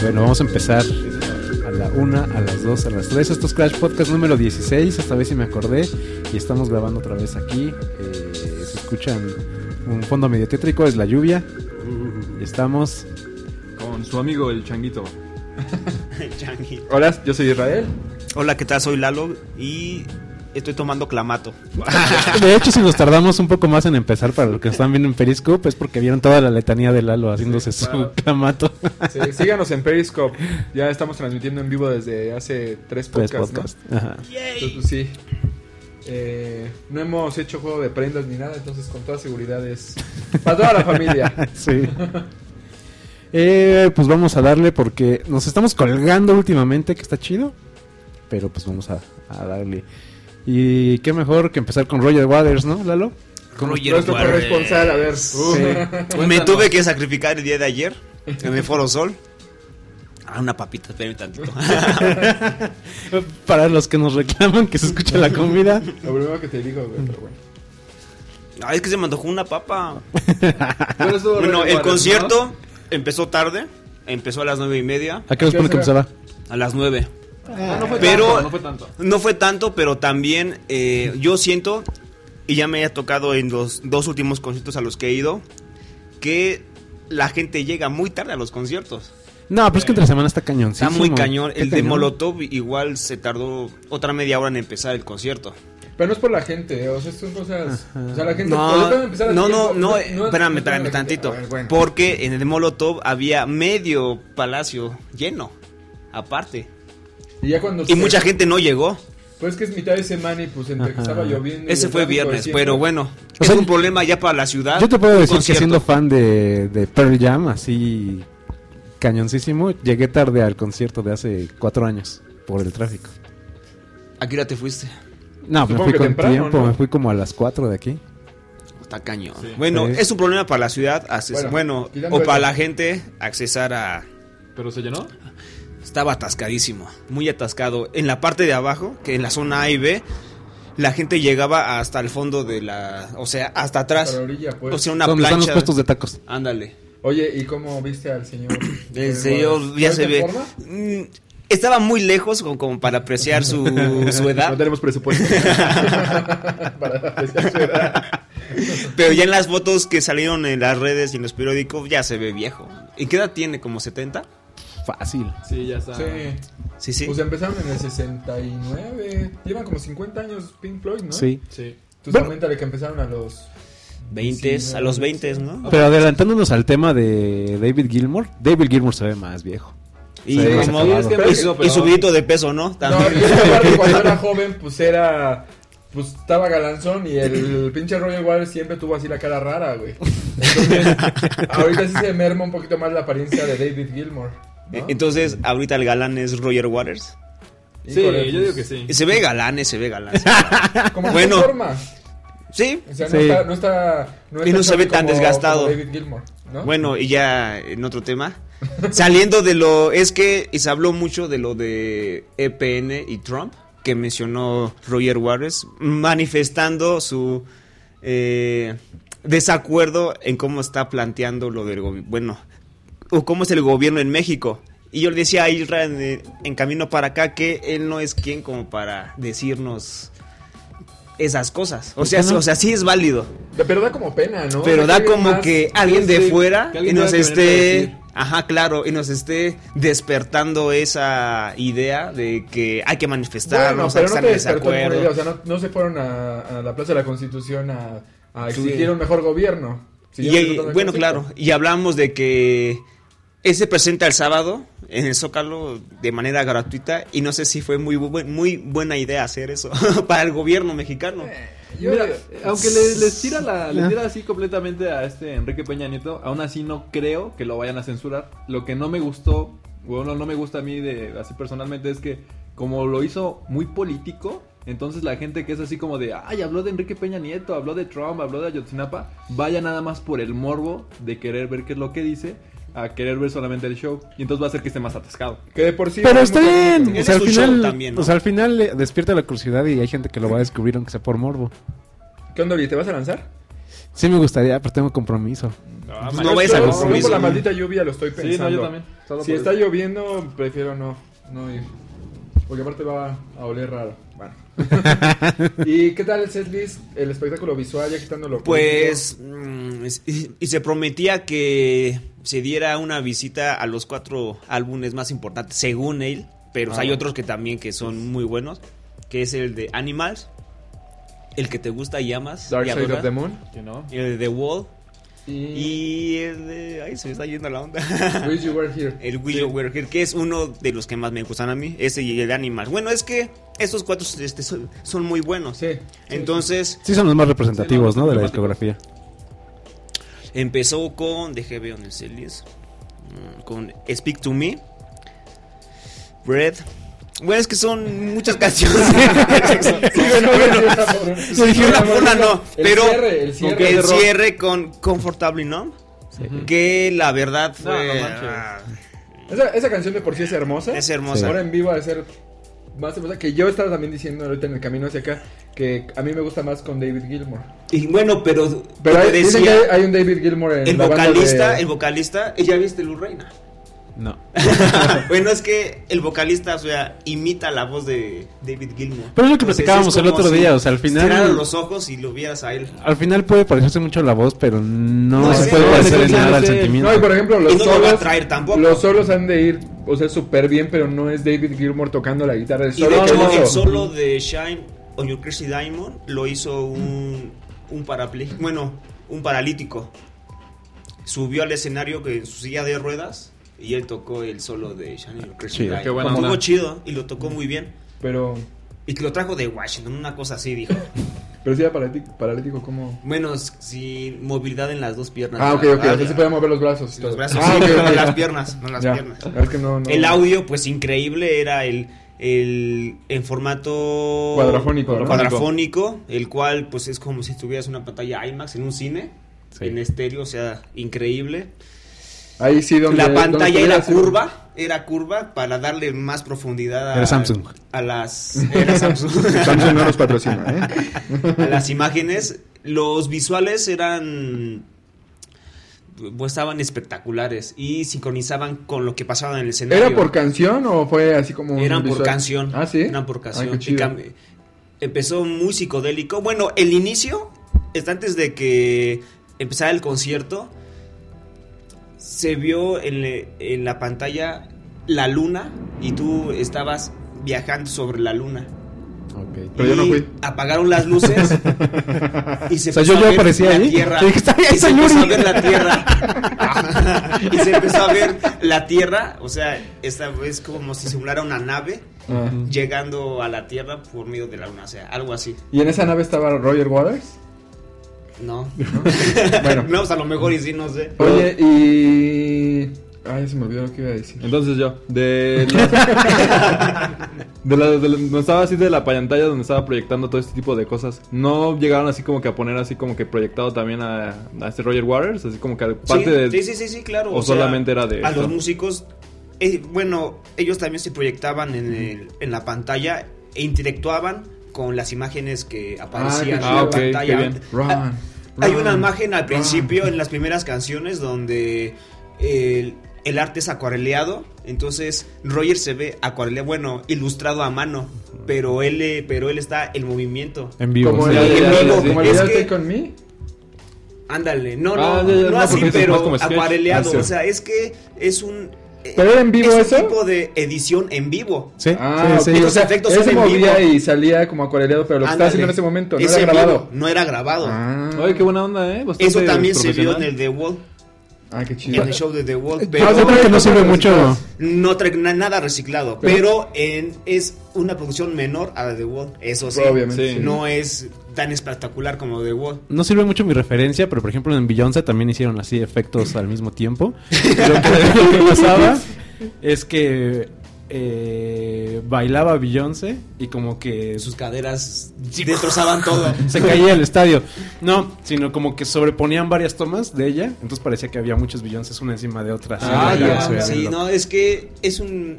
Bueno, vamos a empezar a la una, a las dos, a las tres. Esto es Crash Podcast número 16, esta vez sí me acordé. Y estamos grabando otra vez aquí. Eh, se escuchan un fondo medio tétrico, es la lluvia. Y estamos... Con su amigo el Changuito. Changi. Hola, yo soy Israel. Hola, ¿qué tal? Soy Lalo y estoy tomando clamato. De hecho, si nos tardamos un poco más en empezar para los que están viendo en Periscope, es porque vieron toda la letanía de Lalo haciéndose Sí, su claro. clamato. Sí, síganos en Periscope. Ya estamos transmitiendo en vivo desde hace tres Tres podcasts. podcast. Ajá. ¿no? Entonces, pues, sí. Eh, no hemos hecho juego de prendas ni nada, entonces con toda seguridad es para toda la familia. sí. Eh, pues vamos a darle porque nos estamos colgando últimamente, que está chido. Pero pues vamos a, a darle. Y qué mejor que empezar con Roger Waters, ¿no, Lalo? Roger Nuestro Waters. corresponsal, a ver. Uh. Me tuve que sacrificar el día de ayer en el Foro Sol. Ah, una papita, espérame tantito. Para los que nos reclaman que se escucha la comida. Lo primero que te digo, güey, pero bueno. Ay, es que se me antojó una papa. Bueno, estuvo Bueno, Roger el Waters, concierto empezó tarde. Empezó a las nueve y media. ¿A qué nos ¿Qué pone que será? empezará? A las nueve. ¿no? Ah, no fue Pero- tanto, no fue tanto. No fue tanto, pero también eh, yo siento, y ya me ha tocado en los dos últimos conciertos a los que he ido, que la gente llega muy tarde a los conciertos. No, pero es que entre semana está cañón. Está muy cañón. El de Molotov igual se tardó otra media hora en empezar el concierto. Pero no es por la gente, eh, o sea, son cosas. O sea, la gente. No, Yo tengo que empezar a no, no, tiempo, no, eh, es- no es- espérame, no es espérame por la gente. tantito. A ver, bueno. Porque en el de Molotov había medio palacio lleno, aparte. Y, ya cuando Y se- mucha gente no llegó. Pues es que es mitad de semana y pues entre que Ajá. estaba lloviendo. y Ese el tráfico fue de viernes, siempre. pero bueno. O Es sea, un problema ya para la ciudad. Yo te puedo un decir que concierto. siendo fan de, de Pearl Jam, así cañoncísimo, llegué tarde al concierto de hace cuatro años por el tráfico. ¿A qué hora te fuiste? No, me Supongo fui que con temprano, tiempo, ¿no? me fui como a las 4 de aquí. Está cañón. Bueno, Sí. es un problema para la ciudad, acces- Bueno, bueno, quitando o para eso. la gente accesar a... ¿Pero se llenó? Estaba atascadísimo, muy atascado. En la parte de abajo, que en la zona A y B, la gente llegaba hasta el fondo de la... O sea, hasta atrás. Para la orilla, pues. O sea, una Donde están los plancha. puestos de tacos. Ándale. Oye, ¿y cómo viste al señor? El pues, señor ya se ve... Mm, Estaba muy lejos como, como para apreciar su, su No edad, tenemos presupuesto. Para apreciar su edad. pero ya en las fotos que salieron en las redes y en los periódicos ya se ve viejo. ¿Y qué edad tiene? ¿Como 70? Fácil. Sí, ya está. Sí. Sí, sí. Pues empezaron en el 69. Llevan como 50 años Pink Floyd, ¿no? Sí. Sí. Tú Bueno. coméntale que empezaron a los. 20, Sí, a los sí. 20, ¿no? Pero adelantándonos al tema de David Gilmour, David Gilmour se ve más viejo. Y, Sí, como- sí, es que y, me- su- y subidito de peso, ¿no? No, También. y esa parte cuando era joven, pues era. Pues estaba galanzón y el pinche Roger Waters siempre tuvo así la cara rara, güey. Entonces, ahorita sí se merma un poquito más la apariencia de David Gilmour. ¿no? Entonces, ahorita el galán es Roger Waters. Sí, Híjole, yo pues, digo que sí. Se ve galán, se ve galán. se ve galán. Como que Bueno. se forma. Sí. O sea, Sí. no está. No está Y no está se ve como- tan desgastado. como David Gilmour, ¿no? Bueno, y ya en otro tema. Saliendo de lo. Es que se habló mucho de lo de EPN y Trump, que mencionó Roger Waters, manifestando su eh, desacuerdo en cómo está planteando lo del gobierno. Bueno, o cómo es el gobierno en México. Y yo le decía a Israel en, en camino para acá que él no es quien como para decirnos esas cosas. O ¿Por sea, qué no? o sea, sí es válido. Pero da como pena, ¿no? Pero O sea, da alguien como más- que alguien de sí, fuera que alguien y nos tenga que venirte a esté, decir. ajá, claro, y nos esté despertando esa idea de que hay que Bueno, manifestarnos, pero no hay te que estar despertó en ninguna idea, O desacuerdo. sea, no, no se fueron a, a la Plaza de la Constitución a, a Sí. exigir un mejor gobierno. Y, Siguieron eh, tratando de bueno, conseguir. claro, y hablamos de que ese presenta el sábado en el Zócalo de manera gratuita y no sé si fue muy bu- muy buena idea hacer eso para el gobierno mexicano. Yo- Mira, aunque le- les tira la, les tira así completamente a este Enrique Peña Nieto, aún así no creo que lo vayan a censurar. Lo que no me gustó, bueno, no me gusta a mí de así personalmente es que como lo hizo muy político, entonces la gente que es así como de, ay, habló de Enrique Peña Nieto, habló de Trump, habló de Ayotzinapa, vaya nada más por el morbo de querer ver qué es lo que dice a querer ver solamente el show y entonces va a hacer que esté más atascado. Que de por sí. Pero es está muy bien. bonito. O sea, al Es su show final, también, ¿no? o sea, al final eh, despierta la curiosidad y hay gente que lo va a descubrir aunque sea por morbo. ¿Qué onda, Uri? ¿Te vas a lanzar? Sí me gustaría, pero tengo compromiso. Pues no vayas Ah, Yo al por compromiso. la maldita lluvia lo estoy pensando. Sí, no, yo también. Solo Si por está eso. lloviendo, prefiero no, no ir. Porque aparte va a oler raro. Bueno. ¿Y qué tal el setlist? El espectáculo visual, ya quitándolo. Pues, mm, es- y, y se prometía que se diera una visita a los cuatro álbumes más importantes, según él, pero o sea, Ah. hay otros que también que son muy buenos, que es el de Animals, el que te gusta y amas, Dark y Side of adoras, the Mm. Moon. Que no. el de The Wall Y, y el de... Ay, se me está yendo la onda. Wish You Were Here. El Willow We're Here, que es uno de los que más me gustan a mí, ese y el de Animals. Bueno, es que estos cuatro este, son, son muy buenos. Sí. Entonces, Sí, son los más representativos, Sí, no, ¿no? De la problemáticos. discografía. Empezó con, dejé ver en el setlist, mm, con Speak to Me, Bread. Bueno, es que son muchas canciones. Yo dije, una por una no, pero- El cierre, el cierre. el cierre con Comfortably Numb, que la verdad No, fue... no manches. ah, Esa, esa canción de por sí es hermosa. es hermosa. Ahora en vivo ha de ser más hermosa. Que yo estaba también diciendo ahorita en el camino hacia acá que a mí me gusta más con David Gilmour. Y bueno, pero... Pero te hay, dicen decía, que hay, hay un David Gilmour en el la banda vocalista, de- el vocalista, ¿eh, ¿ya viste Luz Reina? No. bueno, es que el vocalista, o sea, imita la voz de David Gilmour. Pero es lo que Entonces, platicábamos el como otro si día, o sea, al final- estiraran los ojos y lo vieras a él. Al final puede parecerse mucho a la voz, pero no, No se sé, puede no, parecer sí, en sí, nada sí. al sentimiento. No, y por ejemplo, los Y no lo va solos. a traer tampoco. Los solos han de ir, o sea, súper bien, pero no es David Gilmour tocando la guitarra. El Y de solo, hecho, hermoso. el solo de Shine on Your Crazy Diamond lo hizo un, un parapléjico, bueno, un paralítico. Subió al escenario que en su silla de ruedas y él tocó el solo de Shine on Your Crazy Chido. Diamond. Qué buena Estuvo onda. chido y lo tocó muy bien. Pero, Y que lo trajo de Washington, una cosa así, dijo. pero si era paralítico, paralítico ¿cómo? Bueno, s- sin movilidad en las dos piernas. Ah, ok, ok. Ah, o sea, sí podía mover los brazos. y Los todo. brazos, Ah, sí, ok, no ok. las piernas, no las Ya. piernas. Es que no, no. El audio, pues increíble, era el, el en formato Cuadrafónico, ¿no? cuadrafónico, el cual pues es como si tuvieras una pantalla IMAX en un cine, Sí. en estéreo, o sea, increíble. Ahí sí donde. la donde pantalla pudiera era ser- curva, era curva para darle más profundidad a, Era Samsung. a las era Samsung. Samsung no nos patrocina, ¿eh? a las imágenes. Los visuales eran. pues, estaban espectaculares y sincronizaban con lo que pasaba en el escenario. ¿Era por canción o fue así como.? un Eran por visual? canción. Ah, sí. Eran por canción. Ay, qué Y chido. cam- Empezó muy psicodélico. Bueno, el inicio, está antes de que empezara el concierto, se vio en, le- en la pantalla la luna y tú estabas viajando sobre la luna. Ok. Pero yo no Y fui. Apagaron las luces. y se O sea, empezó yo- yo a ver aparecí la ahí. Tierra. Yo dije, "Está ahí, y se está empezó a Yuri". ver la tierra. y se empezó a ver la tierra. O sea, esta es como si simulara una nave Ah. llegando a la tierra por medio de la luna. O sea, algo así. ¿Y en esa nave estaba Roger Waters? No. Bueno. no, pues a lo mejor y sí, no sé. Oh. Oye, y. Ay, se me olvidó lo que iba a decir. Entonces yo, de los- de la, de la- donde estaba así de la pantalla donde estaba proyectando todo este tipo de cosas. No llegaron así como que a poner así como que proyectado también a, a este Roger Waters, así como que parte sí, de sí, sí, sí, sí, claro. o solamente era de A esto. los músicos, eh, bueno, ellos también se proyectaban en, el- en la pantalla e interactuaban con las imágenes que aparecían qué en la chido. Ah, ok, qué pantalla. bien. Run, Ah, Hay run, una imagen al run. principio en las primeras canciones donde el, el arte es acuareleado, entonces Roger se ve acuareleado, bueno, ilustrado a mano, pero él, eh, pero él está en movimiento. En vivo. Como sí. el, Ya, ya, ya, como sí. el Es Stay que- con me. Ándale, no, no, Ah, ya, ya, no no, así, porque eso es más pero como sketch. acuareleado. Ah, sí. O sea, es que es un. eh, ¿Pero era en vivo es un eso? tipo de edición en vivo. Sí, Ah, sí, ok, sí. o sea, efectos él son se en movía vivo. y salía como acuarelado, pero lo que estaba Ándale. haciendo en ese momento no Es era en grabado. vivo, no era grabado. Ah, Oye, qué buena onda, eh. Bastante eso también se vio en profesional. el The Wall, ah, qué en chido. el show de The Wall, Ah, pero yo creo que no sirve mucho. no trae na- nada reciclado. Pero en, es una producción menor a la The Wall, eso sí. Obviamente. Sí. sí. No es tan espectacular como The Wall. No sirve mucho mi referencia, pero por ejemplo en Beyoncé también hicieron así efectos al mismo tiempo. Lo que, lo que pasaba es que eh, bailaba Beyoncé y como que Sus caderas destrozaban todo. se caía el estadio. No, sino como que sobreponían varias tomas de ella, entonces parecía que había muchas Beyoncé una encima de otra. así Ah, bailando, ya, se veía sí, loco. no, es que es un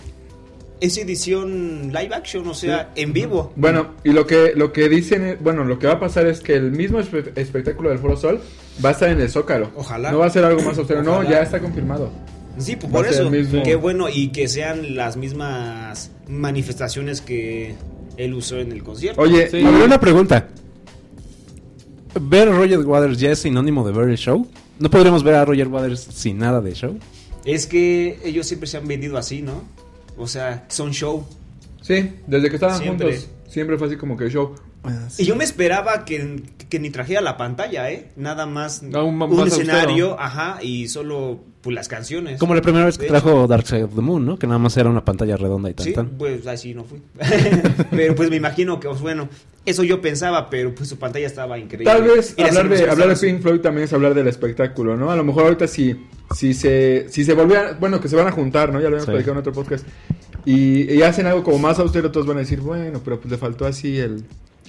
es edición live action, o sea, en vivo. Bueno, y lo que, lo que dicen, es- bueno, lo que va a pasar es que el mismo espe- espectáculo del Foro Sol va a estar en el Zócalo. Ojalá. No va a ser algo más austero, no, Ojalá. ya está confirmado. Sí, pues Va por a ser eso. el mismo. Qué bueno y que sean las mismas manifestaciones que él usó en el concierto. Oye, Sí. A ver, una pregunta. ¿Ver a Roger Waters ya es sinónimo de ver el show? ¿No podríamos ver a Roger Waters sin nada de show? Es que ellos siempre se han vendido así, ¿no? O sea, son show. sí, desde que estaban Siempre. juntos, siempre fue así como que show. Y yo me esperaba que, que ni trajera la pantalla, ¿eh? Nada más No, un, un- más escenario, austero. ajá, y solo pues, las canciones. Como la primera vez que De trajo Dark Side of the Moon, ¿no? Que nada más era una pantalla redonda y tan Sí, tan. pues así no fui. pero pues me imagino que, pues, bueno, eso yo pensaba, pero pues su pantalla estaba increíble. Tal vez Y las hablar de, ilusiones hablar de estaban- Pink Floyd también es hablar del espectáculo, ¿no? A lo mejor ahorita si, si se, si se volvieran, bueno, que se van a juntar, ¿no? Ya lo habíamos Sí. platicado en otro podcast. Y, y hacen algo como más austero, todos van a decir, bueno, pero pues le faltó así el,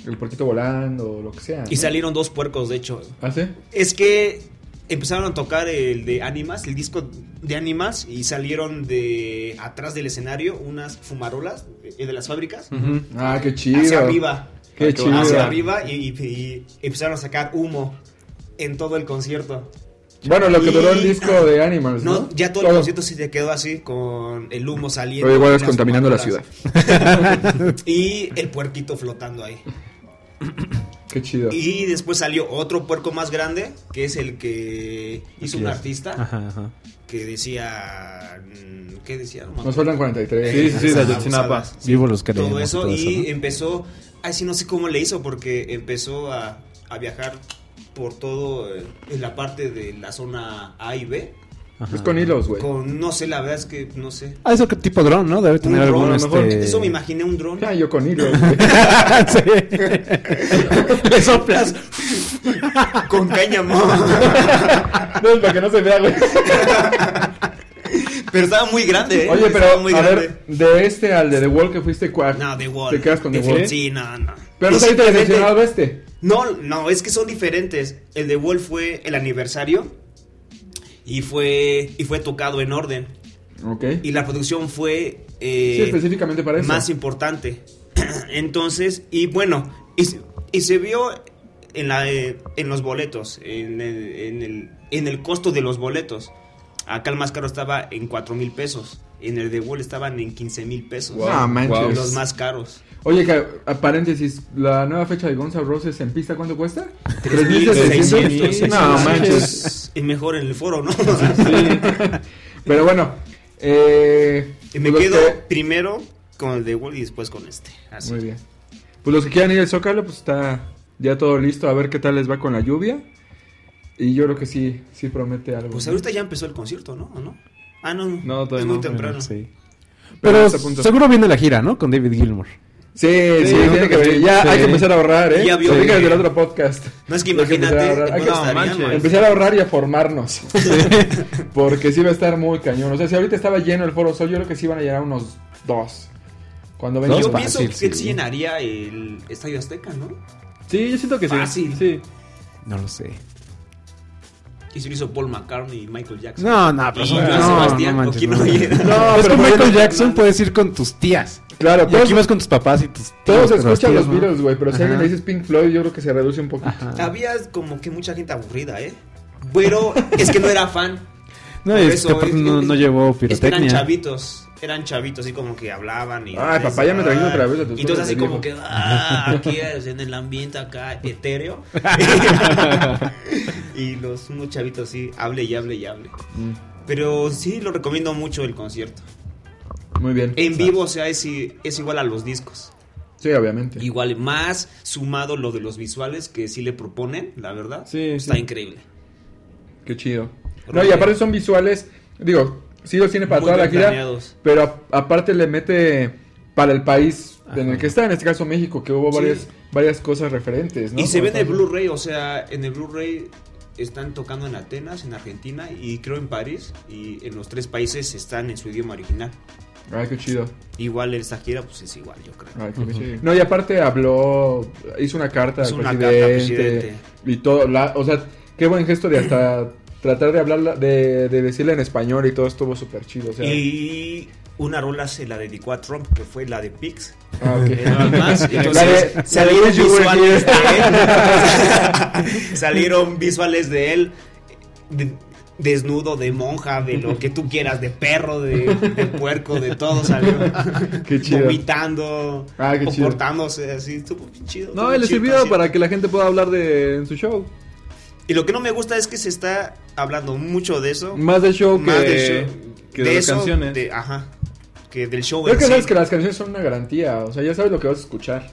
el porquito volando o lo que sea. Y ¿no? salieron dos puercos, de hecho. ¿Ah, sí? Es que empezaron a tocar el de Animas, el disco de Animas, y salieron de atrás del escenario unas fumarolas eh, de las fábricas Ah, qué chido. hacia arriba. Qué chido. Hacia arriba y, y- y empezaron a sacar humo en todo el concierto. Bueno, lo que Y- duró el disco de Animals, Pues ¿no? No, ya todo, el concierto se te quedó así con el humo saliendo. Pero igual es las contaminando la ciudad. fumarolas. Y el puerquito flotando ahí. Qué chido. Y después salió otro puerco más grande, que es el que hizo un artista Ajá, ajá. que decía. mm, ¿Qué decía? No me Nos acuerdo. faltan 43. Sí, sí, sí, de Abusadas, Ayotzinapa. abusadas, sí. Vivo los que Todo leemos y eso, todo eso, y ¿no? empezó. Ay, sí, no sé cómo le hizo, porque empezó a, a viajar por todo eh, en la parte de la zona A y B. ajá. Es Pues con hilos, güey. Con, no sé, la verdad es que no sé. Ah, eso que tipo dron, ¿no? Debe Un tener dron, algún a lo mejor. este... Eso me imaginé un dron. Ah, yo con hilos, güey. Sí. Le soplas. Con cáñamo. No, es para que no se vea, güey. pero estaba muy grande, ¿eh? Oye, Estaba pero muy a grande. ver, de este al de The Wall que fuiste, ¿cuál? No, The Wall. ¿Te quedas con The Defi- Wall? Sí, no, no. Pero Y ahí te simplemente- decepcionado este. No, no, es que son diferentes. El de Wolf fue el aniversario y fue y fue tocado en orden Ok. y la producción fue eh, sí, específicamente para eso. más importante. Entonces y bueno y, se- y se vio en la eh, en los boletos en el, en el en el costo de los boletos. Acá el más caro estaba en 4 mil pesos. En el de Wall estaban en 15 mil pesos. Wow. Ah, manches. Wow. Los más caros. Oye, que, a paréntesis, la nueva fecha de Guns N' Roses en pista, ¿cuánto cuesta? Pues 3.600. No, manches. Es mejor en el foro, ¿no? Pero bueno, eh... Y me pues quedo los que- primero con el de Wall y después con este. Así. Muy bien. Pues los que quieran ir al Zócalo, pues está ya todo listo. A ver qué tal les va con la lluvia. Y yo creo que sí, sí promete algo. Pues ¿no? ahorita ya empezó el concierto, ¿no? ¿O no? Ah, no, no. No, todavía es muy no, temprano. Sí. Pero Pero está a punto. seguro viene la gira, ¿no? Con David Gilmour. Sí, sí, no tiene te que venir. creí. Ya Sí. hay que empezar a ahorrar, ¿eh? Ya vio Lo que- dije desde el otro podcast. No es que Hay empezar a imagínate, ahorrar. Hay que ¿cuánto no, estarían, manches. man? empezar a ahorrar y a formarnos. Porque sí va a estar muy cañón. O sea, si ahorita estaba lleno el Foro Sol, yo creo que sí van a llegar unos dos. Cuando vengan. Dos Yo Fácil, pienso sí. que sí llenaría el Estadio Azteca, ¿no? Sí, yo siento que sí. Fácil. Sí. No lo sé. Y se lo hizo Paul McCartney y Michael Jackson. No, no, pero Y son- Joan no, no Sebastián, ¿con manches, quién no. no llega? No, es pero con Michael bueno, Jackson puedes ir con tus tías. Claro, Y todos, aquí vas con tus papás y tus tíos. todos pero las escuchan tías los no. Beatles, güey. Pero si Ajá. alguien le dices Pink Floyd, yo creo que se reduce un poquito. Ajá. Había como que mucha gente aburrida, ¿eh? Pero es que no era fan. No, Por es eso, que aparte es- no, es- no llevó Es que eran pirotecnia. chavitos, eran chavitos, así como que hablaban y... Ay, Ah, papá, ya me trajiste otra vez a tus Y entonces cosas así de como que, viejo. ah, aquí es en el ambiente acá, etéreo. y los unos chavitos así, hable y hable y hable. Mm. Pero sí, lo recomiendo mucho el concierto. Muy bien. En vivo, o sea, es, i- es igual a los discos. Sí, obviamente. Igual, más sumado lo de los visuales que sí le proponen, la verdad. Sí, Está sí. increíble. Qué chido. Porque- No, y aparte son visuales, digo, sí los tiene para Muy toda la bien gira, planeados. pero a- aparte le mete para el país en el que está, en este caso México, que hubo Sí. varias, varias cosas referentes, ¿no? Y se ve en el Entonces, Blu-ray, o sea, en el Blu-ray están tocando en Atenas, en Argentina y creo en París. Y en los tres países están en su idioma original. Ay, qué chido. Igual el Shakira, pues es igual, yo creo. Ay, qué chido. No, y aparte habló, hizo una carta al Hizo una carta al presidente, presidente. y todo, la- o sea, qué buen gesto de hasta tratar de hablarla, de, de decirle en español y todo estuvo súper chido, o sea. y una rola se la dedicó a Trump, que fue la de Pix. Ah, ok. Nada más. La Entonces, de- salieron la de Wish You Were visuales de él. salieron visuales de él de- desnudo, de monja, de lo que tú quieras, de perro, de, de puerco, de todo salió. Qué chido. Vomitando, Ah, qué chido. comportándose así, estuvo bien chido. No, estuvo le chido, sirvió así. para que la gente pueda hablar de en su show. Y lo que no me gusta es que se está hablando mucho de eso. Más de show que más del show, que de pues las eso, canciones. de- ajá. Que del show Creo en que sí. sabes que las canciones son una garantía. O sea, ya sabes lo que vas a escuchar.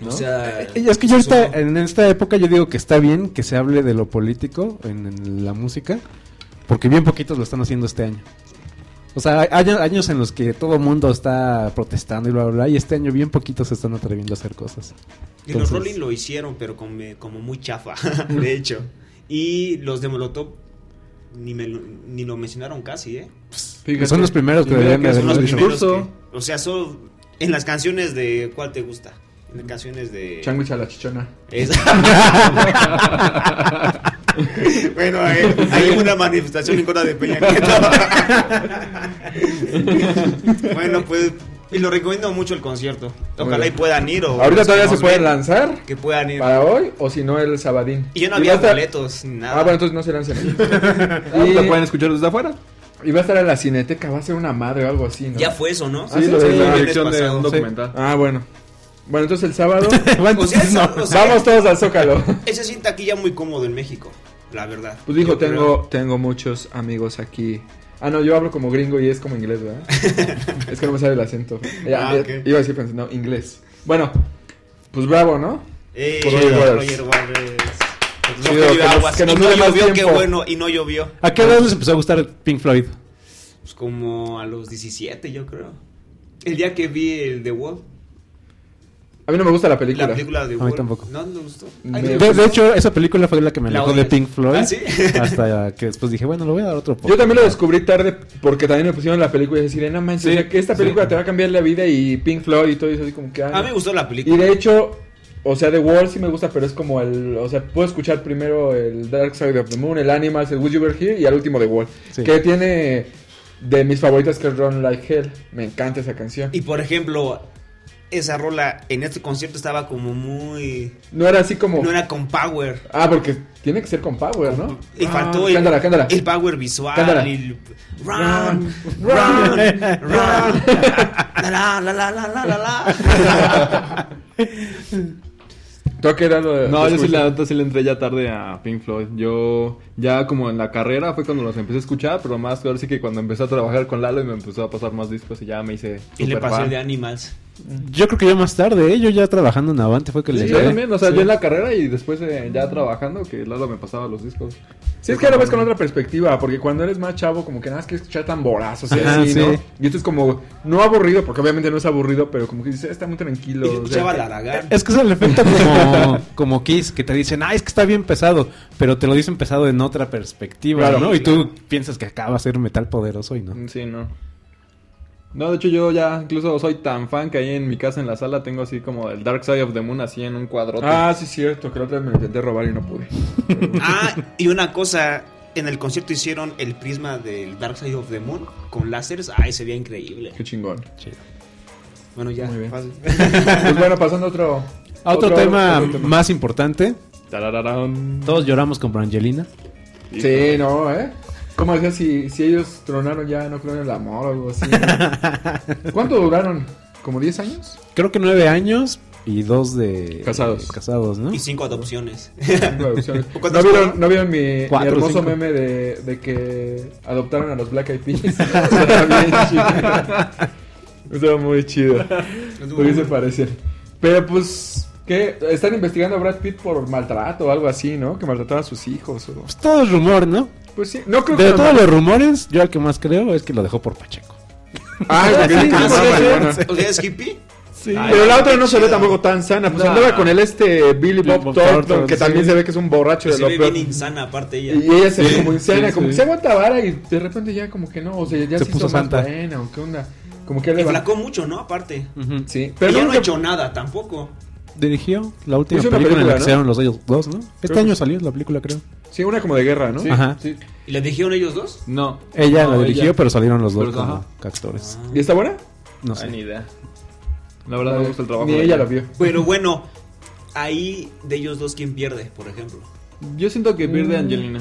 ¿no? O sea, Y es que yo ahorita, supongo. en esta época, yo digo que está bien que se hable de lo político en, en la música, porque bien poquitos lo están haciendo este año. O sea, hay- hay años en los que todo mundo está protestando y bla, bla, bla, y este año bien poquitos se están atreviendo a hacer cosas. Y los Entonces- Rolling lo hicieron, pero como, como muy chafa, de hecho. Y los de Molotov ni, me lo- ni lo mencionaron casi, ¿eh? Fíjate. son los primeros que Y mira deberían de haberlo son los los dicho. primeros discurso. que- o sea, son en las canciones de... ¿Cuál te gusta? En las canciones de... Changuich a la chichona. Esa. bueno, hay, hay una manifestación en contra de Peña Nieto. bueno, pues... Y lo recomiendo mucho el concierto. Ojalá y puedan ir o... Ahorita los que todavía se nos pueden ven, lanzar Que puedan ir. para hoy o si no el sabadín. Y yo no va a había estar- boletos ni nada. Ah, bueno, entonces no se lanzan. Ah, y, La pueden escuchar desde afuera. y va a estar en la cineteca, va a ser una madre o algo así, ¿no? Ya fue eso, ¿no? Ah, Sí, lo de la Es la viernes dirección de pasado. un documental. Ah, bueno. Bueno, entonces el sábado O sea, esa, o sea, vamos todos al Zócalo. esa cinta aquí ya muy cómodo en México, la verdad. Pues dijo, Yo creo. tengo, tengo muchos amigos aquí. Ah, no, yo hablo como gringo y es como inglés, ¿verdad? es que no me sale el acento. Ya, Ah, ya, ok. Iba a decir francés, no, inglés. Bueno, pues bravo, ¿no? Eh, por Roger Waters. Roger Waters. Pues Chido, No, que que nos- aguas. que nos Y no dure más llovió, qué tiempo. bueno, y no llovió. ¿A qué edad les empezó a gustar Pink Floyd? Pues como a los 17, yo creo. El día que vi el The Wall, A mí no me gusta la película. la película de The A mí Wall. tampoco. No, no me gustó. Me- Ay, De, me de gustó. hecho, esa película fue la que me La alejó de odias. Pink Floyd. ¿Ah, sí? Hasta que después dije, bueno, lo voy a dar otro Yo también lo descubrí tarde porque también me pusieron la película y decir, no manches, o sea, que esta película te va a cambiar la vida y Pink Floyd y todo eso así como que... ah, A mí me gustó la Y película. de hecho, o sea, The Wall sí me gusta, pero es como el. O sea, puedo escuchar primero el Dark Side of the Moon, el Animals, el Would You Were Here y al último The Wall. Sí. Que tiene de mis favoritas que es Run Like Hell. Me encanta esa canción. Y por ejemplo, esa rola en este concierto estaba como muy. No era así como. No era con power. Ah, porque tiene que ser con Power, ¿no? Y Ah, faltó el, Cántala, cántala. el power visual. Cántala. el- Run, run, run, run, La, la, la, la, la, la, la. ¿Tú a qué edad lo- No, lo yo sí la escuchas? neta sí le entré ya tarde a Pink Floyd. Yo ya como en la carrera fue cuando los empecé a escuchar, pero más ahora sí que cuando empecé a trabajar con Lalo y me empezó a pasar más discos y ya me hice Y le superfan. pasé el de Animals. Yo creo que ya más tarde, ¿eh? yo ya trabajando en Avante fue que Sí, le yo también, o sea, yo en la carrera y después eh, ya trabajando que Lalo me pasaba los discos. Sí, es que ahora ves con otra perspectiva, porque cuando eres más chavo, como que nada más quieres escuchar tamborazos y Ajá, así, ¿no? sí. Y esto es como, no aburrido, porque obviamente no es aburrido, pero como que dices, "Ah, está muy tranquilo. Y yo o sea, escuchaba la Aragán. Es que es el efecto como, como Kiss, que te dicen, ah, es que está bien pesado, pero te lo dicen pesado en otra perspectiva, Claro, ¿no? Y claro. tú piensas que acaba de ser metal poderoso y no. Mm, Sí, no. No, de hecho yo ya incluso soy tan fan que ahí en mi casa en la sala tengo así como el Dark Side of the Moon así en un cuadrote. Ah, sí, cierto, que la otra vez me lo intenté robar y no pude. Ah, y una cosa. En el concierto hicieron el prisma del Dark Side of the Moon con láseres. Ay, se veía increíble. Qué chingón. Chido. Bueno, ya. Muy bien. fácil. Pues bueno, pasando a otro. A Otro, tema otro tema. más importante, Tarararán. todos lloramos con Brangelina. Sí, no, ¿eh? Como decía, si, si ellos tronaron ya, no creo en el amor o algo así. ¿no? ¿Cuánto duraron? ¿Como 10 años? Creo que nueve años y dos de... Casados. Casados, ¿no? Y cinco adopciones. Cinco adopciones. ¿O ¿No cuántas vieron, fueron? ¿No vieron mi, mi Cuatro, hermoso cinco. meme de, de que adoptaron a los Black Eyed Peas? Estaba bien chido. Estaba muy chido. Porque se parecen. Pero pues, ¿qué? Están investigando a Brad Pitt por maltrato o algo así, ¿no? Que maltrataba a sus hijos. o- Pues todo es rumor, ¿no? Pues sí, no creo De que. todos los rumores, yo al que más creo es que lo dejó por Pacheco. Ah, porque dice que Ah, no ¿sí? fue marihuana. ¿O sea, es hippie? Ay, Pero la otra no se ve tampoco tan sana. Pues No. andaba con el este Billy Bob, Bob Thornton, Thornton, que sí. también se ve que es un borracho de Se lo ve peor. bien insana aparte Y ella. ella se ve como insana, sí, como que sí. se aguanta vara y de repente ya como que no, o sea, ya Se se puso hizo más santa. buena, o qué onda. Como que ya Y le va. flacó mucho, ¿no? Aparte. Sí, Pero pero ella no ha nunca- hecho nada tampoco. dirigió la última Hizo una película, en la que película, ¿no? hicieron los ellos dos, ¿no? Este que año sí. salió la película, creo. Sí, una como de guerra, ¿no? Sí, Ajá. sí. ¿Y la dijeron ellos dos? No. Ella No, la dirigió, ella. pero salieron los dos Pero, como ajá. actores. ¿Y está buena? No Ah, ni sé. idea. La verdad me gusta el trabajo. Ni de ella lo vio. Pero bueno, ahí de ellos dos, ¿quién pierde, por ejemplo? Yo siento que pierde Mm. Angelina.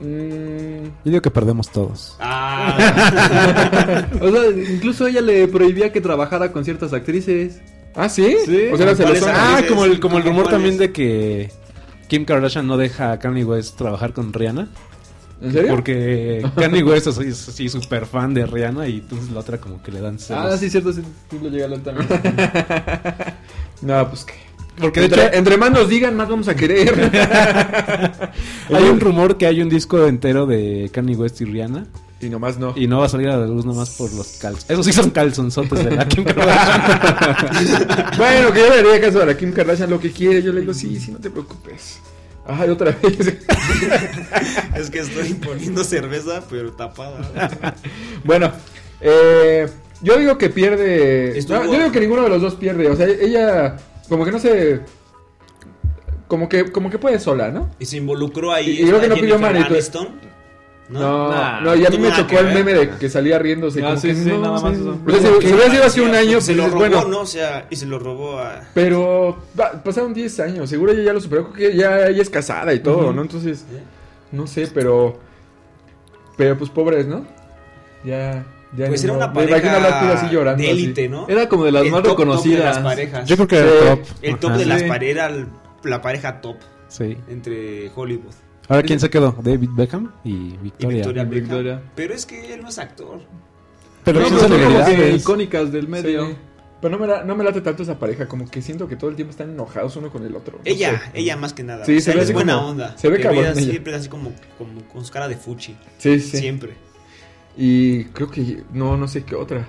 Mm, Yo digo que perdemos todos. Ah, O sea, incluso ella le prohibía que trabajara con ciertas actrices. Ah, ¿sí? Sí. O sea, era ¿Cuál es celosa. la- Ah, dices, como el, como el ¿cómo rumor cuál también es? de que Kim Kardashian no deja a Kanye West trabajar con Rihanna. ¿En serio? Porque Kanye West es es así súper fan de Rihanna y entonces la otra como que le dan celos. Ah, sí, cierto, sí, sí lo llegué a leer también. No, pues qué. Porque de hecho Entre, entre más nos digan, más vamos a querer. hay un rumor que hay un disco entero de Kanye West y Rihanna y nomás no. y no va a salir a la luz nomás por los calzones. Esos sí son calzonzotes de la Kim Kardashian. Bueno, que yo le haría caso a la Kim Kardashian lo que quiere. Yo le digo, sí, sí, no te preocupes. Ay, otra vez. es que estoy poniendo cerveza, pero tapada. bueno, eh, yo digo que pierde. Estuvo- no, yo digo que ninguno de los dos pierde. O sea, ella, como que no se. Como que, como que puede sola, ¿no? Y se involucró ahí. Y- y creo que no esta pidió Jennifer manito. Aniston, Ah, No, Nah. no, y a mí me Nada tocó que el ver. meme de que salía riéndose. Ah, como sí, que, sí, no, nada más sí. eso. O sea, si, si hubiera sido hace un año, pues Se lo dices, robó, bueno. ¿no? O sea, y se lo robó a. Pero va, pasaron 10 años, seguro ella ya lo superó, creo que ya ella es casada y todo, ¿no? Entonces, no sé, pero pero pues pobres, ¿no? Ya ya Pues ni era modo. una Me imagino a Brad Pitt pareja así llorando de así. élite, ¿no? Era como de las El más top, top de reconocidas. las parejas. Yo creo que Sí. era el top. El top Ajá. de la- las Sí. parejas era el- la pareja top Sí. entre Hollywood Ahora, ¿quién se quedó? David Beckham y y Victoria. Victoria, Beckham. Victoria. Pero es que él no es actor. Pero no, son pero son como que celebridades. icónicas del Sí. medio. Pero no me, la- no me late tanto esa pareja, como que siento que todo el tiempo están enojados uno con el otro. no Ella, sé. ella más que nada. Sí, O se sea, ve él así es buena como- onda. se ve Pero ella cabrón ella. Siempre es así como, como con su cara de fuchi. Sí, sí. Siempre. Y creo que no no sé qué otra.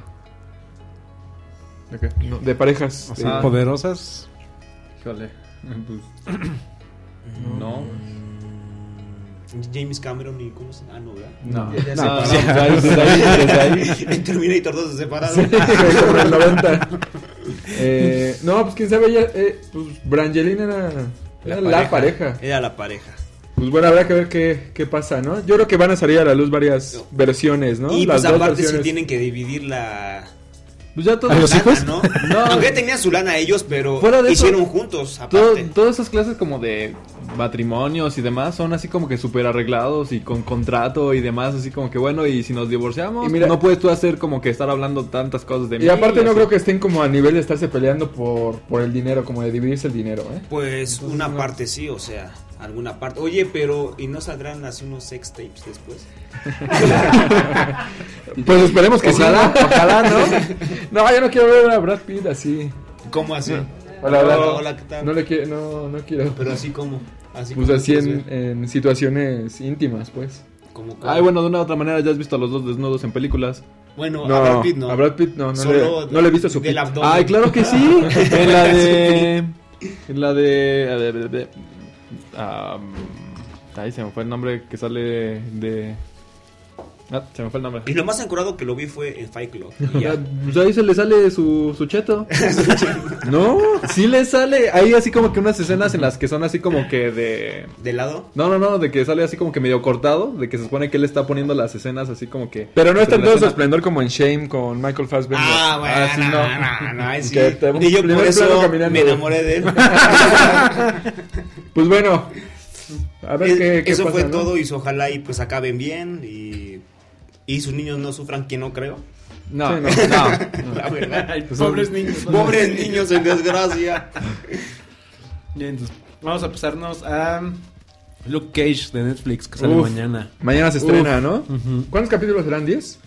No, de parejas. eh, O de- sea, Ah. poderosas. Híjole. Pues, no. Mm, James Cameron y cómo se Ah, no, ¿verdad? No. Ya- ya No, se no, pasó. no, desde ahí, desde ahí. en Terminator 2 se separaron. Sí, güey, sobre el 90. Eh, no, pues quién sabe, ella, eh, pues Brangelina era era la, pareja. Era la pareja. Pues bueno, habrá que ver qué, qué pasa, ¿no? Yo creo que van a salir a la luz varias versiones, ¿no? Y Las pues dos aparte sí versiones. tienen que dividir la Pues ya todo- ¿A los lana, hijos? ¿no? No. Aunque tenían su lana ellos, pero Fuera de eso, hicieron juntos todo- aparte. todas esas clases como de matrimonios y demás son así como que súper arreglados y con contrato y demás, así como que bueno, y si nos divorciamos, Y mira- no puedes tú hacer como que estar hablando tantas cosas de mí. Y aparte no así. creo que estén como a nivel de estarse peleando por, por el dinero, como de dividirse el dinero, ¿eh? Pues una parte sí, o sea, alguna parte. Oye, pero ¿y no saldrán así unos sex tapes después? Pues esperemos que Ojalá, sí. Ojalá, ¿no? no, yo no quiero ver a Brad Pitt así. ¿Cómo así? Hola, hola. Hola, hola, ¿qué tal? No le quiero, no, no quiero. Pero así como, así Pues como así pues, en, en situaciones íntimas, pues. como, como- Ay, bueno, de una u otra manera ya has visto a los dos desnudos en películas. bueno, No, a Brad Pitt no. a Brad Pitt no, no Solo le- no le he visto su del pit. abdomen. Ay, claro que sí. En la de. En la de. a ver, a ver, a ver. Am, ay, se me fue el nombre que sale de. Ah, se me fue el nombre. Y lo más encurado que lo vi fue en Fight Club. y ya. Pues ahí se le sale su, su cheto. no, sí le sale. Hay así como que unas escenas en las que son así como que de. ¿De lado? No, no, no, de que sale así como que medio cortado. De que se supone que él está poniendo las escenas así como que. Pero no está en entre la todo su escena- esplendor como en Shame con Michael Fassbender. Ah, bueno, sí, no, no, no, ahí sí. Que te- Y yo primer por plano eso caminando. me enamoré de él. Pues bueno. A ver Es- qué, qué eso pasa, fue ¿no? todo y so- ojalá y pues acaben bien y, y sus niños no sufran que no creo. No, Sí, no. La verdad. Pues pobres niños. Pobres niños en desgracia. Bien, entonces, vamos a pasarnos a Luke Cage de Netflix que sale Uf. mañana. Mañana se Uf. estrena, ¿no? Ujú. ¿Cuántos capítulos serán? ¿10?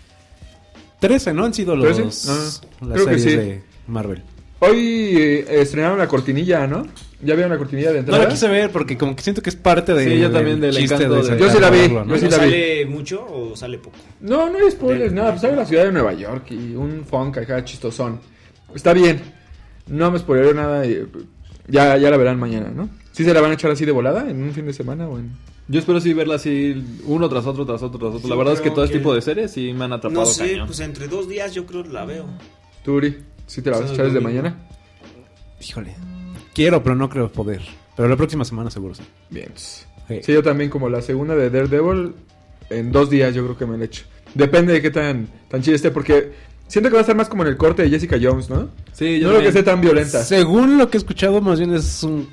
13, ¿no? Han sido los ¿Trece? las Ah, creo que series sí. de Marvel. Hoy eh, estrenaron la cortinilla, ¿no? ¿Ya vieron la cortinilla de No entrada? la quise ver porque como que siento que es parte de Sí, yo también del chiste encanto de de- sentarme Yo sí la a vi, verlo, ¿no? yo sí ¿No la vi. sale mucho o sale poco? No, no hay spoilers, nada. Pues sale la ciudad de Nueva York y un funk acá chistosón. Está bien. No me spoileré nada. y, eh, ya, ya la verán mañana, ¿no? ¿Sí se la van a echar así de volada? ¿En un fin de semana o en...? Yo espero sí verla así uno tras otro, tras otro, tras otro. La Yo verdad es que creo todo este que- tipo de series sí me han atrapado No sé, cañón. pues entre dos días yo creo que la veo. Turi, ¿sí te la vas a Sábado, echar desde domingo. mañana? Híjole. Quiero, pero no creo poder. Pero la próxima semana seguro sí. Bien. Sí, Sí. yo también como la segunda de Daredevil, en dos días yo creo que me la echo. Depende de qué tan, tan chida esté, porque siento que va a estar más como en el corte de Jessica Jones, ¿no? Sí, no creo yo que también. esté tan violenta. Sí. Según lo que he escuchado, más bien es un...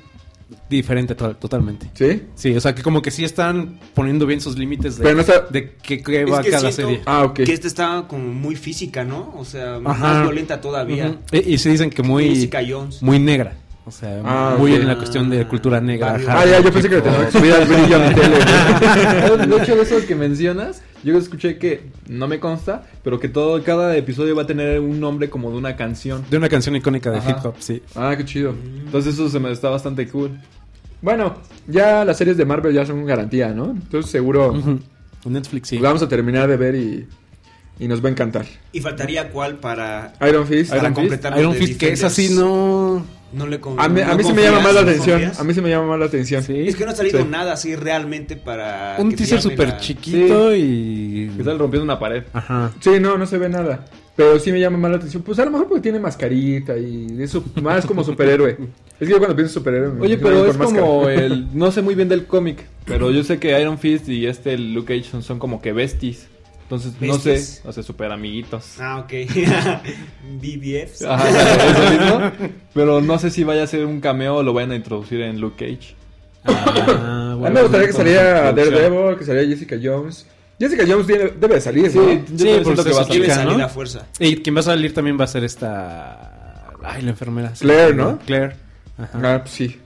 diferente to- totalmente. Sí, o sea que como que sí están poniendo bien sus límites de, Pero no está- de que, que Es va que cada siento- serie. Ah, ok. Que esta está como muy física, ¿no? O sea, Ajá. más violenta todavía. Ujú. Y, y sí dicen que muy, Jessica Jones. muy negra. O sea, Ah, muy ok. en la cuestión de cultura negra. Ah, Ah, hard ya, yo rock, pensé que le hip hop. tenía que subir al brillo a mi tele. güey. de hecho, de eso que mencionas, yo escuché que no me consta, pero que todo, cada episodio va a tener un nombre como de una canción. De una canción icónica de Ajá. hip hop, sí. Ah, qué chido. Mm. Entonces eso se me está bastante cool. Bueno, ya las series de Marvel ya son garantía, ¿no? Entonces seguro Ujú. Netflix, sí. las vamos a terminar de ver y, y nos va a encantar. ¿Y faltaría cuál para, Iron Fist. para Iron Fist. completar lo Iron de Fist, que es Defenders? así, no. No le con- A mí, no a mí sí me llama confías, más la ¿no atención. confías? A mí sí me llama más la atención. Sí. Es que no ha salido Sí. nada así realmente para. Un Ah, que te teaser llame súper la- chiquito y. Que sale rompiendo una pared. Ajá. Sí, no, no se ve nada. Pero sí me llama más la atención. Pues a lo mejor porque tiene mascarita y es su- más como superhéroe. Es que yo cuando pienso en superhéroe. me Oye, imagino a pero es alguien con como máscara. el... No sé muy bien del cómic, pero yo sé que Iron Fist y este Luke Cage son, son como que besties. Entonces, no Besties. sé, o sea, super amiguitos. Ah, ok. BBFs. Ajá, claro, eso mismo. Pero no sé si vaya a ser un cameo o lo vayan a introducir en Luke Cage. Ah, A mí bueno, me gustaría que con- saliera producción. Daredevil, que saliera Jessica Jones. Jessica Jones tiene- debe de salir, Sí, ¿no? yo Sí, también por siento que va a supuesto, Debe chica, salir. salir ¿no? a fuerza. Y quien va a salir también va a ser esta. Ay, la enfermera. sí. Claire, ¿no? Claire. Ajá. Ah, pues sí.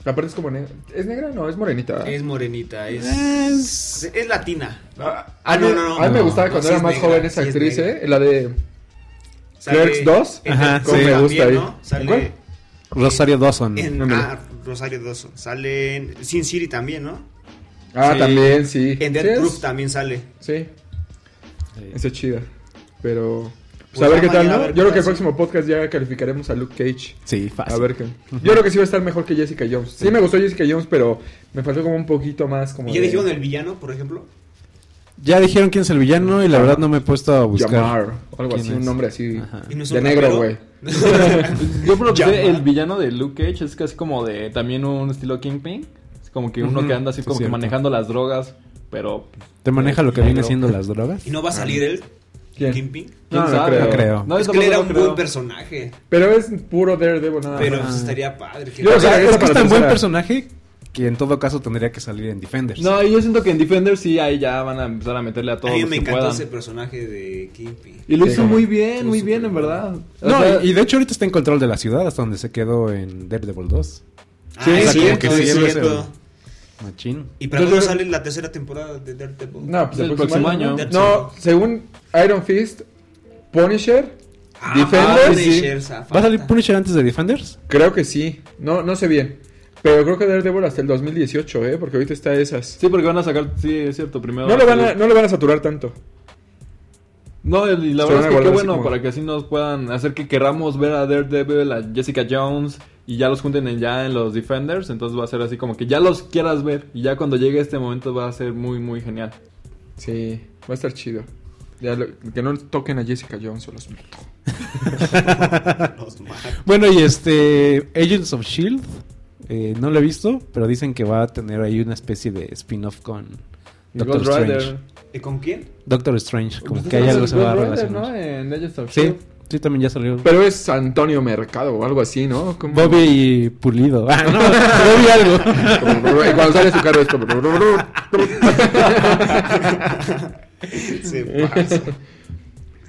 Aparte es como negra. ¿Es negra? No, es morenita. Es morenita, es. Es- Es latina. Ah, Ah, no, no, no. A mí me No, gustaba no, cuando sí era es más negra, joven esa sí es actriz, negra. ¿eh? La de. Sale Clerks 2. en- Ajá, como sí. Me gusta también, ahí. ¿no? Sale ¿Cuál? Rosario Dawson. en- No me lo- ah, Rosario Dawson. Sale en Sin City también, ¿no? Ah, Sí. también, sí. En Sí, Dead es- Proof también sale. Sí, Sí. esa es chida. Pero. Pues, Pues a ver ya qué tal, mañana a ¿no? Yo ver qué creo que tal, el sí. próximo podcast ya calificaremos a Luke Cage. Sí, fácil. A ver qué. Yo creo que sí va a estar mejor que Jessica Jones. Sí, me gustó Jessica Jones, pero me faltó como un poquito más. Como Y ya de- dijeron el villano, por ejemplo. Ya dijeron quién es el villano y la verdad no me he puesto a buscar. Yamar, o algo ¿Quién así, es? un nombre así. Ajá. Y no es de un negro, rapero. güey. Yo por lo que sé, Llamar. el villano de Luke Cage es casi como de también un estilo Kingpin. Es como que uno Ujú, que anda así sí, como que cierto. manejando las drogas, pero pues, ¿Te maneja lo que Negro. viene siendo las drogas? y no va a salir él. Ah. ¿Quién? Kingpin. quién No, no sabe. creo. No creo. No, es yo que tampoco él era lo un creo. buen personaje. Pero es puro Daredevil nada Pero más. pues, estaría padre. que- Yo O sea, Regresa es que para es la tan buen tercera. personaje que en todo caso tendría que salir en Defenders. No, y yo siento que en Defender sí ahí ya van a empezar a meterle a a todos mí los me que encantó puedan. ese personaje de Kingpin. Y lo Sí, hizo güey. muy bien, muy Estuvo bien, en súper verdad. O No, sea, y y de hecho ahorita está en control de la ciudad hasta donde se quedó en Daredevil 2. Sí, ah, o es sea, como cierto, que es sí, cierto. ese- Machín. ¿Y para Yo cuándo creo- sale la tercera temporada de Daredevil? No, pues el, próximo año. año. No, según Iron Fist, Punisher, Ah, Defenders, Punisher, esa ¿Va a salir falta. Punisher antes de Defenders? creo que sí. No, no sé bien. Pero creo que Daredevil hasta el 2018, ¿eh? Porque ahorita está esas. Sí, porque van a sacar, sí, es cierto, primero. No va lo van a, salir- no lo van a saturar tanto. No, y la Se van a verdad es que qué guardar así bueno, como- para que así nos puedan hacer que queramos ver a Daredevil, a Jessica Jones, y ya los junten en- ya en los Defenders, entonces va a ser así como que ya los quieras ver, y ya cuando llegue este momento va a ser muy, muy genial. Sí, va a estar chido. Ya lo- que no toquen a Jessica Jones o los meto. Los malos. Bueno, y este Agents of Shield eh, no lo he visto, pero dicen que va a tener ahí una especie de spin-off con Y Doctor Ghost Rider. Strange. ¿Y con quién? Doctor Strange, como Pues que es ella el lo se va a Ghost Rider, relacionar. ¿no? En Agents of Sí, Shield. sí, también ya salió. Pero es Antonio Mercado o algo así, ¿no? Como- Bobby Pulido. Ah, no, Bobby algo. como- y cuando sale su carro es como... Se pasa.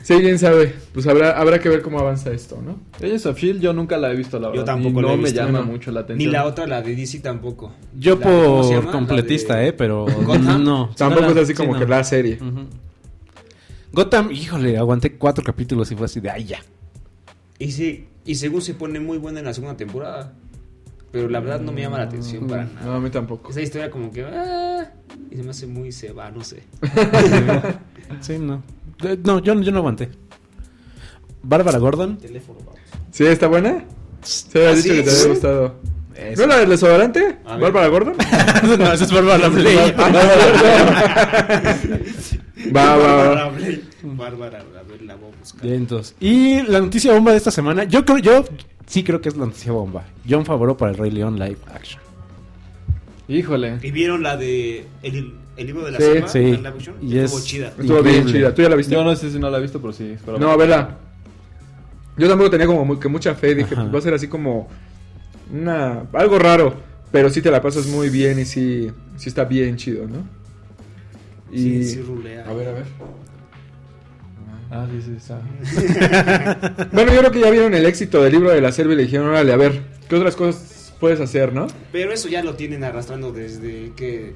Sí, bien sabe. Pues habrá, habrá que ver cómo avanza esto, ¿no? Agents of Shield yo nunca la he visto, la Yo verdad. tampoco y la no he me visto, llama no. mucho la atención. Ni la otra, la de DC tampoco. Yo La- ¿cómo se llama? por La completista, de- eh, pero ¿Gotham? no. Tampoco No, es así sí, como no. que la serie. Ujú. Gotham, híjole, aguanté cuatro capítulos y fue así de ay ya. Y sí, y según se pone muy buena en la segunda temporada. Pero la verdad no me llama la atención Mm. para nada. Mm, No, a mí tampoco. Esa historia como que... ah, y se me hace muy se va, no sé. Sí, no. Eh, No, yo, yo no aguanté. Bárbara Gordon. Teléfono, vamos. ¿Sí? ¿Está buena? Se había ¿Ah, dicho sí? que te había Sí. gustado. Eso. ¿No la del desodorante? A ver. ¿Bárbara Gordon? no, esa es Bárbara Ah, Blake. Bárbara Gordon. Va, va, Bárbara va. Blake. Bárbara, a ver, la voy a buscar. Bien, entonces. Y la noticia bomba de esta semana, yo creo, yo sí creo que es la noticia bomba. John Favreau para el Rey León live action. Híjole. ¿Y vieron la de El, el libro de la Sí, selva? sí. la live action? Y Estuvo es- chida. Estuvo bien Increíble. chida. ¿Tú ya la viste? Yo no sé si no la he visto, pero sí. espero- No, verla. Yo tampoco tenía como mu- que mucha fe. Dije, Ajá. pues, va a ser así como una, algo raro. Pero sí te la pasas muy bien y sí, sí está bien chido, ¿no? Y... Sí, sí, rulea. A ver, a ver. Ah, sí, sí, está. Bueno, yo creo que ya vieron el éxito del libro de la selva y le dijeron, órale, a ver, ¿qué otras cosas puedes hacer, no? Pero eso ya lo tienen arrastrando desde que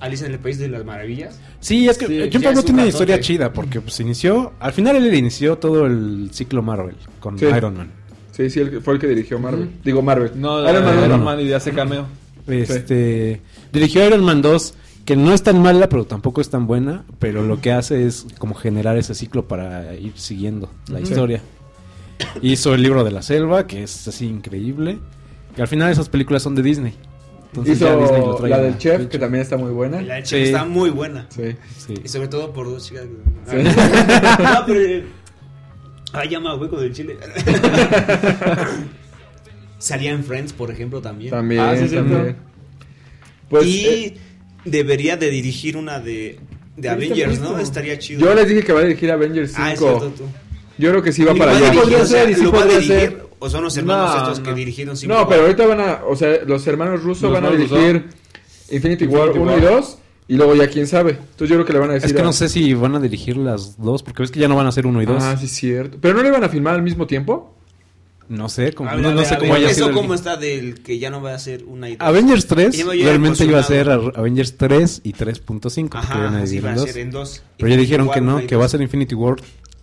Alicia en el País de las Maravillas. Sí, es que Sí, John ya es Favreau un tiene una ratote. historia chida porque pues inició, al final él inició todo el ciclo Marvel con Sí. Iron Man. Sí, sí, el, que- fue el que dirigió Marvel. Digo, Marvel. No, Iron Man, no. Iron Man y hace cameo. Este dirigió Iron Man 2, que no es tan mala, pero tampoco es tan buena, pero lo que hace es como generar ese ciclo para ir siguiendo la Ujú. historia. Hizo el libro de la selva, que es así increíble, que al final esas películas son de Disney. Entonces ya Disney lo Hizo trae la a del chef, pinche. que también está muy buena. La chica Sí. está muy buena. Sí. Sí. Y sobre todo por dos chicas. Sí. No, pero. eh, Ay, llama hueco del chile. Salía en Friends, por ejemplo, también. También, Ah, sí, sí, también. no. Pues, y eh, debería de dirigir una de, de Avengers, ¿no? Estaría chido. yo les dije que va a dirigir Avengers 5. Ah, es cierto, tú. Yo creo que sí va Ni para va a allá. dirigir, podría o sea, ser, y sí ¿lo va a podría dirigir? ser. ¿O son los hermanos No, estos que no. dirigieron sin No, pero ahorita van a, o sea, los hermanos rusos Los van a hermanos dirigir Infinity War Infinity 1 y War. 2 y luego ya quién sabe. Entonces yo creo que le van a decir Es que a- no sé si van a dirigir las dos, porque ves que ya no van a ser uno y dos. Ah, sí es cierto. Pero no le van a filmar al mismo tiempo? No sé, como- A ver, no, a no ver, sé a cómo ver, haya ¿Eso sido. el- cómo está del que ya no va a ser una y dos? Avengers 3 Ya me había realmente iba a ser emocionado. Ar- Avengers 3 y 3.5, porque iban a Ajá, sí, dividir va en a dos. ser en dos. Pero ya dijeron que no, Infinity War, que va a una ser Infinity War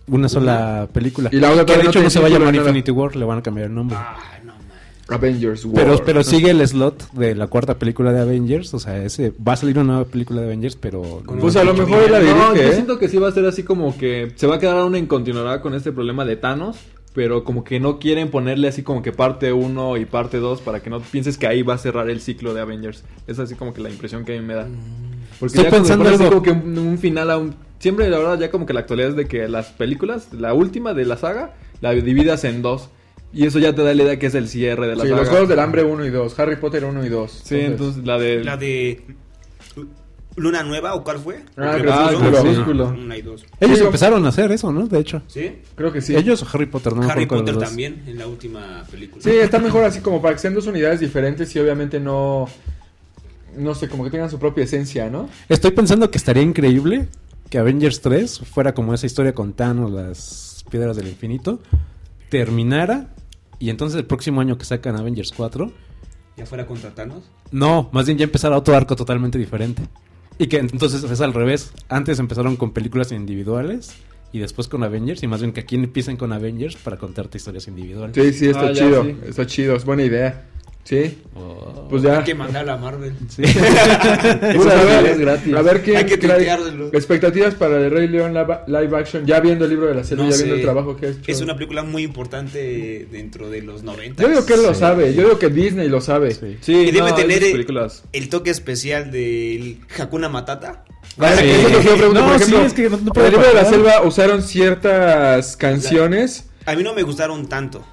una sola película. Y la que otra de todavía no hecho no, tiene se va a título, llamar nada. Infinity War, le van a cambiar el nombre. Ah, no, man. Avengers War. pero, pero sigue el slot de la cuarta película de Avengers, o sea, ese va a salir una nueva película de Avengers, pero... Con- Pues a lo mejor él la dirige. No, yo ¿eh? siento que sí va a ser así como que se va a quedar aún en continuidad con este problema de Thanos, pero como que no quieren ponerle así como que parte 1 y parte 2 para que no pienses que ahí va a cerrar el ciclo de Avengers. Es así como que la impresión que a mí me da. Porque Estoy ya cuando le pensando pones así algo. como que un, un final a un... Siempre la verdad ya como que la actualidad es de que las películas, la última de la saga, la dividas en dos. Y eso ya te da la idea que es el cierre de la Sí, saga. los Juegos del Hambre 1 y 2, Harry Potter 1 y 2. Sí, entonces la de... La de Luna Nueva o cuál fue? Ah, O Crepúsculo. Crepúsculo. Una y dos. Ellos Sí, empezaron a hacer eso, ¿no? De hecho. ¿Sí? Creo que sí. Ellos o Harry Potter, no me Harry acuerdo cuál de Potter los dos. también en la última película. Sí, está mejor así como para que sean dos unidades diferentes y obviamente no no sé, como que tengan su propia esencia, ¿no? Estoy pensando que estaría increíble que Avengers 3 fuera como esa historia con Thanos, las piedras del infinito, terminara y entonces el próximo año que sacan Avengers 4, Ya fuera contra Thanos. no, más bien ya empezara otro arco totalmente diferente. Y que entonces es al revés. Antes empezaron con películas individuales y después con Avengers y más bien que aquí empiecen con Avengers para contarte historias individuales. Sí, este, sí, está Ah, ya, chido. sí. Está chido, es buena idea. Sí, Oh. pues ya. Hay que mandar a Marvel. Sí. Pues a, ver, es gratis. a ver qué Hay que qué hay- tuitearlo. expectativas para el Rey León lava- live action. Ya viendo el libro de la serie, No ya sé. viendo el trabajo que ha hecho. Es una película muy importante dentro de los 90. Yo digo que él lo Sí. sabe, yo digo que Disney lo sabe. Sí. Sí, Y debe no, tener esas eh, películas. el toque especial del Hakuna Matata. Vale, Ah, Sí. que eso es lo que yo pregunto, No, por sí, ejemplo, es que no- no en puede el libro de la faltar. selva usaron ciertas canciones. A mí no me gustaron tanto.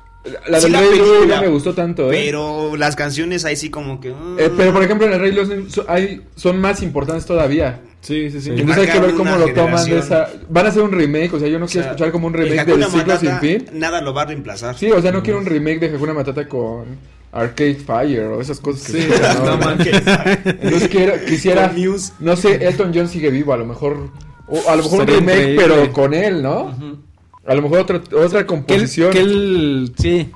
La, Sí, del la Rey León película, no me gustó tanto, ¿eh? Pero las canciones ahí sí como que... mm, Eh, pero por ejemplo en el Rey León son, hay- son más importantes todavía. Sí, sí, Entonces sí. hay que Marcaron ver cómo una lo toman de generación. esa... Van a hacer un remake, o sea, yo no o quiero sea, escuchar como un el remake del Hakuna ciclo sin Matata, fin. Nada lo va a reemplazar. Sí, o sea, no quiero un remake de Hakuna Matata con Arcade Fire o esas cosas que Sí, se escuchan, no ¿no? manches. Entonces quiero- quisiera, Con Muse. no sé, Elton John sigue vivo, a lo mejor, o a lo mejor un Sería remake, increíble. pero con él, ¿no? A lo mejor otra, otra Que él, composición. que él- sí,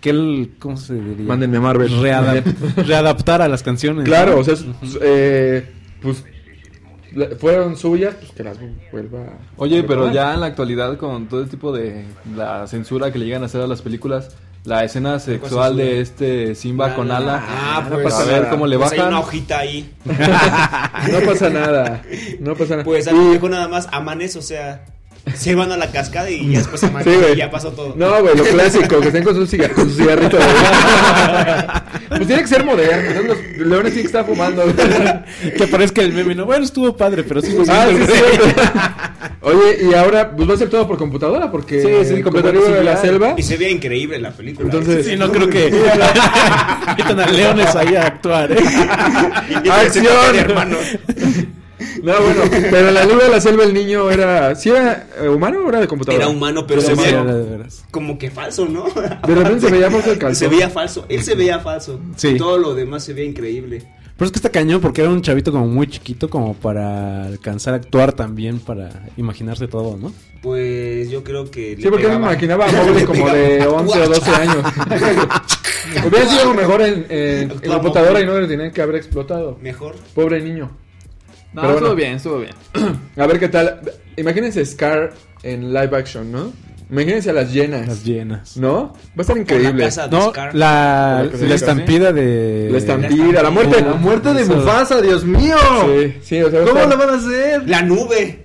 que él, ¿cómo se diría? Mándenme a Marvel. Readap- readaptar a las canciones. Claro, ¿no? o sea, pues, eh, pues la- fueron suyas, pues que las vuelva. a- Oye, pero retomar. ya en la actualidad, con todo el tipo de la censura que le llegan a hacer a las películas, la escena sexual de este Simba con Ala, Ah, pues, para ver cómo le pues hay bajan. una hojita ahí. Ah, No pasa nada, no pasa nada. Pues a lo mejor nada más amanece, o sea, se van a la cascada y ya después amanece Sí, güey. y ya pasó todo. No, güey, lo clásico, que estén con su, ciga- con su cigarrito. güey. Pues tiene que ser moderno, ¿no? los leones sí que están fumando. güey. que parezca el meme, ¿no? Bueno, estuvo padre, pero sí. Ah, sí, sí. Oye, y ahora pues va a ser todo por computadora porque Sí, sí, como completamente arriba de la similar. selva. Y se veía increíble la película. Entonces- Sí, no creo que invitan a leones ahí a actuar, ¿eh? ¡Acción! hermano. No, bueno, pero en la libra de la selva el niño era ¿sí era eh, humano o era de computadora? Era humano, pero Sí, se sí, era veía de veras. como que falso, ¿no? De repente se veía por el calzón. Se veía falso. Él se veía falso. Sí. Todo lo demás se veía increíble. Pero es que está cañón porque era un chavito como muy chiquito como para alcanzar a actuar también, para imaginarse todo, ¿no? Pues yo creo que. Sí, porque yo me imaginaba a Mowgli como de 11 o 12 años. Hubiera sido mejor en, en- en Actuaba computadora Mowgli. y no le tenían que haber explotado. Mejor. Pobre niño. No, Pero bueno. estuvo bien, estuvo bien. A ver qué tal. Imagínense Scar en live action, ¿no? Imagínense a las llenas. Las llenas. ¿No? Va a estar Por la increíble. casa de No, Scar. la, Por lo que se la diga, estampida de... La estampida, la muerte. La muerte de Mufasa, Dios mío! Sí, sí, o sea, va a estar- van a hacer? La nube.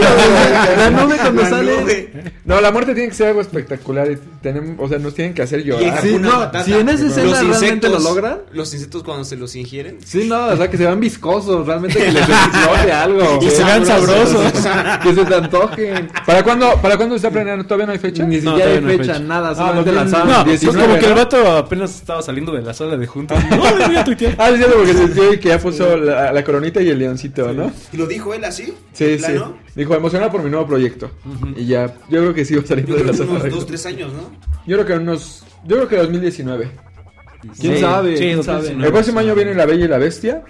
La nube La nube. No, la muerte tiene que ser algo espectacular. y tenemos, o sea, nos tienen que hacer Y llorar. en Sí, Hakuna no, Matata. si en esa escena Los realmente insectos- lo logran. Los insectos cuando se los ingieren. Sí, no, o sea, que se vean viscosos, realmente que les explote algo. Y se vean sabrosos. Que se te antojen. ¿Para cuándo, ¿Para cuándo se está planeando? ¿Todavía no hay fecha? Ni No, siquiera todavía hay no hay fecha, Ah, fecha. nada, lo solamente tienen- la No, saben. pues 19, como que el ¿no? vato apenas estaba saliendo de la sala de juntas. No, le voy a tuitear. Ah, diciendo porque se dio que ya puso la, la coronita y el leoncito, ¿no? ¿Y lo dijo él así? Sí, ¿En sí. plano? Dijo, emocionado por mi nuevo proyecto. Y ya, yo creo que sí va a salir Yo de la creo que zona unos de- dos, tres años, ¿no? Yo creo que unos. Yo creo que 2019. ¿Quién Sí, sabe? sí, ¿Quién dos sabe? veces, El próximo año viene La Bella y la Bestia.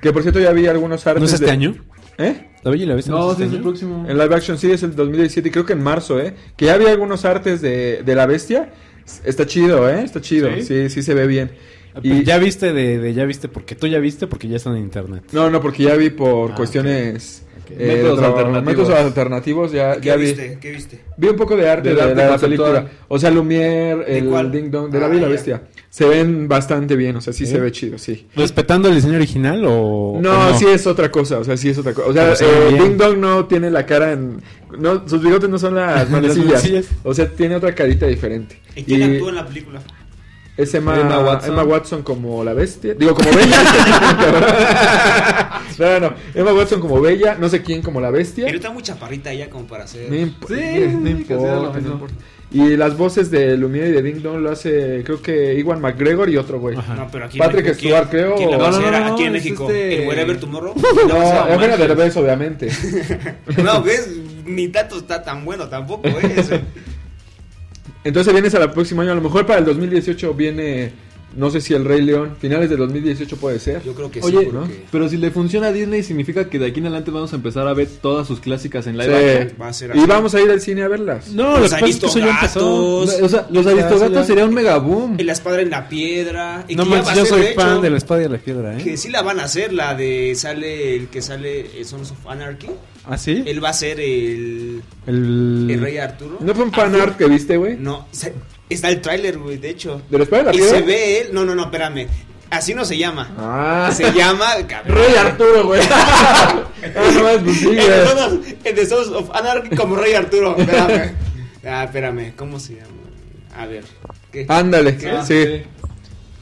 Que por cierto ya vi algunos artes. ¿No es este de- año? ¿Eh? ¿La Bella y la Bestia? No, sí, este es el año? próximo. En live action sí es el 2017, y creo que en marzo, ¿eh? Que ya había algunos artes de, de la bestia. S- Está chido, ¿eh? Está chido. Sí, ¿Sí? sí, se ve bien. Ah, pero Y ya viste de, de ya viste porque tú ya viste porque ya están en internet. No, no, porque ya vi por Ah, cuestiones. ok. eh, de Métodos otro- alternativos. métodos alternativos, ya, ¿Qué ya vi. viste? ¿Qué viste? Vi un poco de arte de, Del arte de la conceptual. película. O sea, Lumière, ¿De el cuál? Ding Dong, de Ah, la Bella y la ya. Bestia. Se ven bastante bien, o sea, sí ¿Eh? se ve chido, sí. ¿Respetando el diseño original o.? No, o sí es otra cosa, o sea, sí es otra cosa. O sea, Pero se ve eh, bien. Ding Dong no tiene la cara en... No, sus bigotes no son las manecillas. manecillas. o sea, tiene otra carita diferente. ¿Y quién actuó en la película? Es Emma, Emma Emma, Watson. Watson. como la bestia. Digo, como bella. no, no, no. Emma Watson como bella. No sé quién como la bestia. Pero está muy chaparrita ya como para hacer... No, imp- Sí, no sí, considero lo importa, no mismo. importa. Y las voces de Lumiere y de Ding Dong lo hace, creo que Iwan McGregor y otro güey. Ajá. No, pero aquí Patrick ¿quién- Stewart, creo, ¿Quién la va a o- No, no, hacer no, aquí en es México? este- ¿El Wherever Tomorrow? No, es de revés, obviamente. No, ves, ni tanto está tan bueno tampoco, ¿eh? Eso. Entonces vienes a la próxima año. A lo mejor para el 2018 viene, no sé si el Rey León. Finales del 2018 puede ser. Yo creo que sí, Oye, ¿no? porque pero si le funciona a Disney, significa que de aquí en adelante vamos a empezar a ver todas sus clásicas en live Sí. action. va a ser así. Y vamos a ir al cine a verlas. No, lo que Los pasa es que eso ya empezó. aristogatos, O sea, los Ya, eso ya. Aristogatos sería un mega boom. el la espada en la piedra. y No que ya manches, va a yo ser, soy de fan hecho, de la espada y la piedra, ¿eh? Que sí la van a hacer, la de sale el que sale eh, Sons of Anarchy. ¿Ah, sí? Él va a ser el, El. el rey Arturo. ¿No fue un fan Arthur. art que viste, güey? No, se- está el tráiler, güey, de hecho. ¿De los padres de Y la se piedra? ve él. No, no, no, espérame. Así no se llama. Ah, Se llama. cabrón. Rey Arturo, güey. Ah, no mames, pues sí, El güey. de Sons- el de Sons of Anarchy como rey Arturo. Espérame. Ah, espérame, ¿cómo se llama? A ver. ¿qué? Ándale, Ah, sí.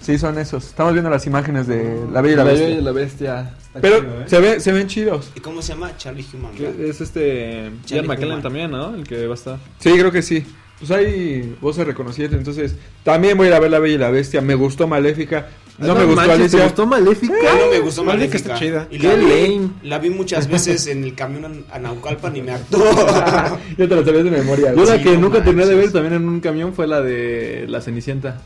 Sí, son esos. Estamos viendo las imágenes de La Bella y la La Bestia. Bella y la Bestia. Está Pero chido, ¿eh? se, ve, se ven chidos. ¿Y cómo se llama? Charlie Human. ¿verdad? Que es este. Ian Human. McKellen también, ¿no? El que va a estar. Sí, creo que sí. Pues hay voces reconocidas. Entonces, también voy a ir a ver La Bella y la Bestia. Me gustó Maléfica. No, me gustó manches, Alicia. ¿Te gustó Maléfica? A mí no me gustó Vale que Maléfica. está chida. Y Qué la, vi, lame. la vi muchas veces en el camión a a Naucalpan y me actuó. Yo te la sabía de memoria. Yo güey. la Sí, que no nunca terminé de manches. ver también en un camión fue la de La Cenicienta.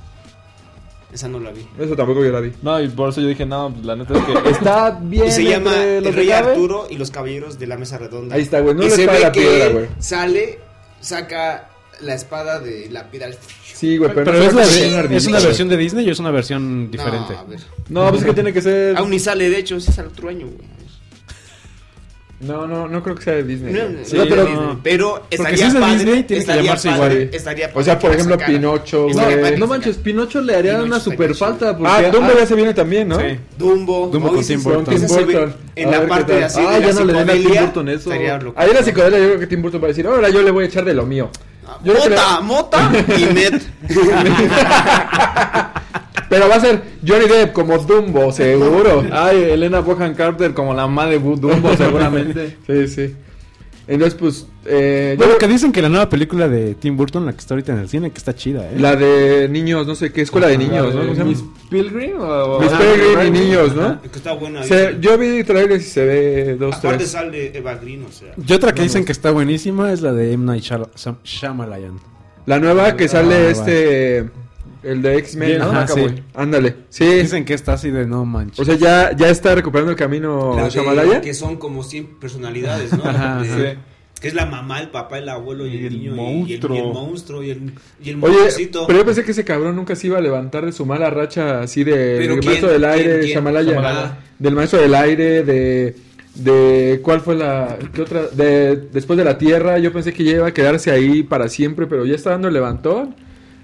Esa no la vi. Eso tampoco yo la vi. No, y por eso yo dije, no, pues, la neta es que está bien. Y se llama entre lo El que Rey cabe. Arturo y los Caballeros de la Mesa Redonda. Ahí está, güey. No y la se espada ve de la que piedra, él güey. sale, saca la espada de la piedra. Sí, güey, pero, Pero no es, se la ve de- como es una versión de Disney o es una versión diferente. No, a ver. No, pues es que tiene que ser. Aún ni sale, de hecho, ese es al otro año, güey. No, no, no creo que sea de Disney. No, güey. no, Sí, no, pero- Ah, Disney, pero estaría si es de padre, Disney, tiene que estaría llamarse padre, igual. Estaría O sea, por padre que ejemplo, la sacaran. Pinocho, Y No, güey. no manches, Pinocho le harían Pinocho una está super cañón. falta. Ah, porque- Dumbo ya se viene también, ¿no? Sí. Dumbo. Dumbo con Hoy sí Tim se- Burton. ese se ve Tim Burton. En A la ver qué parte tal. de así Ah, de la ya no le den a Tim psicodelia, Burton eso. estaría loco. Ahí en la psicodelia yo creo que Tim Burton va a decir, ahora yo le voy a echar de lo mío. Yo creo que le- Mota, Ah, Mota y Met. Pero va a ser Johnny Depp como Dumbo, seguro. Ah, Ay, Elena Bohan Carter como la madre de Bu- Dumbo, seguramente. Sí, sí. Entonces, pues. eh, yo- Bueno, que dicen que la nueva película de Tim Burton, la que está ahorita en el cine, que está chida, ¿eh? la de niños, no sé qué, escuela Ah, de niños, ¿no? ¿Cómo se llama? Miss Pilgrim o... Miss Ah, Peregrine y Pilgrim. niños, ¿no? Que está buena. Se- yo vi trailers y se ve dos, Aparte tres. sale Eva Green, o sea. Y otra que dicen que está buenísima es la de M. Night Shyam- Shyam- Shyamalan. La nueva Ah, que sale nueva. este. El de X-Men, ¿no? Ajá, sí. Acabó. Ándale. Sí. Dicen que está así de no manches. O sea, ya, ya está recuperando el camino La de- Shamalaya. que son como 100 personalidades, ¿no? Ajá, De- Que es la mamá, el papá, el abuelo y, Y el el niño y- monstruo. Y, el, y el monstruo y el, y el Oye, monstrucito. pero yo pensé que ese cabrón nunca se iba a levantar de su mala racha así de Pero del ¿quién? maestro del aire, ¿Quién? ¿Quién? Shamalaya. Shamalaya. Del maestro del aire, de. De cuál fue la. ¿Qué otra? De, después de la tierra, yo pensé que ya iba a quedarse ahí para siempre, pero ya está dando el levantón,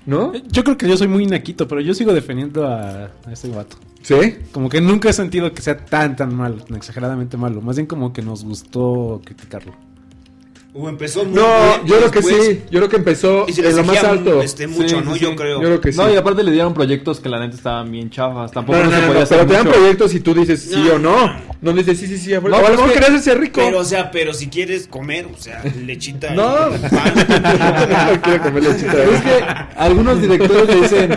¿no? Eh, Yo creo que yo soy muy naquito, pero yo sigo defendiendo a, a ese vato. Sí. Como que nunca he sentido que sea tan, tan malo, tan exageradamente malo. Más bien como que nos gustó criticarlo. O empezó muy No, bien, yo creo que después- sí. Yo creo que empezó Y se en lo más exigía, alto. este, mucho, Sí, ¿no? sí, yo sí. creo. Yo creo que sí. No, y aparte le dieron proyectos que la neta estaban bien chafas. Tampoco No, no, se no, podía no, hacer pero te dan mucho. proyectos y tú dices sí No, o no. no, No, no. dices sí, sí, sí. No, No, a lo pero mejor es que- querías hacer rico. Pero, o sea, pero si quieres comer, o sea, lechita. No. y pan. No quiero comer lechita. Pero es que algunos directores le dicen,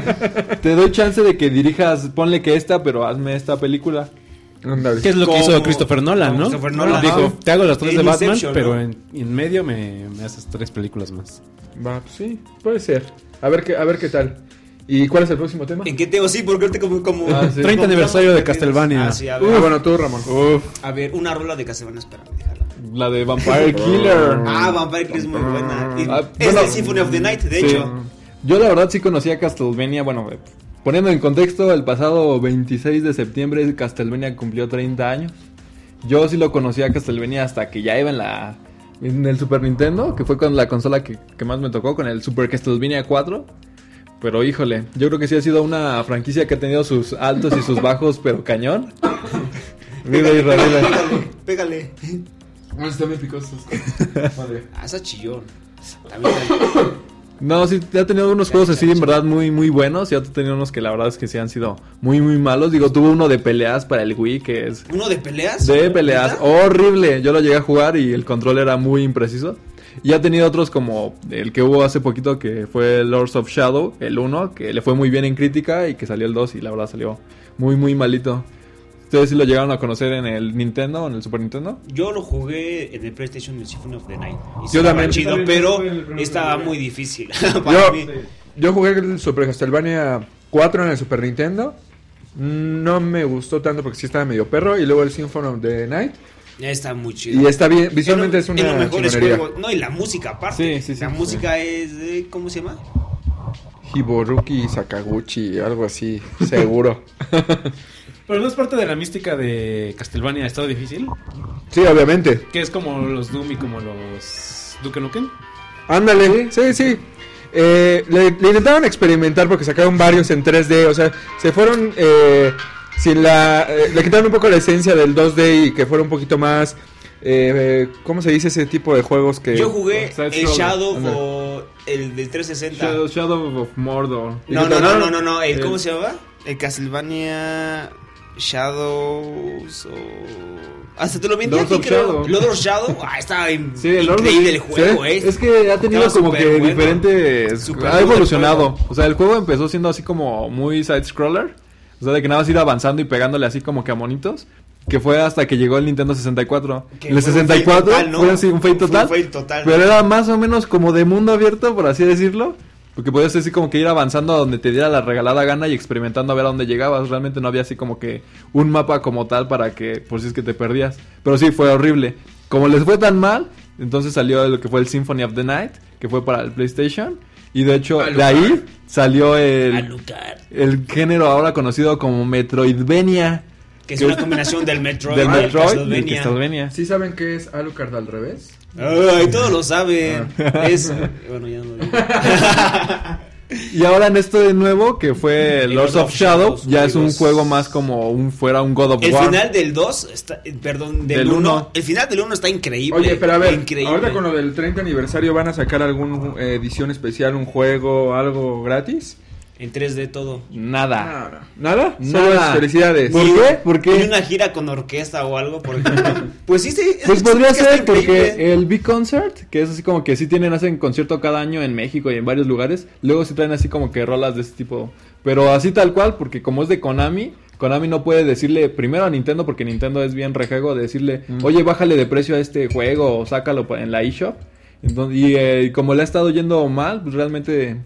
te doy chance de que dirijas, ponle que esta, pero hazme esta película. Ándale. ¿Qué es lo que Como- hizo Christopher Nolan, como no? Christopher Nolan. Dijo, Ajá. te hago las tres de Batman, Inception, ¿no? pero en, en medio me, me haces tres películas más. Va, pues sí, puede ser. A ver qué, a ver qué tal. ¿Y cuál es el próximo tema? ¿En qué te Sí, porque ahorita como... como Ah, sí. 30 como aniversario de estamos perdidos. Castlevania. Ah, sí, a, Ah, ver, bueno, tú, Ramón. a ver, una rola de Castlevania, espérame, déjala. La de Vampire Killer. Ah, Vampire Kill es muy buena. Y Ah, es bueno. de Symphony of the Night, de Sí. hecho. Yo la verdad sí conocía Castlevania, bueno, eh, poniendo en contexto, el pasado 26 de septiembre Castlevania cumplió 30 años. Yo sí lo conocía Castlevania hasta que ya iba en la en el Super Nintendo, que fue con la consola que, que más me tocó, con el Super Castlevania 4. Pero híjole, yo creo que sí ha sido una franquicia que ha tenido sus altos y sus bajos, pero cañón. Viva Israel. Pégale, pégale. No, están Ah, bien picosos. Madre. Ah, esa chillón. También hay- No, sí, ha tenido unos juegos así, en verdad, muy, muy buenos. Y ha tenido unos que la verdad es que sí han sido muy, muy malos. Digo, tuvo uno de peleas para el Wii que es ¿Uno de peleas? de peleas oh. horrible. Yo lo llegué a jugar y el control era muy impreciso. Y ha tenido otros como el que hubo hace poquito que fue Lords of Shadow, el 1, que le fue muy bien en crítica y que salió el 2 y la verdad salió muy, muy malito. ¿Ustedes sí lo llegaron a conocer en el Nintendo o en el Super Nintendo? Yo lo jugué en el PlayStation el Symphony of the Night. Y Yo estaba también. Chido, Yo también pero jugué el primero. estaba muy difícil. para Yo, mí. yo jugué el Super Castlevania 4 en el Super Nintendo. No me gustó tanto porque sí estaba medio perro. Y luego el Symphony of the Night. Ya está muy chido. Y está bien, visualmente En es lo- en una los mejores chingonería. juegos. No, y la música aparte. Sí, sí, sí. La música es. de- ¿Cómo se llama? Hiboruki Sakaguchi, algo así, seguro. Pero no es parte de la mística de Castlevania, ¿estado difícil? sí, obviamente. Que es como los Doom y como los Duke Nukem. Ándale, sí, sí. Eh, le, le intentaron experimentar porque sacaron varios en 3D, o sea, se fueron eh, sin la, eh, le quitaron un poco la esencia del 2D y que fuera un poquito más, eh, eh, ¿cómo se dice ese tipo de juegos que? Yo jugué Side el scroller. Shadow Ándale. o el del 360. Shadow, Shadow of Mordor. No, ¿Y no, qué no, tal? no, no, no. El, El- ¿Cómo se llama? El Castlevania Shadows o... Hasta te lo vendí Lords aquí, of creo. Shadow. Lord of Shadow. Ah, está in- Sí, el orden. increíble el juego, Sí, eh. Es que ha tenido Estaba como que superbueno. diferentes. Superbueno ha el evolucionado. juego. O sea, el juego empezó siendo así como muy side-scroller. O sea, de que nada más ir avanzando y pegándole así como que a monitos. Que fue hasta que llegó el Nintendo 64. Que el fue un 64 fail total, ¿no? fue así un fail Fue un total. fail total. Pero era más o menos como de mundo abierto, por así decirlo. Porque podías así como que ir avanzando a donde te diera la regalada gana y experimentando a ver a dónde llegabas. Realmente no había así como que un mapa como tal para que, por si es que te perdías. Pero sí, fue horrible. Como les fue tan mal, entonces salió lo que fue el Symphony of the Night, que fue para el PlayStation. Y de hecho, de ahí salió el, Alucard. el género ahora conocido como Metroidvania. Que es una combinación del Metroid. Del y del Metroid y el Castlevania. Castlevania. ¿Sí saben qué es Alucard al revés? Ay, todo lo saben. Ah. Es. Bueno, ya no lo digo. Y ahora en esto de nuevo, que fue El Lords Lord of of Shadow, Shadows, ya es un amigos. juego más como un fuera un God of El War. final del 2, está, eh, perdón, del Del 1. uno. El final del 1 está increíble. Oye, pero a ver, increíble. ahorita con lo eh, del 30 aniversario van a sacar alguna edición especial, un juego, algo gratis. En 3D todo. Nada. Ah. No, no. ¿Nada? Solo es felicidades. ¿Por qué? ¿Por Y qué? una gira con orquesta o algo, por ejemplo. pues sí, sí. Pues es- podría es que está ser porque increíble. el Big Concert, que es así como que sí tienen, hacen concierto cada año en México y en varios lugares, luego se traen así como que rolas de ese tipo, pero así tal cual, porque como es de Konami, Konami no puede decirle primero a Nintendo, porque Nintendo es bien rejego, de decirle, Mm. oye, bájale de precio a este juego o sácalo pa- en la eShop. Entonces, Y eh, como le ha estado yendo mal, pues realmente...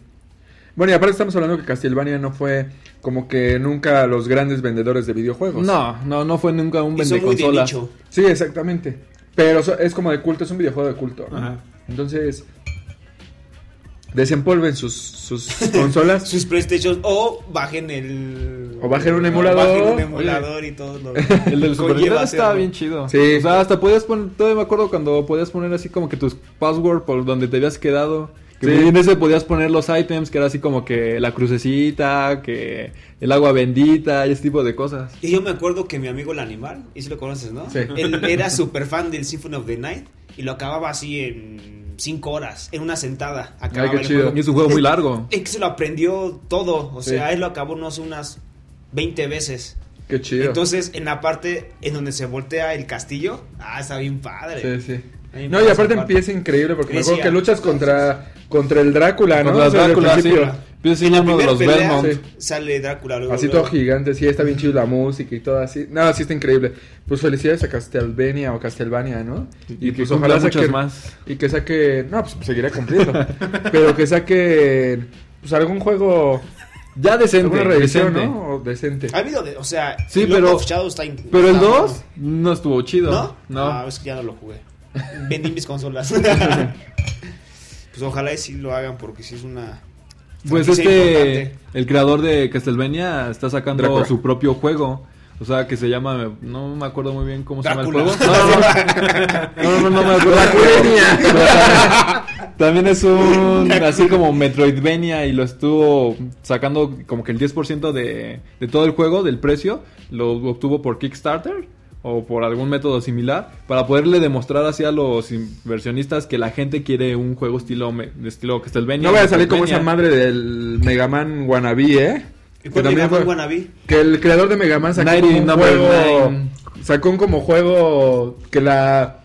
Bueno, y aparte estamos hablando que Castlevania no fue como que nunca los grandes vendedores de videojuegos. No, no, no fue nunca un Y son muy de vendeconsola. nicho. Sí, exactamente. Pero so- es como de culto, es un videojuego de culto. ¿no? Entonces, desempolven sus, sus consolas. Sus PlayStation o bajen el. O bajen un o emulador. bajen un emulador y todo lo que El del conlleva Super Nintendo estaba hacerlo. bien chido. Sí. O sea, hasta podías poner, todavía me acuerdo cuando podías poner así como que tus password por donde te habías quedado. Que Sí. en ese podías poner los items, que era así como que la crucecita, que el agua bendita y ese tipo de cosas. Y yo me acuerdo que mi amigo el animal, y si lo conoces, ¿no? Sí. Él era súper fan del Symphony of the Night y lo acababa así en cinco horas, en una sentada. Acababa qué el chido. juego. Y es un juego muy largo. Es que se lo aprendió todo, o Sí. sea, él lo acabó unos, unas 20 veces. Qué chido. Entonces, en la parte en donde se voltea el castillo, ah, está bien padre. Sí, sí. Ahí No, y pasa, aparte aparte. empieza increíble porque me acuerdo Grecia. que luchas contra, contra el Drácula, Ah, ¿no? Contra O sea, desde el Drácula, sí. principio. Empieza siendo uno de Primera los pelea, Belmont. sí. Sale Drácula. luego, Así luego. todo gigante, sí, está bien chido la música y todo así. No, sí está increíble. Pues felicidades a Castlevania o Castlevania, ¿no? Y, pues ojalá saque- muchas más. Y que saque. No, pues seguirá cumpliendo. pero que saque. Pues algún juego. Ya decente. Alguna revisión, decente. ¿no? O decente. Ha habido, de- o sea, Sí, Lord pero- of Shadow está in- Pero el está- 2 no estuvo chido. ¿No? No. Ah, es que ya no lo jugué. Vendí mis consolas. pues ojalá y sí lo hagan porque sí es una. Pues franquicia este, importante. el creador de Castlevania está sacando Drácula. su propio juego. O sea, que se llama, no me acuerdo muy bien cómo Drácula. se llama el juego. No, no, no, no, no me acuerdo. Pero también- También es un, así como Metroidvania y lo estuvo sacando como que el 10% de, de todo el juego, del precio, lo obtuvo por Kickstarter o por algún método similar para poderle demostrar así a los inversionistas que la gente quiere un juego estilo, me- de estilo Castlevania. No vaya a salir como Metroidvania. esa madre del Mega Man Wannabe, ¿eh? ¿Y cuál también Mega Man fue- Wannabe? Que el creador de Mega Man sacó como 90 un number juego. nine. Sacó un como juego. Que la.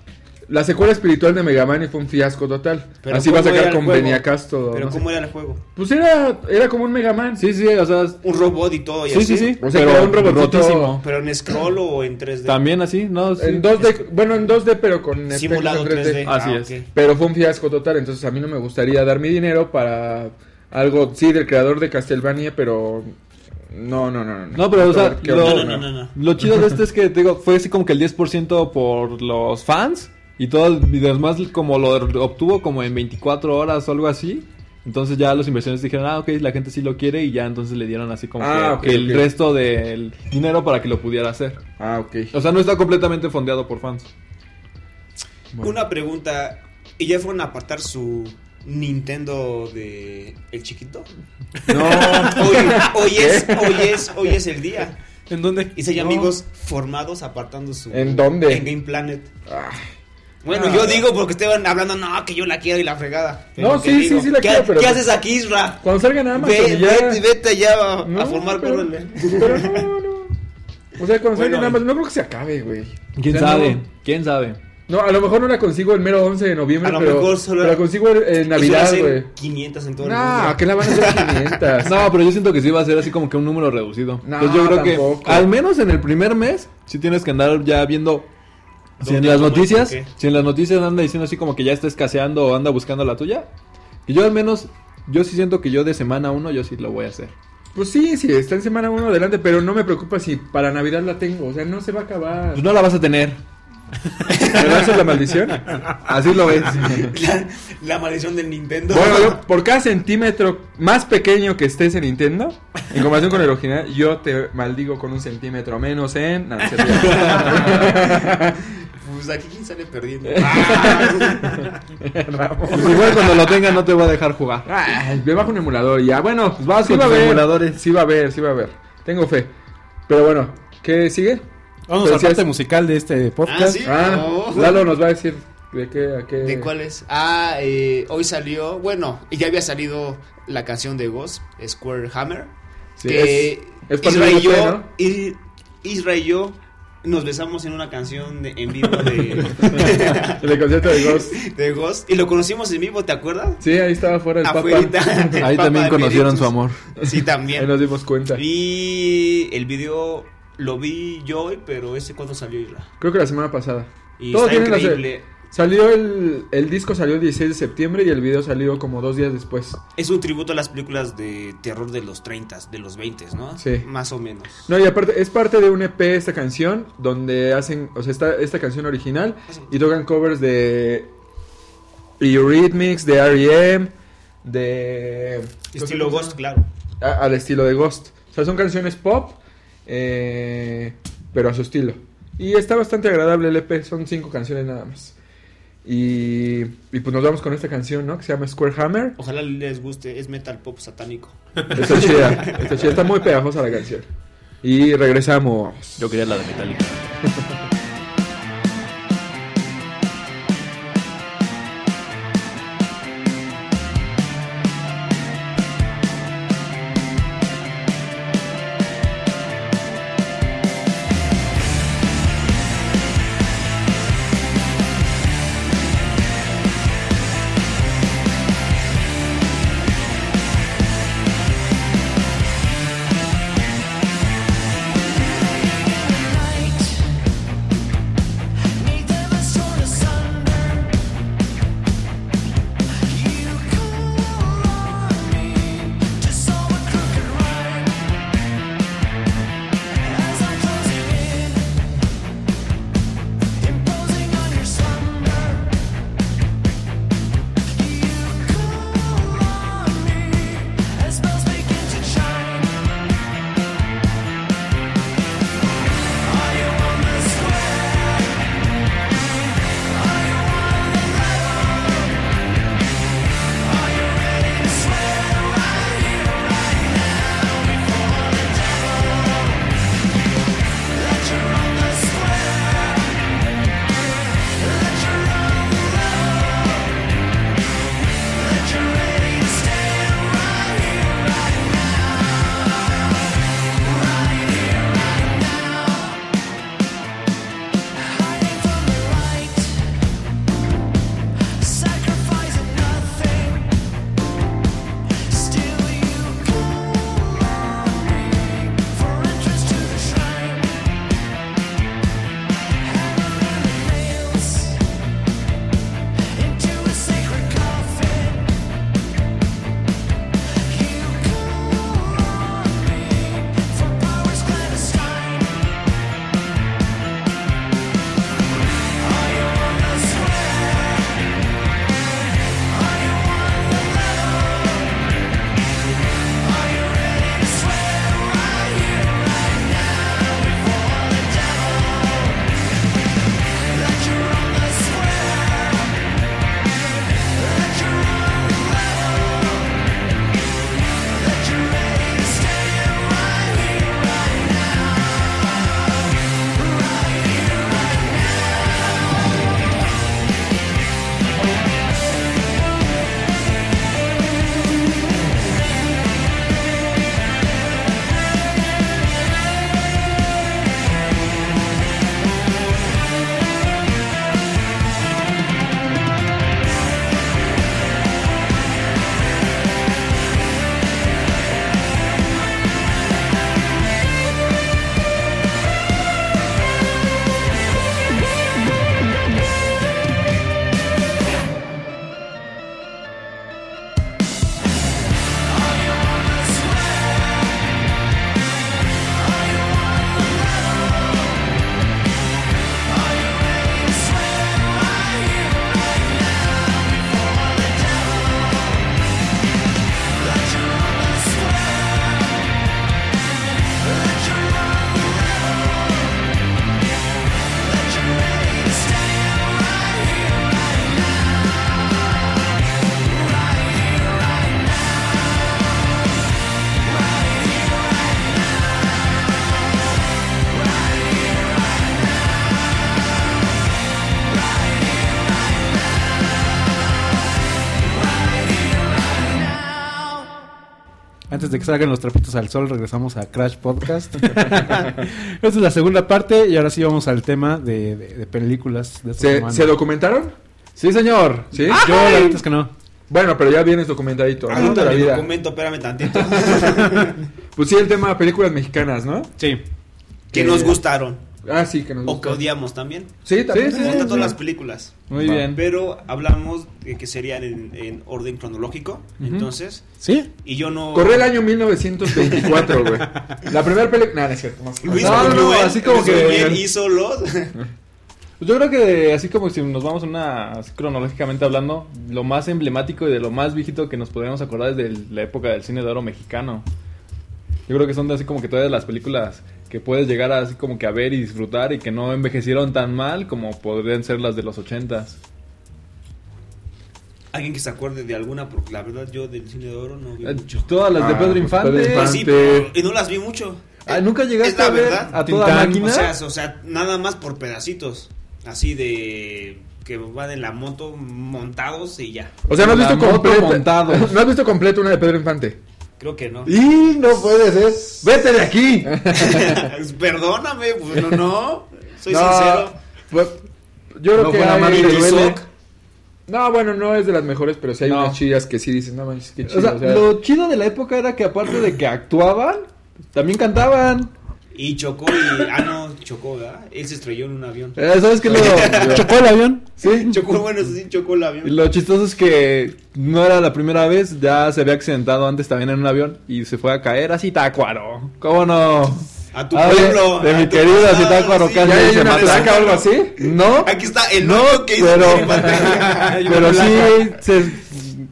La secuela espiritual de Mega Man y fue un fiasco total. Pero Así va a ¿cómo era sacar el con juego? Beniacasto. Pero no sé. ¿cómo era el juego? Pues era, era como un Mega Man. Sí, sí, o sea, Un robot y todo. Y sí, así. sí, sí, O sea, pero que era un robotito- rotísimo. Pero en scroll o en 3D. También así, ¿no? Sí. En 2D, bueno, en 2D, pero con efectos Simulado en 3D. Así Ah, es. ok. Pero fue un fiasco total, entonces a mí no me gustaría dar mi dinero para algo, sí, del creador de Castlevania, pero no, no, no, no. No, pero, o sea, Qué lo, horror, No, no, no, no. lo chido de esto es que, te digo, fue así como que el 10% por los fans y todo, el- y demás como lo obtuvo como en 24 horas o algo así. Entonces ya los inversionistas dijeron, ah, ok, la gente sí lo quiere y ya entonces le dieron así como Ah, que, ok, que el ok. resto del dinero para que lo pudiera hacer. Ah, ok. O sea, no está completamente fondeado por fans. Una pregunta. ¿Y ya fueron a apartar su Nintendo de el chiquito? No, Hoy, hoy es, hoy es, hoy es el día. ¿En dónde? Y se No. amigos formados apartando su. ¿En dónde? En Game Planet. Ah. Bueno, yo digo porque estaban hablando, no, que yo la quiero y la fregada. No, Lo que sí, sí, sí la ¿Qué, quiero, pero- pues ¿Qué haces aquí, Isra? cuando salgan a Amazon Ve, y ya... vete, vete allá a, No, a formar pero- correle. Pero no, no. O sea, cuando salgan Bueno. a Amazon, no creo que se acabe, güey. ¿Quién O sea, sabe? no. ¿Quién sabe? No, a lo mejor no la consigo el mero 11 de noviembre, A lo pero, mejor solo- pero la consigo en- en Eso Navidad, hacen güey. 500 en todo el No, mundo. que la van a hacer 500. No, pero yo siento que sí va a ser así como que un número reducido. No, Entonces yo creo tampoco. que al menos en el primer mes sí tienes que andar ya viendo si en ¿Dónde las cómo y por noticias, qué? si en las noticias anda diciendo así como que ya está escaseando o anda buscando la tuya. Y yo al menos yo sí siento que yo de semana uno yo sí lo voy a hacer. Pues sí, sí, está en semana uno adelante, pero no me preocupa si para Navidad la tengo. O sea, no se va a acabar. Pues no la vas a tener. ¿Pero eso es la maldición? Así lo ves. La, la maldición del Nintendo. Bueno, yo, por cada centímetro más pequeño que estés en Nintendo, en comparación con el original, yo te maldigo con un centímetro menos en... No, no es cierto. Pues aquí quién sale perdiendo. Ah. Pues igual cuando lo tenga no te voy a dejar jugar. Ay, me bajo un emulador y ya. Bueno, pues vas con tus emuladores. Sí va a haber, sí va a haber. Tengo fe. Pero bueno, ¿qué sigue? Vamos Pero al si parte es- musical de este podcast. Ah, sí. Ah, No. Lalo nos va a decir ¿De qué? ¿A qué? ¿De cuál es? Ah, eh, hoy salió, bueno, y ya había salido la canción de Ghost, Square Hammer. Sí, que es- es parte Isra, y del yo, EP, ¿no? I- Isra y yo nos besamos en una canción de- en vivo El de, del concierto de Ghost. de Ghost. Y lo conocimos en vivo, ¿te acuerdas? Sí, ahí estaba fuera el Afuerita Papa. del Ahí Papa también conocieron Benedictus. su amor. Sí, Ahí también. nos dimos cuenta. Y el video lo vi yo hoy, pero ese cuando salió Isra. Creo que la semana pasada. Y Todo está tiene la se- increíble. Salió el, el disco salió el 16 de septiembre y el video salió como dos días después. Es un tributo a las películas de terror de los 30, de los 20, ¿no? Sí. Más o menos. No, y aparte, es parte de un EP esta canción, donde hacen, o sea, está esta canción original y tocan covers de Eurythmics, de R.E.M., de... Estilo Ghost, claro. A- al estilo de Ghost. O sea, son canciones pop, eh, pero a su estilo. Y está bastante agradable el EP, son cinco canciones nada más. Y, y pues nos vamos con esta canción, ¿no? Que se llama Square Hammer. Ojalá les guste, es metal pop satánico. Está chida, está chida, está muy pegajosa la canción. Y regresamos. Yo quería la de Metallica. Night Antes de que salgan los trapitos al sol, regresamos a Crash Podcast. Esta es la segunda parte y ahora sí vamos al tema de, de- de películas. De esta ¿Se, semana. ¿se documentaron? Sí, señor. ¿Sí? Yo la verdad es que no. Bueno, pero ya vienes documentadito. ¿no? Ah, De la Anótame el vida. documento, espérame tantito. Pues sí, el tema de películas mexicanas, ¿no? Sí. que nos gustaron Ah, sí, que nos o que gusta. odiamos también. Sí, también. Sí, sí, Monta todas las películas. Muy Va. bien. Pero hablamos de que serían en, en orden cronológico, entonces. ¿Sí? Y yo no. Corre el año 1924, güey. La primera película... Nah, no es cierto. no es cierto. Luis No, no, no, Buñuel- así como Luis que- Buñuel hizo los. Pues yo creo que así como si nos vamos en una así cronológicamente hablando, lo más emblemático y de lo más viejito que nos podríamos acordar es de la época del cine de oro mexicano. Yo creo que son de así como que todas las películas que puedes llegar a, así como que a ver y disfrutar y que no envejecieron tan mal como podrían ser las de los ochentas. Alguien que se acuerde de alguna, porque la verdad yo del cine de oro no vi Eh, mucho. Todas las de Ah, Pedro pues, Infante. Pedro Pues Infante. sí, pero- y no las vi mucho. Ah, ¿Nunca Es llegaste la a ver verdad. a toda Tintán. máquina? O sea, o sea, nada más por pedacitos. Así de que van en la moto montados y ya. O sea, no has La visto moto completo. montados. No has visto completo una de Pedro Infante. Creo que no. Y no puede ser. Vete de aquí. Perdóname, pues no, no. Soy No, sincero. pues, yo creo No, que buena hay- madre, le Kitty duele. Sock. No, bueno, no es de las mejores, pero sí hay No. unas chillas que sí dicen, no manches, qué chido. O sea, o sea, lo chido de la época era que aparte de que actuaban, también cantaban. Y chocó y. Ah, no, chocó, ¿verdad? Él se estrelló en un avión. Eh, ¿Sabes qué es lo, ¿Chocó el avión? sí, Chocó, bueno, eso sí, chocó el avión. lo chistoso es que no era la primera vez, ya se había accidentado antes también en un avión y se fue a caer así tacuaro. ¿Cómo no? A tu Ah, de- pueblo. de a mi tu querido pasado, Zitácuaro, sí. casi ¿Ya hay se una mató. placa o algo así? No, Aquí está el No, hoyo que hizo pero- mi pantalla. pero sí se-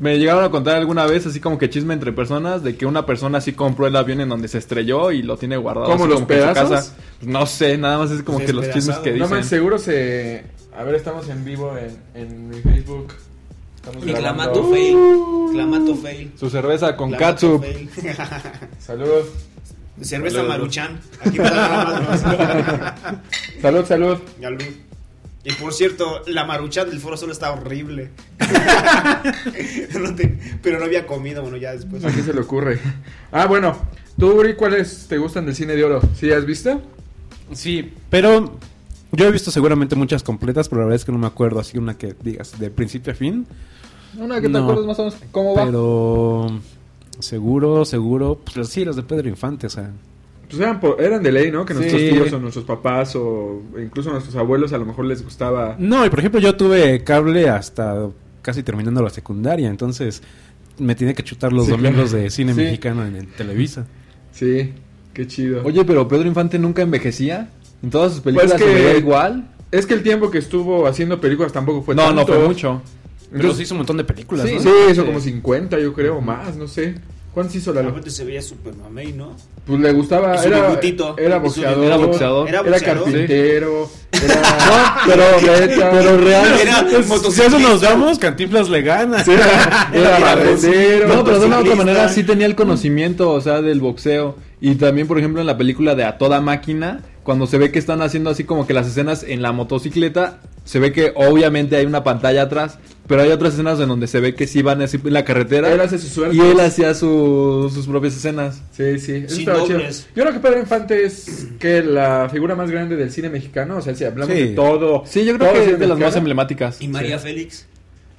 me llegaron a contar alguna vez así como que chisme entre personas de que una persona sí compró el avión en donde se estrelló y lo tiene guardado. ¿Cómo así los como que en su pedazos? casa. Pues No sé, nada más es como Pues que los chismes despedazado. que No dicen. man, seguro se. A ver, estamos en vivo en, en mi Facebook. Estamos Y grabando. clamato fail. Clamato fail. Su cerveza con Clamato katsup. fail. Salud. Cerveza Saludos. maruchan. Aquí para nada más. Salud, salud. Ya, Luis. Y por cierto, la maruchan del Foro Sol está horrible. No te- pero no había comido, bueno, ya después. ¿A qué se le ocurre? Ah, bueno. ¿Tú, Uri, cuáles te gustan del cine de oro? ¿Sí has visto? Sí, pero yo he visto seguramente muchas completas, pero la verdad es que no me acuerdo así una que digas de principio a fin. Una que te No. acuerdas más o menos cómo va. Pero seguro, seguro, pues las- sí, las de Pedro Infante, o sea. Pues eran, por- eran de ley, ¿no? Que nuestros Sí. tíos o nuestros papás o incluso nuestros abuelos a lo mejor les gustaba. No, y por ejemplo yo tuve cable hasta casi terminando la secundaria, entonces me tiene que chutar los Sí, domingos de cine Sí. mexicano en, en Televisa. Sí, qué chido. Oye, pero Pedro Infante nunca envejecía. En todas sus películas Pues que- se veía igual. Es que el tiempo que estuvo haciendo películas tampoco fue no, tanto. no fue mucho. Pero Entonces- sí hizo un montón de películas, Sí, ¿no? sí, hizo Sí. como 50, yo creo, o más, no sé. ¿Cuántos hizo la La gente se veía súper mamey, ¿no? Pues le Y gustaba. su Era, bigotito. era Y su- boxeador. era boxeador. Era Era, boxeador. carpintero. No, Era. pero, pero real. Era Si a eso nos damos, Cantinflas le gana. Era, era Era barrendero. No, pero de una u otra motociclista. manera sí tenía el conocimiento, o sea, del boxeo. Y también, por ejemplo, en la película de A Toda Máquina, cuando se ve que están haciendo así como que las escenas en la motocicleta, se ve que obviamente hay una pantalla atrás, pero hay otras escenas en donde se ve que sí van así en la carretera. Él hace sus sueldos. y él hacía su- sus propias escenas. Sí, sí, eso Sin estaba chido. dobles. Yo creo que Pedro Infante es que la figura más grande del cine mexicano. O sea, si hablamos Sí. de todo. Sí, yo creo todo que cine es de las más mexicano. emblemáticas. Y María Félix.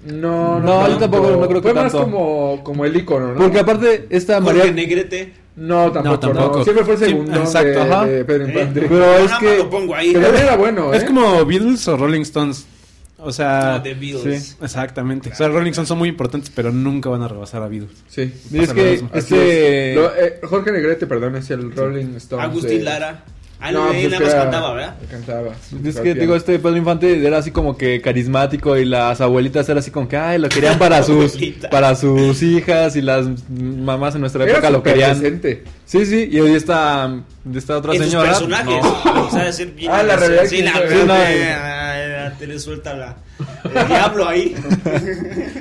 No, no, No, yo tanto. tampoco, no creo que Fue más tanto. como, como el ícono, ¿no? Porque aparte, esta Jorge María... Negrete. No, tampoco. No, tampoco. no. Siempre fue el Sí, segundo exacto, ajá. de, de Pedro ¿eh? Infante. Pero es Nada más que- lo pongo ahí. Que también era bueno, ¿eh? Es como Beatles o Rolling Stones. O sea, No, Ah, The Beatles. sí. exactamente. O sea, Rolling Stones son muy importantes, pero nunca van a rebasar a Beatles. Sí. Y es Pasa lo que mismo. Así este... es. Lo- eh, Jorge Negrete, perdón, es el Rolling Stone. Agustín Lara. Ah, no, pues es él nada que más era- cantaba, ¿verdad? Cantaba. Es que digo, este Pedro Infante era así como que carismático y las abuelitas eran así como que ay, lo querían para sus Abuelita. para sus hijas y las mamás en nuestra época Era lo querían. decente. Sí, sí, y hoy está esta otra En sus señora. personajes. no. O sea, ser bien Ah, la realidad Sí, que la hizo, sí, ¿eh? no. Sí, Ah, Te le suelta la. El diablo ahí.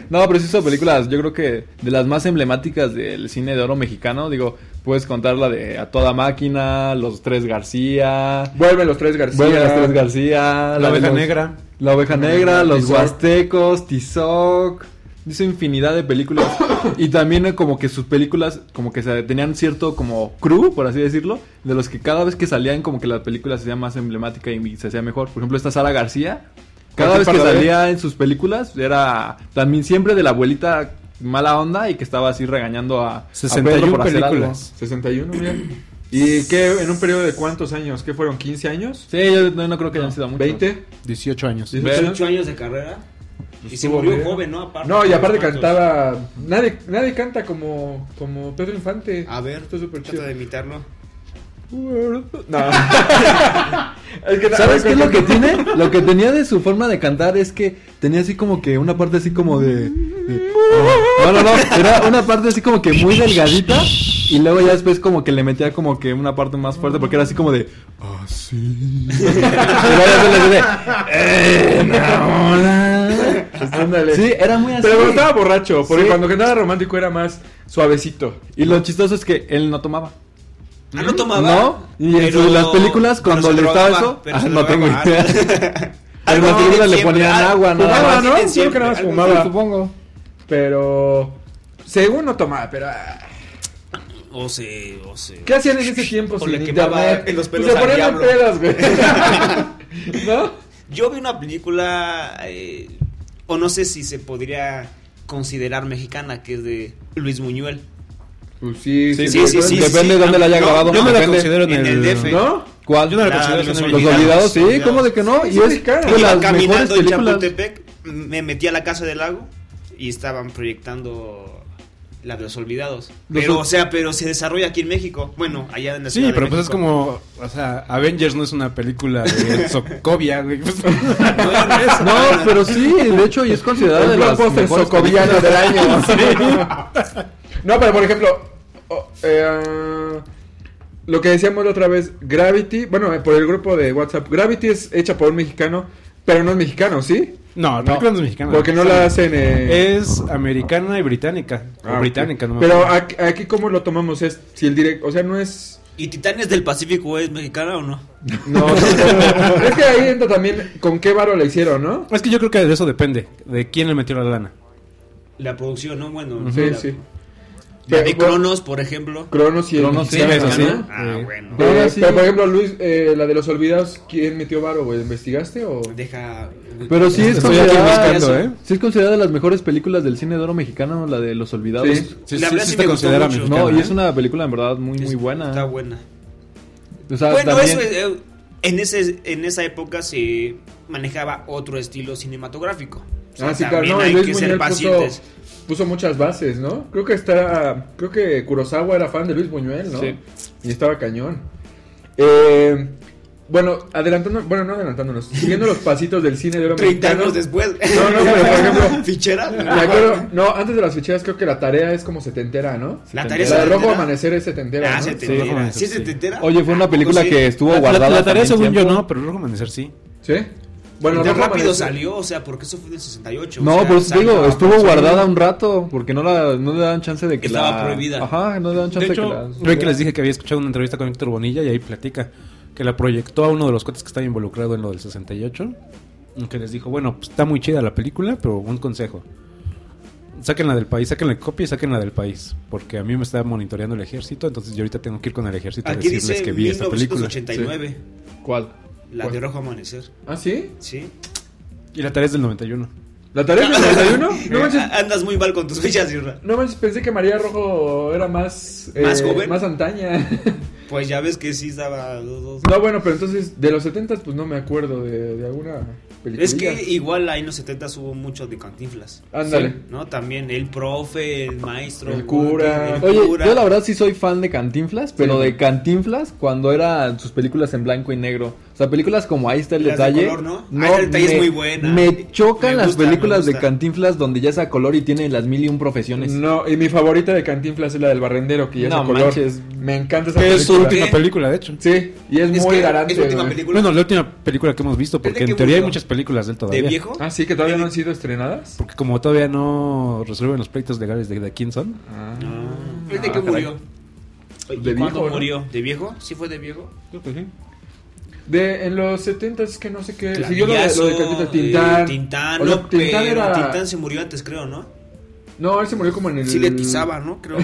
No, pero sí son películas, yo creo que de las más emblemáticas del cine de oro mexicano, digo, puedes contar la de A Toda Máquina, Los Tres García, Vuelve los tres García. Vuelve a Los Tres La García, de Oveja los- Negra. La Oveja Negra, Los Tizoc. Huastecos, Tizoc. hizo infinidad de películas y también eh, como que sus películas como que se- tenían cierto como crew, por así decirlo, de los que cada vez que salían como que la película se hacía más emblemática y se hacía mejor. Por ejemplo, esta Sara García, cada Aquí vez que para ver. salía en sus películas era también siempre de la abuelita mala onda y que estaba así regañando a, a 61 Pedro por hacer algo. películas. 61, mira. ¿Y qué? ¿En un periodo de cuántos años? ¿Qué fueron? ¿15 años? Sí, yo no, no creo que hayan sido muchos. ¿20? 18 años. Sí. 18 años de carrera. Y se Pues Estuvo murió bien. joven, ¿no? Aparte, No, y aparte ¿cuántos? cantaba. Nadie, nadie canta como, como Pedro Infante. A ver, Está súper trata chido. de imitarlo. No. es que ¿Sabes qué es lo que tiene? Lo que tenía de su forma de cantar es que tenía así como que una parte así como de. de- oh, no, no, no. Era una parte así como que muy delgadita. Y luego ya después como que le metía como que una parte más fuerte porque era así como de. Así. Y luego ya se le hace de, "Enamorada". pues, Ándale. Sí, era muy así. Pero cuando estaba borracho, porque Sí. cuando cantaba romántico era más suavecito. Y lo chistoso es que él no tomaba. Ah, no tomaba. ¿No? Y en Pero- sus- las películas, pero cuando se le drogaba, estaba eso, pero ah, se no tengo drogaba. idea. En las Algo películas le tienen ponían siempre, agua, algo- nada Fumaba, más. ¿no? tienen Creo que nada más algo- fumaba. Supongo. Pero. Según no tomaba, pero. ah, O se. O se. ¿Qué hacían en ese tiempo O sin le quemaba internet? en los Pues pelos al se ponían diablo. pedas, güey. ¿No? Yo vi una película. eh, o no sé si se podría considerar mexicana, que es de Luis Muñuel. Pues sí, Sí, sí, sí, sí, Depende de dónde la haya No, grabado. yo me la depende. considero en En el- el DF. ¿No? ¿Cuál? Yo no la considero Los en el- olvidados, Olvidados, sí, Olvidados. ¿cómo de que no? Sí, Y sí, es mexicana. de Iba las Iba mejores caminando en películas. Chapultepec, me metí a la casa del lago y estaban proyectando la de los olvidados. Los Pero, ol- o sea, pero se desarrolla aquí en México. Bueno, allá en la ciudad. Sí, de pero pues es México. como, o sea, Avengers no es una película de Socovia, güey. Pues, No, pero sí, de hecho, y es considerado de El las blockbuster mejores socoviano películas. del año. No, pero por ejemplo, o- eh, lo que decíamos la otra vez, Gravity, bueno, eh, por el grupo de WhatsApp, Gravity es hecha por un mexicano, pero no es mexicano, ¿sí? no, la película no es mexicana. Porque no la hacen. eh, Es americana y británica. ah, o británica, ok. no me Pero acuerdo. aquí, aquí cómo lo tomamos es si el directo, o sea, no es ¿Y Titanes del Pacífico es mexicana o no? no, es que ahí entra también con qué varo la hicieron, ¿no? Es que yo creo que de eso depende, de quién le metió la lana. La producción, ¿no? Bueno, Sí, la- sí. la Pero, de bueno, Cronos, por ejemplo. Cronos y el Cronos, sí, mexicano, eso sí. ¿no? Ah, Eh, bueno. Pero, Ahora sí. pero, por ejemplo, Luis, eh, la de los olvidados, ¿quién metió varo, güey? ¿Investigaste o...? Deja. Pero sí es Estoy aquí considerada. buscando, ¿eh? Sí es considerada de las mejores películas del cine de oro mexicano, la de Los Olvidados. Sí. Sí, La sí, verdad sí sí te me gustó considera mucho. mexicana. No, y ¿eh? es una película en verdad muy muy Está buena. ¿eh? buena. O sea, bueno, también- eso, eh, en, ese, en esa época se manejaba otro estilo cinematográfico. O sea, Ah, sí, claro, también no, hay Luis que Buñuel ser puso, pacientes. puso muchas bases, ¿no? Creo que está, creo que Kurosawa era fan de Luis Buñuel, ¿no? Sí. Y estaba cañón. Eh, bueno, adelantando, bueno, no adelantándonos, siguiendo los pasitos del cine de oro 30 mexicano. años después. No, no, pero por ejemplo- Fichera. Me acuerdo, no, antes de las ficheras creo que la tarea es como setentera, ¿no? La La tarea de Rojo setentera. Amanecer es setentera, Ah, ¿no? setentera. Sí, Rojo Amanecer, ¿Sí es sí. setentera? Oye, fue una película Ah, Sí. que estuvo La, la- guardada. la tarea, también según yo, tiempo. no, pero Rojo Amanecer sí. ¿Sí? Y tan Rojo rápido Amanecer- salió, o sea, porque eso fue del 68. o No, sea, por pues, eso te salió digo, a- estuvo guardada un rato porque no, la, no le dan chance de que Estaba la... prohibida. Ajá, no le dan De chance hecho, de que la... ven que les dije que había escuchado una entrevista con Héctor Bonilla y ahí platica que la proyectó a uno de los cuates que estaba involucrado en lo del 68. y Que les dijo, bueno, pues, está muy chida la película, pero un consejo. Sáquenla del país, sáquenle copia y sáquenla del país. Porque a mí me está monitoreando el ejército, entonces yo ahorita tengo que ir con el ejército a Aquí decirles dice que vi esta película. 1989, ¿Cuál? la de Rojo Amanecer. ¿Ah, sí? Sí. Sí. Y la tarea es del 91. ¿La tarea es del 91? No manches, Andas muy mal con tus fechas, Irra. No manches, pensé que María Rojo era más... eh, ¿Más joven? Más antaña. Pues ya ves que sí estaba. dos- dos. no, bueno, pero entonces, de los 70 pues no me acuerdo de, de alguna película. Es que igual ahí en los 70 hubo mucho de cantinflas. Ándale. ¿No? También el profe, el maestro. El cura. el Oye, cura. yo la verdad sí soy fan de Cantinflas, pero Sí. de Cantinflas cuando eran sus películas en blanco y negro. O sea, películas como Ahí está el Las de detalle. color, ¿no? Ahí está el detalle es muy buena. Me chocan Me las gusta, me películas gusta. de Cantinflas donde ya es a color y tiene las mil y un profesiones. No, y mi favorita de Cantinflas es la del barrendero, que ya No es de color. manches. Me encanta esa Que película. es su última ¿Qué? película, de hecho. Sí, y es, Es muy que garante. es la última güey. película. Bueno, la última película que hemos visto, ¿Desde porque en qué teoría hay murió? muchas películas de él ¿De todavía. viejo? Ah, sí, que todavía no han sido estrenadas. Porque como todavía no resuelven los pleitos legales de, de quién son, Ah. ¿Es de qué murió? ah, Oye, De ¿cuándo viejo, ¿no? murió? ¿De viejo? ¿Sí fue de viejo? De, en los 70 es que no sé qué. Clavillazo, Siguió lo de, lo de Cantinflas, eh, Tintán. Tintán, O sea, no, pero era- Tintán se murió antes, creo, ¿no? No, él se murió como en el. Sí le pisaba, ¿no? Creo.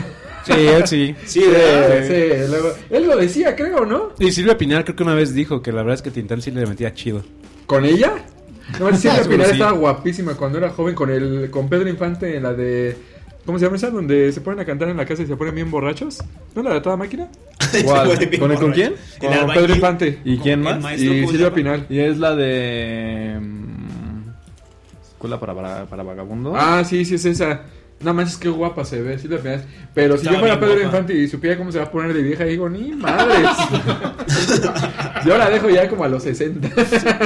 Sí, él sí. Sí, Sí, ¿verdad? sí, luego- él lo decía, creo, ¿no? Y Silvia Pinar creo que una vez dijo que la verdad es que Tintán sí le metía chido. ¿Con ella? No, sí, la Seguro Pinar sí. estaba guapísima cuando era joven con el con Pedro Infante en la de ¿Cómo se llama esa? Donde se ponen a cantar en la casa y se ponen bien borrachos. ¿No la de toda máquina? Bien ¿Con, el- con borracho. quién? Con albañil. Pedro Infante. ¿Y quién el más? Y maestro, ¿cómo se Silvia llama? Pinal. Y es la de. mm, Escuela para, para, para vagabundo. Ah, sí, sí es esa. No manches, qué guapa se ve, Silvia Pinal. Pero si Estaba yo fuera bien Pedro guapa. Infante y supiera cómo se va a poner de vieja, digo, ni madres. yo la dejo ya como a los 60.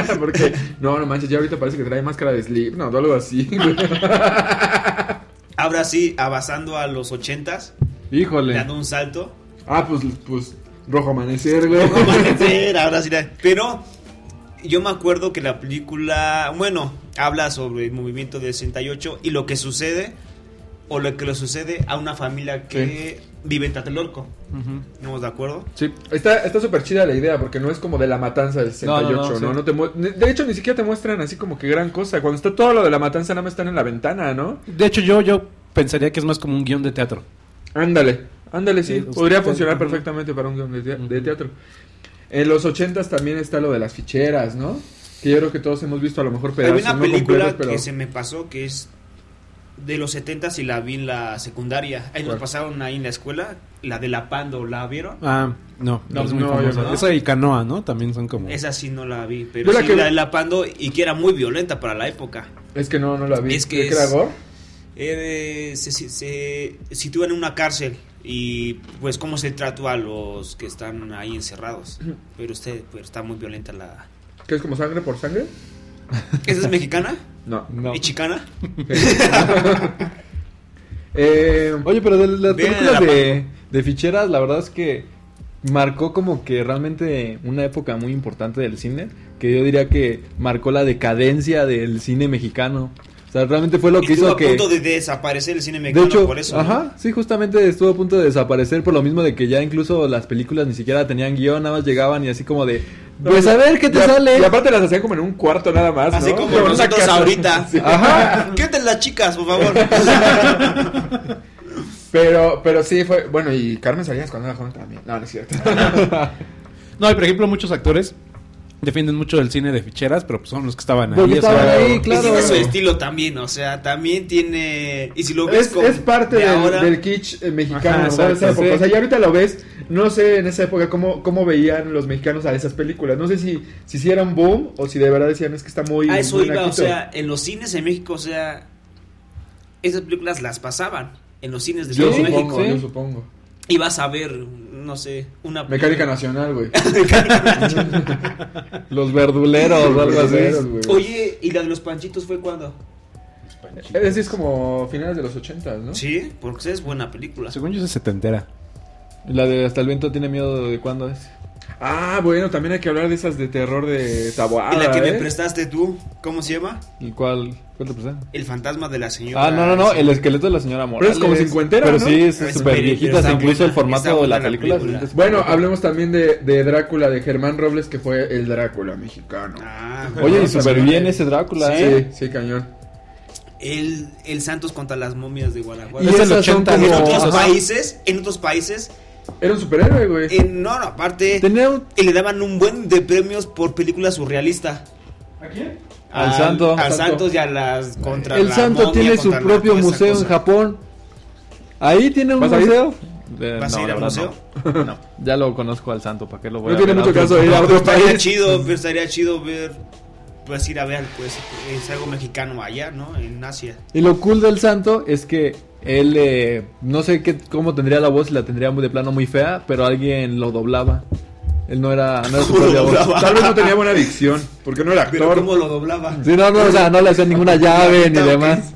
Porque, no, no manches, ya ahorita parece que trae máscara de slip, no, o algo así. güey. Ahora sí, avanzando a los ochentas, Híjole. dando un salto. Ah, pues, pues, rojo amanecer, güey. ¿Cómo amanecer? Ahora sí la- Pero yo me acuerdo que la película, bueno, habla sobre el movimiento de 68 y lo que sucede, o lo que le sucede a una familia que vive en Tlatelolco. ¿No de acuerdo? Sí, está está súper chida la idea porque no es como de la matanza del 68, ¿no? No, no, no, sí. No te mu- de hecho, ni siquiera te muestran así como que gran cosa. Cuando está todo lo de la matanza, nada más están en la ventana, ¿no? De hecho, yo, yo pensaría que es más como un guión de teatro. Ándale, ándale, sí. Sí, los Podría 80, funcionar ujú. perfectamente para un guion de, te- de teatro. En los 80 también está lo de las ficheras, ¿no? Que yo creo que todos hemos visto a lo mejor Hay pedazos, una no película completos, pero... que se me pasó que es de los 70 y la vi en la secundaria. Ahí nos ¿Cuál? pasaron ahí en la escuela, la de la Pando, ¿la vieron? Ah, no, No, no es muy no, yo famoso. no. Esa y Canoa, ¿no? También son como... Esa sí no la vi, Yo pero la sí que- la de la Pando y que era muy violenta para la época. Es que no, no la vi. Es que ¿De qué era es- gore? Eh, se, se- se sitúa en una cárcel y pues cómo se trató a los que están ahí encerrados. Pero usted pues, está muy violenta la... ¿Que es como sangre por sangre? ¿Esa es mexicana? No. No. ¿Y chicana? eh, Oye, pero de las Vean películas la de, de ficheras, la verdad es que marcó como que realmente una época muy importante del cine, que yo diría que marcó la decadencia del cine mexicano. O sea, realmente fue lo que Estuvo hizo a que... punto de desaparecer el cine De mexicano hecho, por eso. ¿no? ajá, sí, justamente estuvo a punto de desaparecer por lo mismo de que ya incluso las películas ni siquiera tenían guión, nada más llegaban y así como de, pues a ver qué te y a- sale. Y aparte las hacían como en un cuarto nada más. Así ¿no? como en una nosotros casa. ahorita. Ajá. ¿Qué tal las chicas, por favor? Pero, pero sí fue. Bueno, y Carmen Salinas cuando era joven también. No, no es cierto. No, y por ejemplo, muchos actores defienden mucho del cine de ficheras, pero pues son los que estaban ahí. Porque o sea, estaban ahí, Y claro. tiene su estilo también, o sea, también tiene... Y si lo es, ves como es parte de del, ahora, del kitsch eh, mexicano, Ajá, ¿no? De esa exacto, época. sí. O sea, ya ahorita lo ves, no sé en esa época cómo, cómo veían los mexicanos a esas películas. No sé si, si hicieron boom o si de verdad decían es que está muy. A eso muy iba, o naquito". sea, en los cines en México, o sea, esas películas las pasaban en los cines de yo todo sí, México. supongo, sí. yo supongo. Y vas a ver, no sé, una Mecánica Nacional, güey. Los verduleros o algo así. Verduleros, güey. Oye, ¿y la de los panchitos fue cuando? Es decir, es como finales de los ochentas, ¿no? Sí, porque esa es buena película. Según yo, se setentera. La de Hasta el viento tiene miedo de cuándo es. Ah, bueno, también hay que hablar de esas de terror de Taboada. y Ah, la que me ¿eh? prestaste tú, ¿cómo se llama? ¿El cuál? ¿Cuál te presenta? El fantasma de la señora. Ah, no, no, no, el esqueleto de la señora Morales. Pero es como cincuentera, Pero ¿no? sí, es Pero es súper peli- viejita, pero está incluso buena, el formato está de la buena la película. película. es- Bueno, hablemos también de, de Drácula de Germán Robles, que fue el Drácula mexicano. Ah, Oye, no, y súper también. bien ese Drácula, Sí. ¿eh? Sí, sí, cañón. El, el Santos contra las momias de Guanajuato. Y Es el esas son 80, como- en otros ajá. países, en otros países, Era un superhéroe, güey. en- no, no, aparte, Tenía un- y le daban un buen de premios por película surrealista. Al santo. Al Santo. Santos y a las contra El la santo momia, tiene su contra la- propio toda esa museo en cosa. Japón. Ahí tiene un ¿Vas a ir? museo. Eh, ¿Vas a ir la al verdad, museo? No. No, ya lo conozco al santo, ¿para qué lo voy No a tiene ver? mucho caso ir a otro Estaría país. chido, pero estaría chido ver, pues ir a ver, pues es algo mexicano allá, ¿no? En Asia. Y lo cool del santo es que él, eh, no sé qué, cómo tendría la voz, la tendría muy de plano muy fea, pero alguien lo doblaba. Él no era, no era su ¿Cómo lo propia voz. doblaba? Pues, Tal vez no tenía buena dicción, porque no era Pero actor. cómo lo doblaba. Sí, no, no, o sea, no le hacían ninguna llave ni Toques. demás.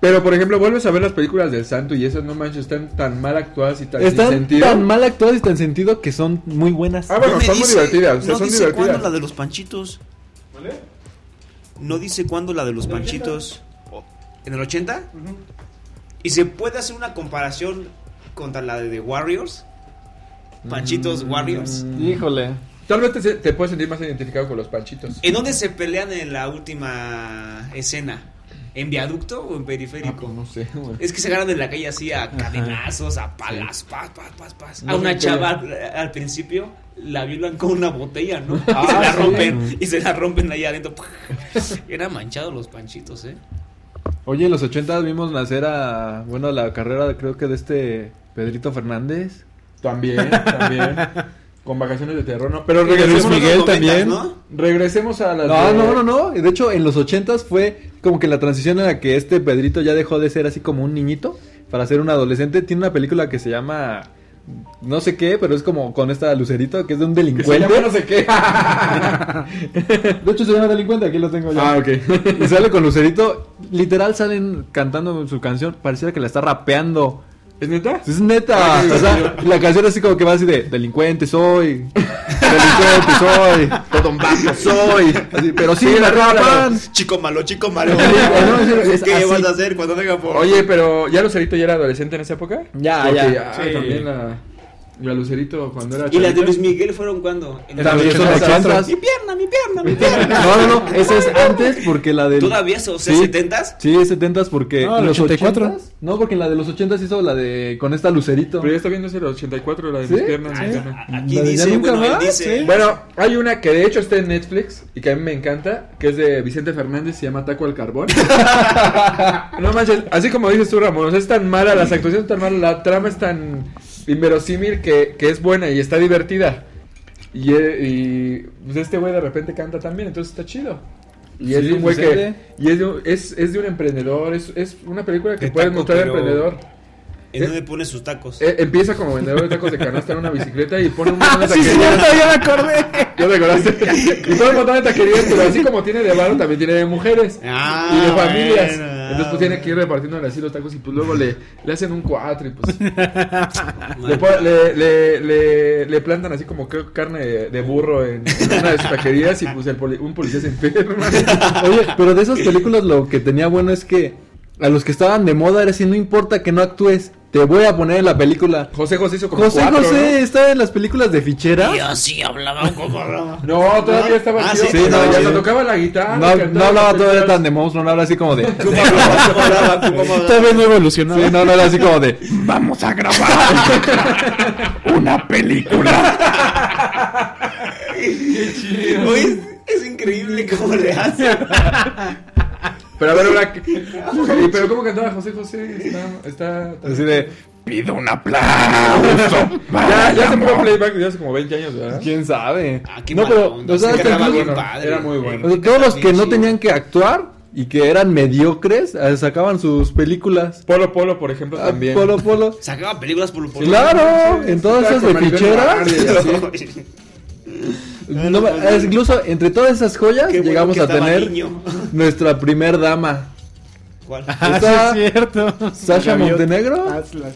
Pero, por ejemplo, vuelves a ver las películas del santo y esas, no manches, están tan mal actuadas y tan sin Están sentido. tan mal actuadas y tan sentido que son muy buenas. Ah, bueno, me son muy divertidas, o sea, No son dice divertidas. cuándo la de los panchitos. No dice cuándo la de los panchitos. Oh, ¿En el 80? Y se puede hacer una comparación contra la de The Warriors. Panchitos Mm. Warriors. Híjole. Tal vez te, te Eh, puedes sentir más identificado con los panchitos. ¿En dónde se pelean en la última escena? ¿En viaducto o en Ah, pues, periférico? No sé, güey. Es que se agarran en la calle así a cadenazos, a palas, paz, paz, paz, paz. a una chava al, al principio la violan con una botella, ¿no? y se la rompen, y se la rompen ahí adentro. Eran manchados los panchitos, ¿eh? Oye, en los 80 vimos nacer a. Bueno, la carrera, creo que de este Pedrito Fernández. También, también. Con vacaciones de terror, ¿no? Eh, Pero Luis regresemos, Miguel también. ¿no? regresemos a las Ah, No, de- no, no, no. De hecho, en los 80 fue como que la transición en la que este Pedrito ya dejó de ser así como un niñito para ser un adolescente. Tiene una película que se llama. No sé qué, pero es como con esta lucerito que es de un Que se delincuente. llama no sé qué. De hecho, se llama delincuente, aquí lo tengo yo. ah, ok. Y sale con Lucerito, literal salen cantando su canción, pareciera que la está rapeando. ¿Es neta? Es neta, o sea, la canción así como que va así de delincuente soy, delincuente soy, todo un vato soy, así, pero sí, me rapan. Chico malo, chico malo. Es ¿Qué así. vas a hacer cuando venga por.? Oye, pero ¿ya Lucerito ya era adolescente en esa época? Ya, Porque, ya. ah, Sí. también la, la Lucerito cuando era ¿Y las de chavita. Luis Miguel fueron cuándo? En También. También son los ochentas. Mi pierna, mi pierna, mi pierna. No, no, no, esa es antes porque la del... ¿Todavía son Sí. 70s? Sí, es 70 porque... No, en el los 84. 80s, no, porque en la de los 80 hizo la de... con esta Lucerito. Pero ya está viendo el 84, la de ¿Sí? Ah, mis piernas. mi Ay, pierna. a- Aquí ¿La de ya dice, nunca bueno, él más? dice. Bueno, hay una que de hecho está en Netflix y que a mí me encanta, que es de Vicente Fernández, se llama Taco al Carbón. no manches, así como dices tú, Ramón, o sea, es tan mala, las actuaciones son tan malas, la trama es tan inverosímil que, que es buena y está divertida. Y, eh, y, pues este güey de repente canta también, entonces está chido. Y es Sí, de un güey que. Vicente. Y es de un, es, es de un emprendedor, es, es una película que De puedes taco, mostrar al pero- emprendedor. ¿En dónde pone sus tacos? Eh, empieza como vendedor de tacos de canasta en una bicicleta y pone un montón de Ah, sí, taquerías. señor, todavía me acordé. ¿Ya recordaste? y todo el montón de taquerías, pero así como tiene de barro, también tiene de mujeres. Ah, y de familias. bueno, ah, Entonces, pues tiene que ir repartiéndole así los tacos y pues luego le, le hacen un cuatro y pues. le, pon- le, le, le, le plantan así como que carne de, de burro en, en una de sus taquerías y pues el poli- un policía se enferma. Oye, pero de esas películas lo que tenía bueno es que a los que estaban de moda era así, no importa que no actúes, te voy a poner en la película. José José hizo como José cuatro, José está en las películas de fichera. Y así hablaba como hablaba. ¿no? No, todavía estaba Ah, chido. sí, no, sí, no, ya sí. se tocaba la guitarra. No, cantaba no hablaba las todavía tan películas. de monstruo, no hablaba así como de... Sí, ¿Cómo hablaba? ¿Cómo hablaba? ¿Cómo hablaba? Todavía no evolucionaba. no, no era así como de... Vamos a grabar una película. Güey, es increíble cómo le hace. Pero a ver, ahora. ¿qué- y- Pero ¿cómo cantaba José José? Está. está Así de... Pido un aplauso. Ya, ya se puso playback desde hace como 20 años, ¿verdad? ¿Quién sabe? Ah, qué no, mala pero... onda, o sea, se hasta cargaba incluso- bien padre. Era muy bueno. o sea, todos los que no tenían que actuar y que eran mediocres, eh, sacaban sus películas. Polo Polo, por ejemplo, Ah, también. Polo Polo. Sacaba películas por por Claro, en todas Estaba esas con de Maribel ficheras. Guardia y así. No, es- incluso entre todas esas joyas Qué bueno llegamos que a estaba tener niño. nuestra primer dama. ¿Cuál? Ah, Está- sí, es cierto. Sasha Gaviota. Montenegro. Ah, es la-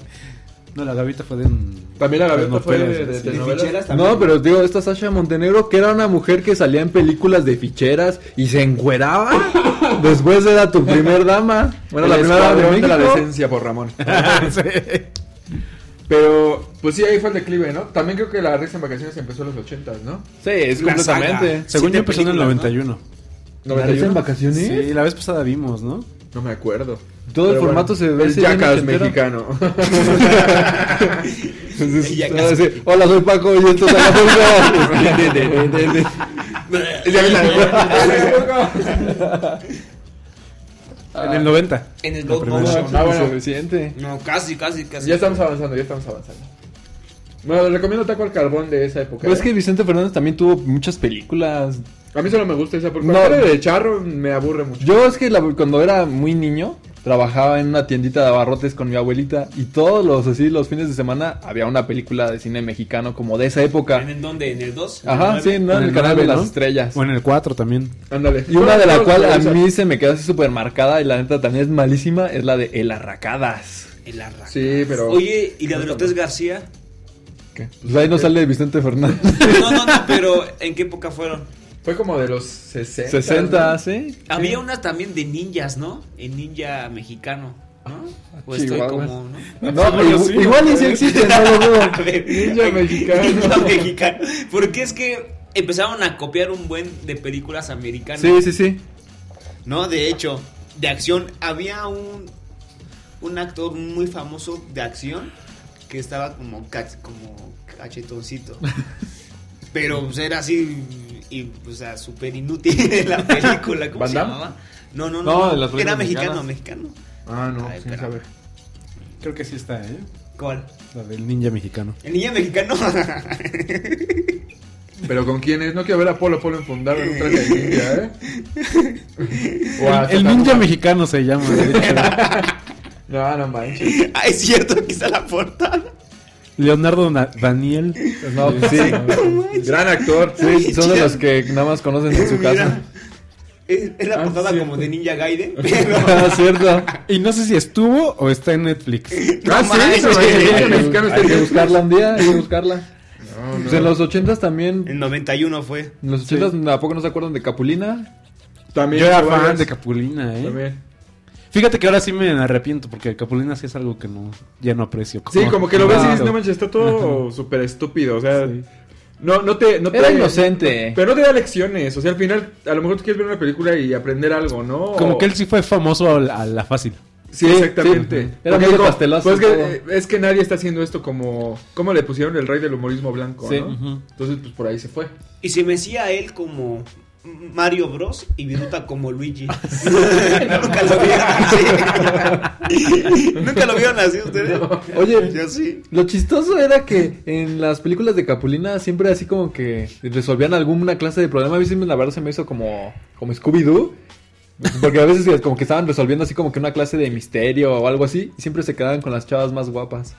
No, la gavita fue de. un- También la gaviota fue de, de novelas, sí. telenovelas. No, pero digo, esta Sasha Montenegro, que era una mujer que salía en películas de ficheras y se encueraba. Después era tu primer dama. Bueno, El la primera dama de escuadrón México. la decencia por Ramón. Ah, Pero, pues sí, ahí fue el declive, ¿no? También creo que la risa en vacaciones empezó en los 80, ¿no? sí, es La completamente. saga. Según Siete yo empezó en el películas, 91. ¿La risa en 91. vacaciones? Sí, la vez pasada vimos, ¿no? No me acuerdo. Todo el formato se ve El ese bien Jackass ochentero. mexicano. Entonces, Ella ahora casi- sí, Hola, soy Paco y esto es Acapulco. en el 90. En el La Gold primera. Motion. Ah, bueno. Suficiente. No, casi, casi, casi. ya estamos avanzando, ya estamos avanzando. Bueno, les recomiendo Taco al Carbón de esa época. Pero Pues es ¿eh? que Vicente Fernández también tuvo muchas películas. A mí solo me gusta esa porque No. no. de charro me aburre mucho. Yo es que la- cuando era muy niño trabajaba en una tiendita de abarrotes con mi abuelita y todos los así los fines de semana había una película de cine mexicano como de esa época. ¿En el dónde? ¿En el 2? Ajá, sí, ¿no? en el canal de las estrellas. O en el 4 también. Ándale. Y una de la Todos cual a los- mí se me quedó así súper marcada y la neta también es malísima es la de El Arracadas. El arranque. Sí, pero. Oye, ¿y la de Lotes García? Pues ahí no sale Vicente Fernández. No, no, no, pero ¿en qué época fueron? Fue como de los 60. 60, ¿no? ¿sí? Había una también de ninjas, ¿no? En ninja mexicano, Ah, ¿no? O estoy Chihuahuas. como, ¿no? No, pero sí, igu- igual y si existen, no lo dudo. A ver, Ninja ay, mexicano. ninja mexicano. Porque es que empezaron a copiar un buen de películas americanas. Sí, sí, sí. No, de hecho, de acción. Había un, un actor muy famoso de acción que estaba como, cach- como cachetoncito. Pero pues, era así, y, pues, o sea, súper inútil en la película. ¿Cómo ¿Van se Damme? llamaba? No, no, No, no. de las era películas mexicano, mexicanas. mexicano. Ah, no, Ay, sin espera. saber. Creo que sí está, ¿eh? ¿Cuál? La del ninja mexicano. ¿El niño mexicano? Pero con quién es, no quiero ver a Polo Polo enfundado en un traje de ninja, ¿eh? O a El Satanás. ninja mexicano se llama, de hecho. No, no manches. ah, es cierto, aquí está la portada. Leonardo Na- Daniel. Pues No, sí. Gran actor. Sí, son de los que nada más conocen en su casa. Mira, es, es la Ah, portada cierto. como de Ninja Gaiden, pero... Ah, cierto. Y no sé si estuvo o está en Netflix. Ah, sí, manches, no, güey. el Hay ninja que- mexicano está hay que bien. buscarla un día, hay que buscarla. No, Pues en no. los ochentas también, El 91 fue. en los ochentas ¿a poco no se acuerdan de Capulina? También Yo era varias- fan de Capulina, ¿eh? También. Fíjate que ahora sí me arrepiento porque Capulina sí es algo que no, ya no aprecio. Sí, como que lo ves y dices, Claro. no manches, está todo súper estúpido. O sea, Sí. no, no te. No te Era inocente. Pero no te da lecciones. O sea, al final, a lo mejor tú quieres ver una película y aprender algo, ¿no? Como O- que él sí fue famoso a la, a la fácil. Sí, Sí, exactamente. sí. Era Porque medio como- pastelazo pues es, todo. que, eh, es que nadie está haciendo esto como. Como le pusieron el rey del humorismo blanco, Sí. ¿no? Ujú. Entonces, pues por ahí se fue. Y se me hacía a él como Mario Bros y Viruta como Luigi. Ah, Nunca lo vieron así. Nunca lo vieron así ustedes. Oye. yo sí. Lo chistoso era que en las películas de Capulina siempre así como que resolvían alguna clase de problema. A mí sí, la verdad se me hizo como, como Scooby-Doo. Porque a veces como que estaban resolviendo así como que una clase de misterio o algo así. Y siempre se quedaban con las chavas más guapas.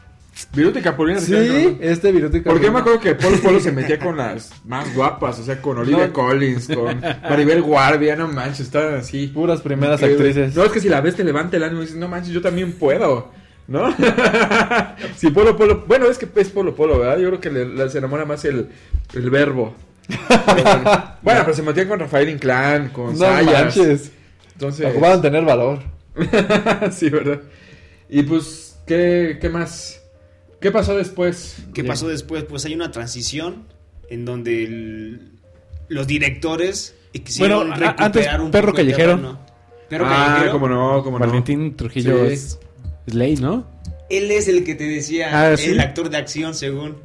Viruta y Capulina. se quedaron, Sí, ¿no? este virus de Porque yo me Capulina. acuerdo que Polo Polo se metía con las más guapas, o sea, con Olivia No. Collins, con Maribel Guardia, no manches, estaban así. Puras primeras Increíble. actrices. No, es que si la ves te levanta el ánimo y dices, no manches, yo también puedo. ¿No? si Polo Polo. Bueno, es que es Polo Polo, ¿verdad? Yo creo que le, le- se enamora más el, el verbo. Pero bueno, Bueno, pero se mantiene con Rafael Inclán, con No Sayas. manches. Entonces. Ocupaban tener valor. sí, ¿verdad? Y pues, ¿qué, ¿qué más? ¿Qué pasó después? Eh, ¿Qué pasó después? Pues hay una transición en donde el- los directores quisieron Bueno, a- recuperar antes, un Perro poco el Callejero. terreno. Perro ah, Callejero. cómo no, cómo no. Valentín Trujillo Sí. es, es ley, ¿no? Él es el que te decía, Ah, ¿sí? el actor de acción, según.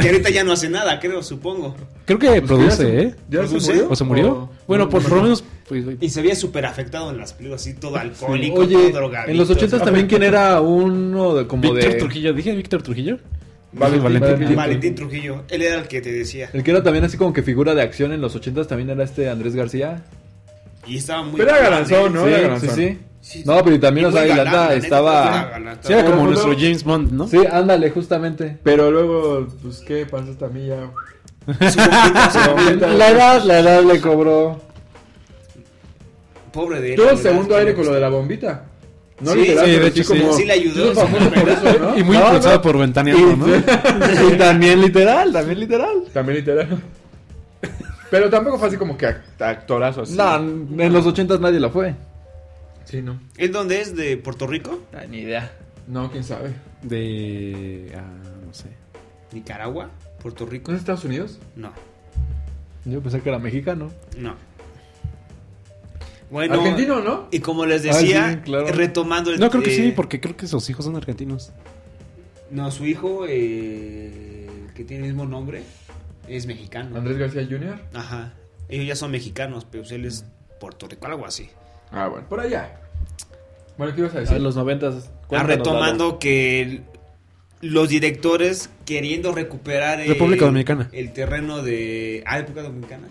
Que ahorita ya no hace nada, creo, supongo. Creo que Ah, pues ya produce, se- ¿eh? ¿Ya se ¿Produce? murió? ¿O se murió? O- bueno, no, por no, por lo no. menos. pues, Y se veía súper afectado en las películas, así todo alcohólico, Oye, todo drogadicto. en los ochentas también quién era uno de como Víctor de... Trujillo, dije Víctor Trujillo. Pues, Valentín, Valentín. Valentín Trujillo, él era el que te decía. El que era también así como que figura de acción en los ochentas también era este Andrés García. Y estaba muy. Pero era galán, galanzón, ¿eh? ¿no? sí, Era sí, galanzón. sí, Sí, No, pero y también, Y o sea, muy y la galán, nada, la neta, estaba estaba... galán, Sí, era Pero como no- nuestro James Bond, ¿no? Sí, ándale, justamente. Pero luego, pues, ¿qué pasa hasta a mí ya? Su boquita, su boquita. La edad, la edad le cobró. Pobre de él. Tuvo la el verdad, segundo que aire me con lo gusta. de la bombita. No Sí, literal, sí, pero de hecho, sí. como- Sí la ayudó, Yo soy famoso por eso, ¿no? Ah, Y muy No, impulsado no. por Ventaneando, ¿no? Y también literal, también literal. También literal. Pero tampoco fue así como que act- actorazo así. No, en los ochentas nadie lo fue. Sí, no. ¿Es donde es? ¿De Puerto Rico? ni idea. No, quién sabe. De. Ah, no sé. ¿Nicaragua? ¿Puerto Rico? ¿Con Estados Unidos? No, Yo pensé que era mexicano. no. Bueno. Argentino, ¿no? Y como les Ah, sí, decía, claro. retomando Pues el. No, creo que eh, sí, porque creo que sus hijos son argentinos. No, su hijo, eh, que tiene el mismo nombre, es mexicano. Andrés García Jr. Ajá. Ellos ya son mexicanos, pero él es Puerto Rico, algo así. Ah, bueno, por allá. Bueno, ¿qué ibas a En decir? los noventas. Ah, cuéntanos, Lalo. retomando que el- los directores queriendo recuperar el, República Dominicana. el terreno de ah, República Dominicana.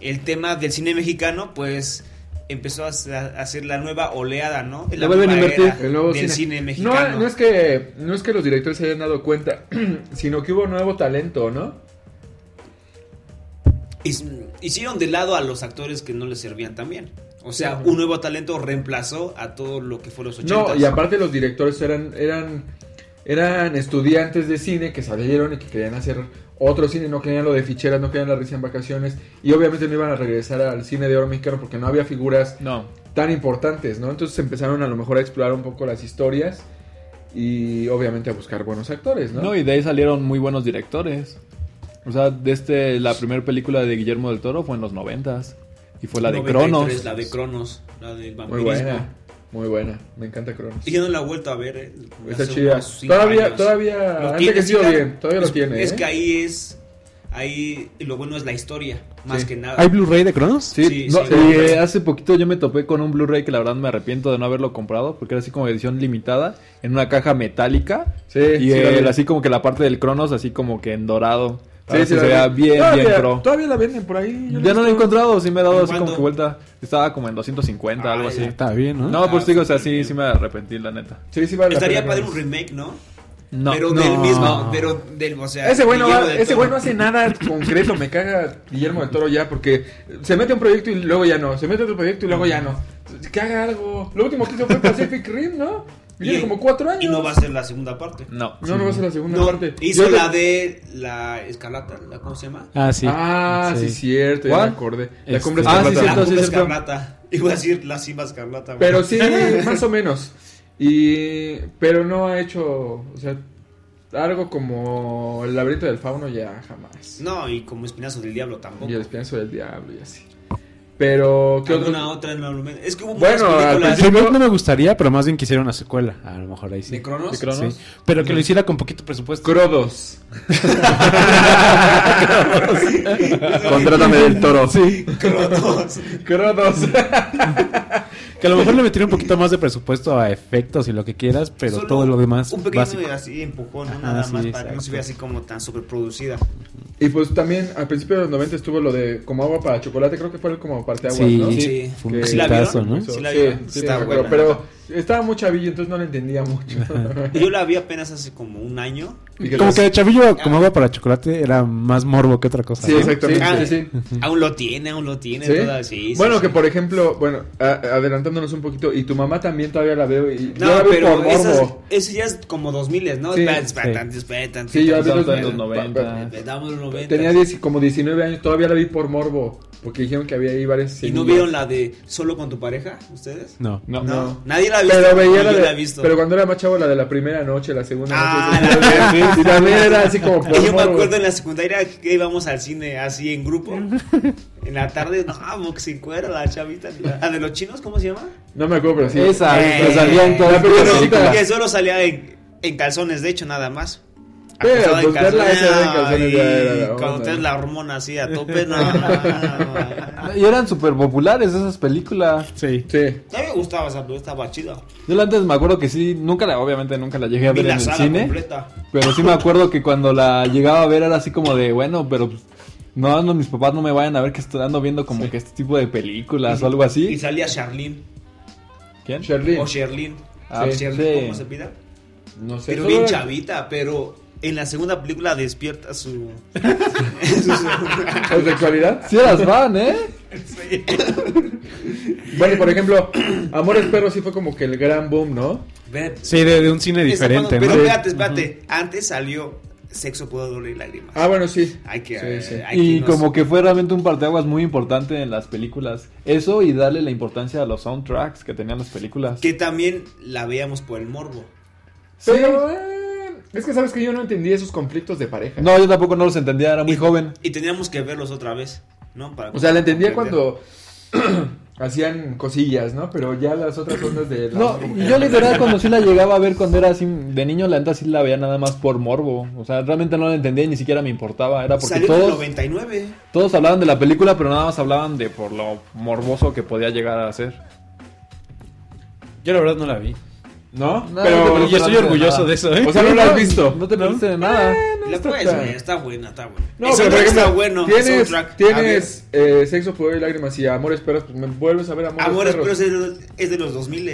El tema del cine mexicano, pues empezó a hacer a hacer la nueva oleada, ¿no? Le vuelven a nueva invertir. era El nuevo del cine, mexicano. No, no es que no es que los directores se hayan dado cuenta, sino que hubo nuevo talento, ¿no? His- Hicieron de lado a los actores que no les servían también. O sea, Ajá. un nuevo talento reemplazó a todo lo que fue los 80. No, y aparte los directores eran, eran, eran estudiantes de cine que salieron y que querían hacer otro cine, no querían lo de ficheras, no querían la risa en vacaciones, y obviamente no iban a regresar al cine de oro mexicano porque no había figuras No. tan importantes, ¿no? Entonces empezaron a lo mejor a explorar un poco las historias y obviamente a buscar buenos actores, ¿no? No, y de ahí salieron muy buenos directores. O sea, de este, la primera película de Guillermo del Toro fue en los noventas. Y fue la de 93, Cronos. La de Cronos, la del Muy vampirismo. buena. Muy buena. Me encanta Cronos. Y yo no la he vuelto a ver, eh. Está Hace chida. unos cinco Todavía, años. Lo todavía. Ha tiene, envejecido sí, la- bien. Todavía es, lo tiene. Es ¿eh? que ahí es. Ahí lo bueno es la historia, más Sí. que nada. ¿Hay Blu-ray de Cronos? Sí, Sí, no, sí, y, sí. eh, hace poquito yo me topé con un Blu-ray que la verdad me arrepiento de no haberlo comprado porque era así como edición limitada en una caja metálica Sí, y sí, la el- vi. así como que la parte del Cronos así como que en dorado para Sí, sí, que Ah, se la vea vi. Ah, bien todavía, bien pro. Todavía la venden por ahí. yo Ya no lo he encontrado, sí me he dado así como ¿Cuándo? que vuelta. Estaba como en 250 algo así. Está bien, ¿no? No, pues digo, o sea, sí, sí me arrepentí la neta. Sí, sí vale la Estaría pena padre un Cronos. remake, ¿no? No. pero no. del mismo, pero del, o sea, Ese güey no, Guillermo va- del ese Toro. güey no hace nada concreto, me caga Guillermo del Toro ya, porque se mete a un proyecto y luego ya no, se mete a otro proyecto y luego ya no. Que haga algo. Lo último que hizo fue Pacific Rim, ¿no? Y tiene como cuatro años. Y no va a ser la segunda parte. No. No, no va a ser la segunda No, parte. hizo Yo te- la de la escarlata, la, ¿cómo se llama? Ah, sí. Ah, sí, cierto, ya ¿Cuál? me acordé. La Este- cumbre Ah, sí, escarlata. cierto. la Cuba sí, cierto. escarlata. Iba a decir la cima escarlata. güey. Pero sí, más o menos. Y pero no ha hecho, o sea, algo como el laberinto del fauno ya jamás. No, y como espinazo del diablo tampoco. Y el espinazo del diablo y así. Pero ¿qué otro? Alguna otra en la Es que hubo Bueno, al muchas El películas remake no me gustaría, pero más bien quisiera una secuela. A lo mejor ahí sí. de Cronos. ¿De Cronos? Sí. Pero que lo hiciera con poquito presupuesto. Crodos. Contrátame del toro. Sí. Cronos. Crodos. Que a lo mejor le metiera un poquito más de presupuesto a efectos y lo que quieras, pero Solo todo lo demás Un pequeño básico. así empujón, ¿no? Ajá, nada sí, más para que no se exacto. vea así como tan sobreproducida. y pues también al principio de los 90 estuvo lo de como agua para chocolate, creo que fue el como parte agua, Sí, ¿no? Sí. fue un Que- ¿Sí la exitazo, vieron? ¿no? Sí la Sí, vieron. sí, Está me buena. acuerdo, pero estaba muy chavillo, entonces no la entendía mucho. Y Yo la vi apenas hace como un año. Y que Como los- que de chavillo, como agua para chocolate, era más morbo que otra cosa. Sí, ¿no? exactamente. Ah, sí, sí. Aún lo tiene, aún lo tiene. ¿Sí? toda- sí, sí, bueno, que sí. por ejemplo, bueno, a- adelantándonos un poquito, y tu mamá también todavía la veo. Y yo No, la veo pero por esas, morbo. eso ya es como 2000, ¿no? Sí, espera, sí. espera, tantito, espera, tantito. Sí, yo la vi Estaba los- en los 90. Le damos los 90. Tenía 10 como 19 años, todavía la vi por morbo, porque dijeron que había ahí varias. ¿Y no semillas. vieron la de Solo con tu pareja? ¿Ustedes? No. No. No. Nadie la ha visto. Pero ni veía la yo de- la he visto. Pero cuando era más chavo, la de la primera noche, la segunda Ah, noche. la y también era así como por Y yo me morbo. acuerdo en la secundaria que íbamos al cine así en grupo. En la tarde, no, boxing cuero, la chavita. La de los chinos, ¿cómo se llama? No me acuerdo, Ah, pero sí. Esa, que salía en todas la las primera Bueno, cita. que solo salía en, en calzones, de hecho, nada más. Pero, Acostado pues, verla esa era en calzones, y ya era la cuando onda. traes la hormona así a tope, no. no, no, no, no. Y eran súper populares esas películas. Sí. Sí. No me gustaba esa pero estaba chida. Yo la antes me acuerdo que sí, nunca la, obviamente nunca la llegué a Vi ver en la el sala cine. completa. Pero sí me acuerdo que cuando la llegaba a ver era así como de, bueno, pero pues, no, no, mis papás no me vayan a ver que estoy ando viendo como que este tipo de películas o algo Y así. salía Charlene. ¿Quién? Charlene. O Sherlyn. Ah, Sí, Sherlyn, sí. ¿cómo se pida? No sé. Pero solo bien era- chavita, pero en la segunda película despierta su. ¿su sexualidad? Sí eras fan, ¿eh? Bueno, y por ejemplo, Amores Perros sí fue como que el gran boom, ¿no? Ve- Sí, de, de un cine Esa diferente, cuando- ¿no? Pero espérate, espérate. Antes salió Sexo, Puedo Doler y Lágrimas. Ah, bueno, sí. Hay que. Sí, sí. hay que Y irnos- como que fue realmente un parteaguas muy importante en las películas. Eso y darle la importancia a los soundtracks que tenían las películas. Que también la veíamos por el morbo. Pero eh, es que sabes que yo no entendí esos conflictos de pareja. No, yo tampoco no los entendía, era muy Y- joven. Y teníamos que verlos otra vez, ¿no? Para O sea, la entendía comprender. cuando hacían cosillas, ¿no? Pero ya las otras ondas de... la- No, como que- yo literal cuando sí la llegaba a ver cuando era así de niño, la neta sí la veía nada más por morbo. O sea, realmente no la entendía y ni siquiera me importaba. Era porque Salió en el todos, 99. todos hablaban de la película, pero nada más hablaban de por lo morboso que podía llegar a ser. Yo la verdad no la vi. ¿No? No, pero... no yo estoy de orgulloso nada. de eso, ¿eh? O sea, no lo has visto. No te perdiste de nada. La está puedes tan- ver, está buena, está buena. No, El pero por soundtrack ejemplo, está bueno. el tienes, soundtrack. tienes eh, Sexo, Poder y Lágrimas y Amores Perros, pues me vuelves a ver A Amores, ver, Amores, pero Perros. es de, los- es de los 2000.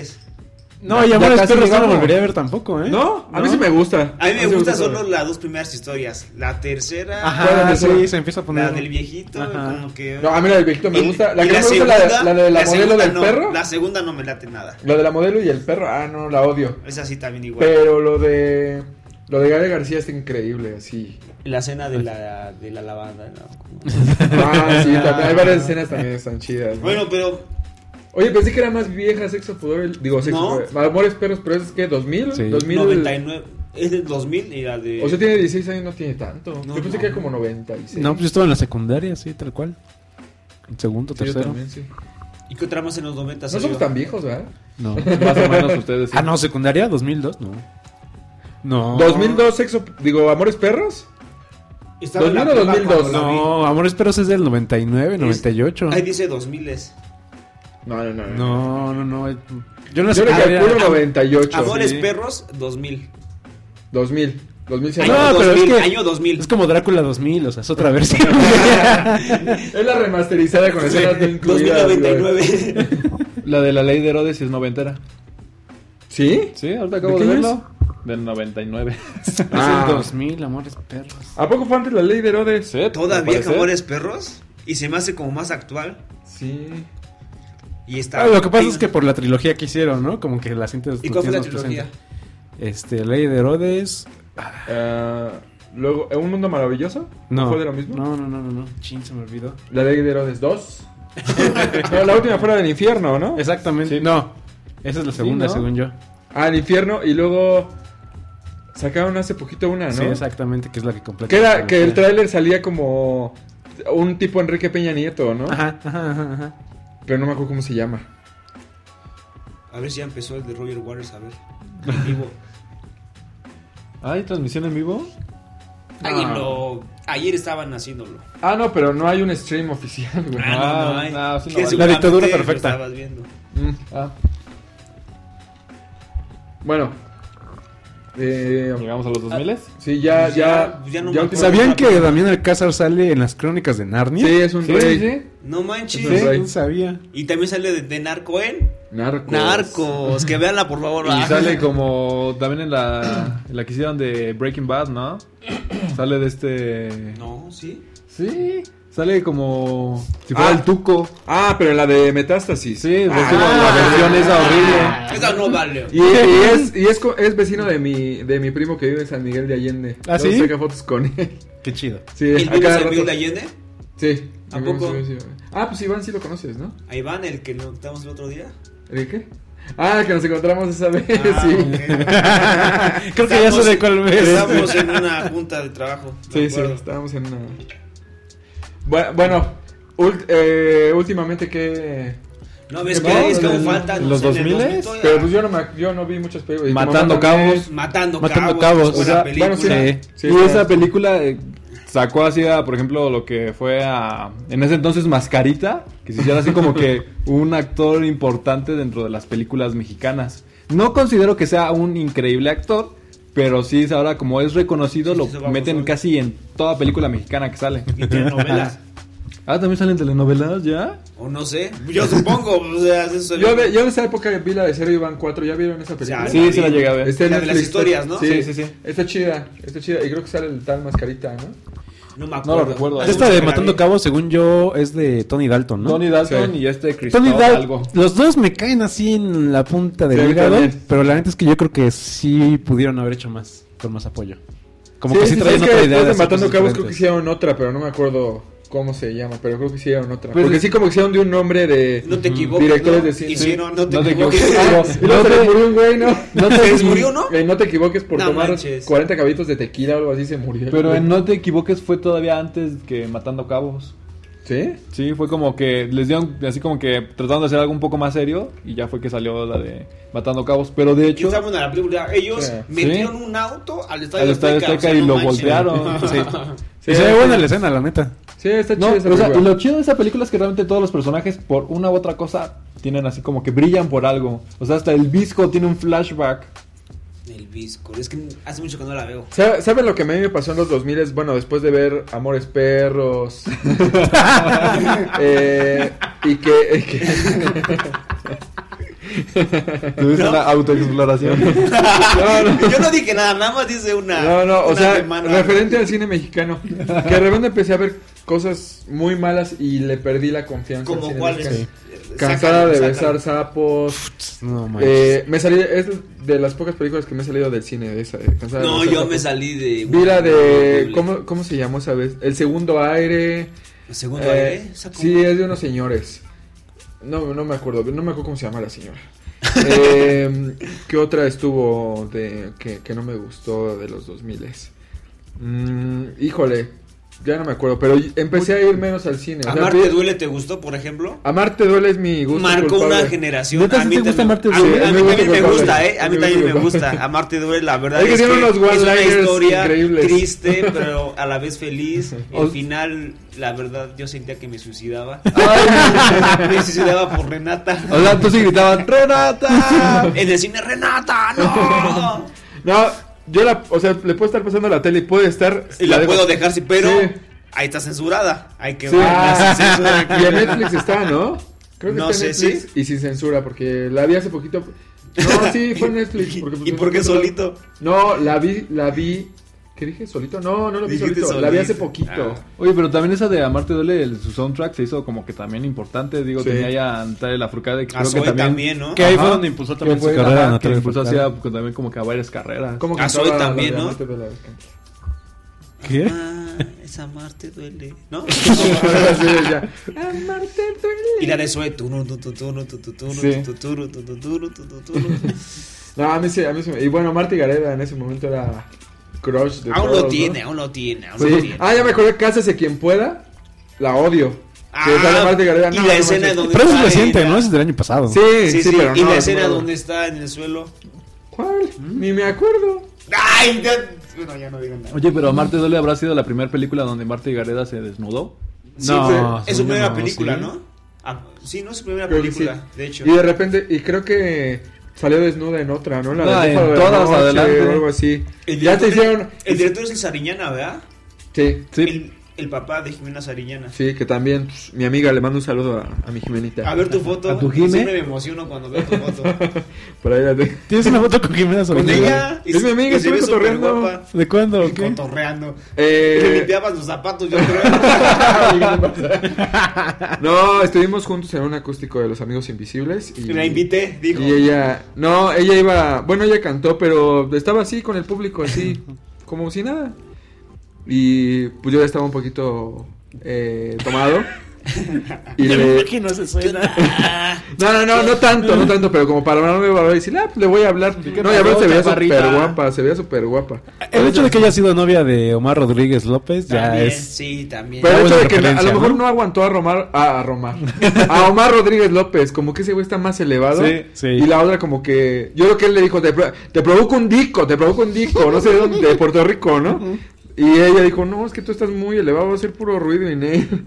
No, y Ya Amores casi Perros no la llegamos. volvería a ver tampoco, ¿eh? ¿No? A mí sí me gusta. A mí me sí gustan solo las dos primeras historias. La tercera, Ajá, sí, se empieza a la poner... del viejito, Ajá. como que... No, a mí la del viejito me Y- gusta. La y que no me gusta es la, de- la de la, modelo segunda del no, perro. La segunda no me late nada. La de la modelo y el perro. Ah, no, la odio. Esa sí también igual. Pero lo de... Lo de Gael García está increíble, así. la escena pues de la, de la lavanda, ¿no? Ah, sí, también. Hay varias escenas también que están chidas. ¿no? Bueno, pero Oye, pensé que era más vieja Sexo Pudor. el- Digo, Sexo No. Pudor. Amores Perros, pero es que 2000, Sí. 2000. 99... Es del 2000 y la de... O sea, tiene 16 años, no tiene tanto. No, Yo pensé no. que era como 96. No, pues yo estaba en la secundaria, sí, tal cual. Segundo, Sí, yo tercero. también, sí. ¿Y qué tramos en los 90? No somos tan viejos, ¿verdad? No. Más o menos ustedes. sí. Ah, no, secundaria, 2002, no. No. 2002, sexo, digo, Amores Perros. 2001 o 2002? No, Amores Perros es del 99, 98. Ahí dice 2000 es. No, no, no. No, no. no, no. Yo no Yo sé le calculo 98. Amores sí. Perros 2000. 2000. 2007. Año No, pero es 2000, que- año 2000. Es como Drácula 2000, o sea, es otra versión. Es la remasterizada con escenas no incluidas. güey. 2099. La de la ley de Herodes sí es noventera. ¿Sí? Sí, ahorita acabo ¿De de, qué verlo. Del 99. Ah. Es el 2000, Amores Perros. ¿A poco fue antes la ley de Herodes? Sí, al Todavía parecer. Amores Perros. Y se me hace como más actual. Sí. Y está. Ah, lo que pasa es que por la trilogía que hicieron, ¿no? Como que la cinta ¿Y cuál fue la nos presenta. trilogía? Este, Ley de Herodes. Ah, luego, ¿Un mundo maravilloso? No. ¿Fue de lo mismo? No, no, no, no, no. Chin, se me olvidó. La ley de Herodes 2. no, la última fuera del infierno, ¿no? Exactamente. No. Esa es la segunda, ¿no? según yo. Ah, el infierno y luego sacaron hace poquito una, ¿no? Sí, exactamente, que es la Ah, que completa. Que la era que el trilogía. tráiler salía como un tipo Enrique Peña Nieto, ¿no? Ajá, ajá, ajá, ajá. Pero no me acuerdo cómo se llama. A ver si ya empezó el de Roger Waters. A ver. En vivo. ¿Hay transmisión en vivo? Alguien lo- Ayer estaban haciéndolo. Ah, no, pero no hay un stream oficial, güey. Ah, no, no, hay. no, sí, no Que vale. La seguramente dictadura lo perfecta. estabas viendo. Mm. Ah, Bueno. Eh, llegamos a los 2000. sí, ya, Pues ya. ya- ya no ya me última- ¿Sabían que Damián Alcázar sale en las crónicas de Narnia? Sí, es un Sí, rey. sí. No manches. Es un rey. no sabía. Y también sale de, de Narco en Narcos. Narcos. Que veanla, por favor. Y Ah. sale como también en la, en la que hicieron de Breaking Bad, ¿no? Sale de este. No, sí. Sí, sale como. Si fuera fuera el el Tuco. Ah, pero la de Metástasis. Sí, es como Ah. la versión esa horrible. Esa no vale. Y, y es, y es, co- es vecino de mi, de mi primo que vive en San Miguel de Allende. ¿Ah, Luego sí? saca fotos con él. Qué chido. Sí, ¿El a virus cada del rato. Miguel de Allende? Sí. ¿A poco? Sí, sí, sí. Ah, pues Iván sí lo conoces, ¿no? A Iván, el que nos estamos el otro día. ¿El qué? Ah, el que nos encontramos esa vez, Ah, sí. ok. Creo que ya sé de cuál es. Estamos en una junta de trabajo. Sí, sí, estábamos en una... Bueno, bueno ult- eh, últimamente que... No, ves No, que es en que aún el- faltan. en no los sé, en el ah, 2000s, 2000 todavía. Pero pues yo no, me- yo no vi muchas películas. Matando cabos. Matando, Matando cabos. cabos, buena o sea, película. bueno, sí. y está- esa película eh, sacó así, a, por ejemplo, lo que fue a. En ese entonces, Mascarita, que se hiciera así como que un actor importante dentro de las películas mexicanas. No considero que sea un increíble actor, pero sí, es ahora como es reconocido, Sí, lo sí, se va meten gozando. casi en toda película mexicana que sale. Y telenovelas. Ah, también salen telenovelas ya. O no sé. Yo supongo. O sea, eso es- Yo de, yo de esa época vi la de Cero Iván 4. ¿Ya vieron esa película? Ya, Sí, sí la llegué a ver. Está en La de las Netflix, está- historias, ¿no? Sí, sí, Sí, sí, sí. sí. Está chida, está chida. Y creo que sale el tal Mascarita, ¿no? No me No acuerdo. lo recuerdo. Hace Esta mucho de que la Matando vi. Cabos, según yo, es de Tony Dalton, ¿no? Tony Dalton Sí. y este Tony Cristóbal Dal- algo. Los dos me caen así en la punta Sí, a del mí hígado, también. pero la neta es que yo creo que sí pudieron haber hecho más, con más apoyo. Como que sí, es traían que otra idea de después de hacer Matando cosas Cabos creo que diferentes. hicieron otra, pero no me acuerdo cómo se llama, pero creo que hicieron otra. Pues- Porque sí como que hicieron de un nombre de No te equivoques. directores ¿no? de cine. Y si no, no te No te equivoques. Ah, Y luego se le murió un güey, ¿no? No ¿Se les murió uno? Eh, no te equivoques por No tomar manches. 40 cabitos de tequila o algo así se murió. Pero en No te equivoques fue todavía antes que Matando Cabos. ¿Sí? Sí, fue como que les dieron así como que tratando de hacer algo un poco más serio y ya fue que salió la de Matando Cabos. Pero de Aquí hecho, estamos en la película. Ellos Sí. metieron un auto al estadio al Estadio Azteca, Azteca o sea, y no lo manchen. voltearon. Sí. Sí, Y se ve buena la escena, la neta. Sí, está No, chida esa o sea, y película. lo chido de esa película es que realmente todos los personajes, por una u otra cosa, tienen así como que brillan por algo. O sea, hasta el visco tiene un flashback. El Visco. Es que hace mucho que no la veo. ¿Sabe- ¿Saben lo que a mí me pasó en los 2000? Es, bueno, después de ver Amores Perros. eh, y que, y que- Tuviste una autoexploración. Yo no dije nada, nada más dice una. No, no, o una sea, alemana. referente al cine mexicano. Que de repente empecé a ver cosas muy malas y le perdí la confianza. al Como cine cuál mexicano. es. Cansada de Sácalo, besar sácalo. sapos. No, manches. Eh, me salí, es de las pocas películas que me he salido del cine. De esa, de Cansada de No, besar yo sapos. me salí de. Vi la de. Horrible. ¿cómo, ¿Cómo se llamó esa vez? El segundo aire. El Segundo Eh, aire. ¿Esa cómo? sí, es de unos señores. No, no me acuerdo, no me acuerdo cómo se llama la señora. Eh, ¿Qué otra estuvo de que, que no me gustó de los 2000? Mm, híjole, Ya no me acuerdo, pero empecé a ir menos al cine. o sea, ¿Amar te fui- duele te gustó, por ejemplo? Amar te duele es mi gusto. Marcó culpable. una generación. ¿Neta sí te gusta también- Amar te a mí- duele? A Es mí mi gusto también me culpable. gusta, ¿eh? A mí Es mi también me gusto gusta. Amar te duele, la verdad. Es que Es, tiene unos es una one-liners historia increíbles. triste, pero a la vez feliz. O- Al final, la verdad, yo sentía que me suicidaba. me suicidaba por Renata. O sea, tú sí gritabas, ¡Renata! En el cine, ¡Renata! ¡No! No, yo la, o sea, le puedo estar pasando la tele y puede estar. Y la dejo- puedo dejar, sí, pero pues, Sí. ahí está censurada. Hay que Ah, Sí. ver la censura Y en que- Netflix está, ¿no? Creo que No está en sé, Netflix y sin censura, porque la vi hace poquito. No, sí, fue en Netflix. Porque, pues, ¿Y por qué solito? No, la vi, la vi. ¿Qué dije? ¿Solito? No, no la vi Dijiste solito. La vi hace solito. poquito. Ah. Oye, pero también esa de Amarte Duele, el- su soundtrack se hizo como que también importante. Digo, Sí. tenía ya a Natalia Lafourcade, que A creo que Zoe también... también, ¿no? Que ahí fue Ajá. donde impulsó también que su fue- carrera. ajá, que Natalia impulsó Lafourcade. hacia, pues, también como que a varias carreras. ¿Cómo A Ah, Zoe cantaba la de también, ¿no? Amarte Velasco? ¿Qué? Ah, esa Marte duele, ¿no? Ahora sí, ya. Y la de Zoe, turu, tu, tu, turu, tu, tu, turu, Sí. tu, turu, tu, tu, turu, tu, tu, turu. No, a mí sí, a mí sí. me- Y bueno, Marty Gareda en ese momento era crush de Aún todos, lo ¿no? tiene, aún lo tiene, aún lo Sí. tiene. Ah, ya me acordé, Cásese quien pueda. La odio. Que sale Marty Gareda. Ah, y no, la no escena manches. donde Pero eso es está reciente, ella. ¿no? Es del año pasado. Sí, sí, Sí, sí, pero y no, la no escena me acuerdo. donde ¿Mm? está en el suelo. ¿Cuál? Ni me acuerdo. Ay, ya- bueno, ya no digo nada. Oye, pero Amarte Duele habrá sido la primera película donde Marta y Gareda se desnudó. Sí, No, fue- es su según yo primera no, película, sí. ¿no? Ah, sí, no es su primera Creo que película, sí. de hecho. Y de repente, y creo que salió desnuda en otra, ¿no? La No, de en Búfalo de todas, Noche adelante. o algo así. El Ya te director- hicieron. El director es el Sariñana, ¿verdad? Sí, Sí. El, el papá de Jimena Sariñana. sí, que también pues, mi amiga le mando un saludo a, a mi Jimenita. A ver tu foto. ¿A tu Jime? Siempre me emociono cuando veo tu foto. Por ahí la tengo. ¿Tienes una foto con Jimena Con Sariñana? ella. Es mi amiga, y se ve estuve súper cotorreando. guapa. ¿De cuándo? o Y qué? Cotorreando. Eh, Le limpiabas los zapatos, yo creo. No, estuvimos juntos en un acústico de los Amigos Invisibles. Y La invité, dijo. Y ella, no, ella iba, bueno, ella cantó, pero estaba así con el público, así, como si nada. Y pues yo ya estaba un poquito eh, tomado. Y Ya le, me imagino esa escena. no, no, no, no tanto, no tanto, pero como para no me valor y decir, ah, pues le voy a hablar. No, y a ver, se veía súper guapa, se veía súper guapa. El hecho de que haya sido novia de Omar Rodríguez López ya También, es. sí, también. Pero el hecho buena de que a referencia, lo mejor ¿no? no aguantó a Romar, a, a Romar, a Omar Rodríguez López, como que ese güey está más elevado. Sí, sí. Y la otra como que, yo creo que él le dijo, te, pro- te provoco un disco, te provoco un disco, no sé de dónde, de Puerto Rico, ¿no? Y ella dijo, no, es que tú estás muy elevado, va a ser puro ruido y negro.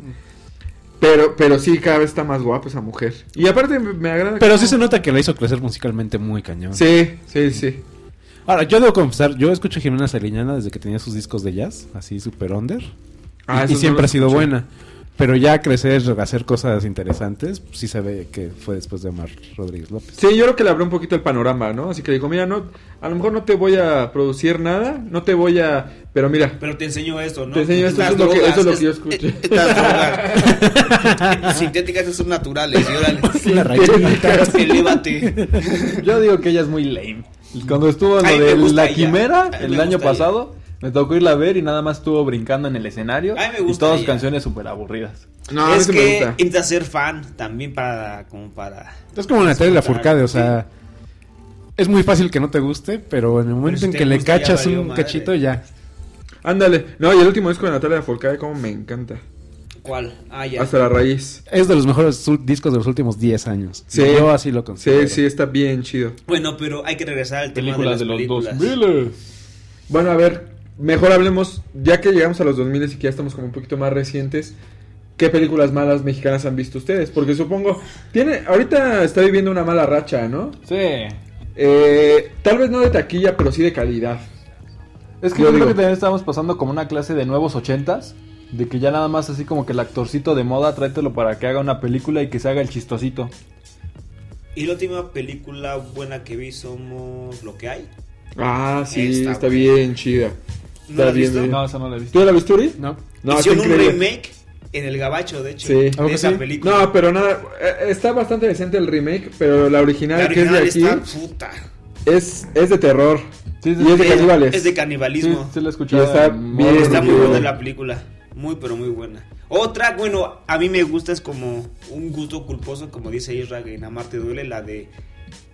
Pero, pero sí, cada vez está más guapa esa mujer. Y aparte me, me agrada. Pero que- sí se nota que la hizo crecer musicalmente muy cañón. Sí, sí, sí. Ahora, yo debo confesar, yo escucho a Jimena Sariñana desde que tenía sus discos de jazz, así super under. Ah, y- y esos no siempre ha los sido escuché. buena. Pero ya crecer, hacer cosas interesantes, sí se ve que fue después de Omar Rodríguez López. Sí, yo creo que le abrió un poquito el panorama, ¿no? Así que le dijo, mira, no, a lo mejor no te voy a producir nada, no te voy a... Pero mira, Pero te enseño esto, ¿no? Te enseño esto, Estas eso es lo que- eso es lo que yo drogas, escuché. es- Estas drogas sintéticas son naturales, y órale. La rayita. Elévate. Yo digo que ella es muy lame. Cuando estuvo en Ay, lo me de gusta La ella. Quimera, Ay, el me año gusta pasado, me tocó irla a ver y nada más estuvo brincando en el escenario. Ay, me y gusta todas ella. canciones súper aburridas. no, es eso me que gusta. necesitas ser fan también para, como para... Es como Pues Natalia Lafourcade, o sea... Es muy fácil que no te guste, pero en el momento si en te que le gusta, ya cachas valió un madre. cachito, ya. Ándale. No, y el último disco de Natalia Lafourcade como me encanta. ¿Cuál? Ah, ya. Hasta la raíz. Es de los mejores su- discos de los últimos 10 años. Sí. Yo así lo considero. Sí, sí, está bien chido. Bueno, pero hay que regresar al tema de Películas las de los películas. 2000. Bueno, a ver, mejor hablemos, ya que llegamos a los 2000 y que ya estamos como un poquito más recientes, ¿qué películas malas mexicanas han visto ustedes? Porque supongo, tiene, ahorita está viviendo una mala racha, ¿no? Sí. Eh, tal vez no de taquilla, pero sí de calidad. Es que Yo yo, creo digo. que también estábamos pasando como una clase de nuevos ochentas, de que ya nada más así como que el actorcito de moda, tráetelo para que haga una película y que se haga el chistosito. Y la última película buena que vi somos Lo que hay. Ah, sí, Está está, buena. bien chida. ¿No Está la has bien, visto? bien. No, esa no la he visto. ¿Tú la viste, Uri? No. No, está Hicieron un increíble. remake en El Gabacho, de hecho, Sí. ¿A poco de esa sí? película. No, pero nada, eh, está bastante decente el remake, pero la la original, original que es de está aquí puta. es, es de terror. Sí, sí, y es de sí. caníbales. Es de Sí, canibalismo. sí la he escuchado Y está en bien. modo- Está muy Yo- buena la película. Muy, pero muy buena. Otra, bueno, a mí me gusta, es como un gusto culposo, como dice Isra, que en Amar te duele, la de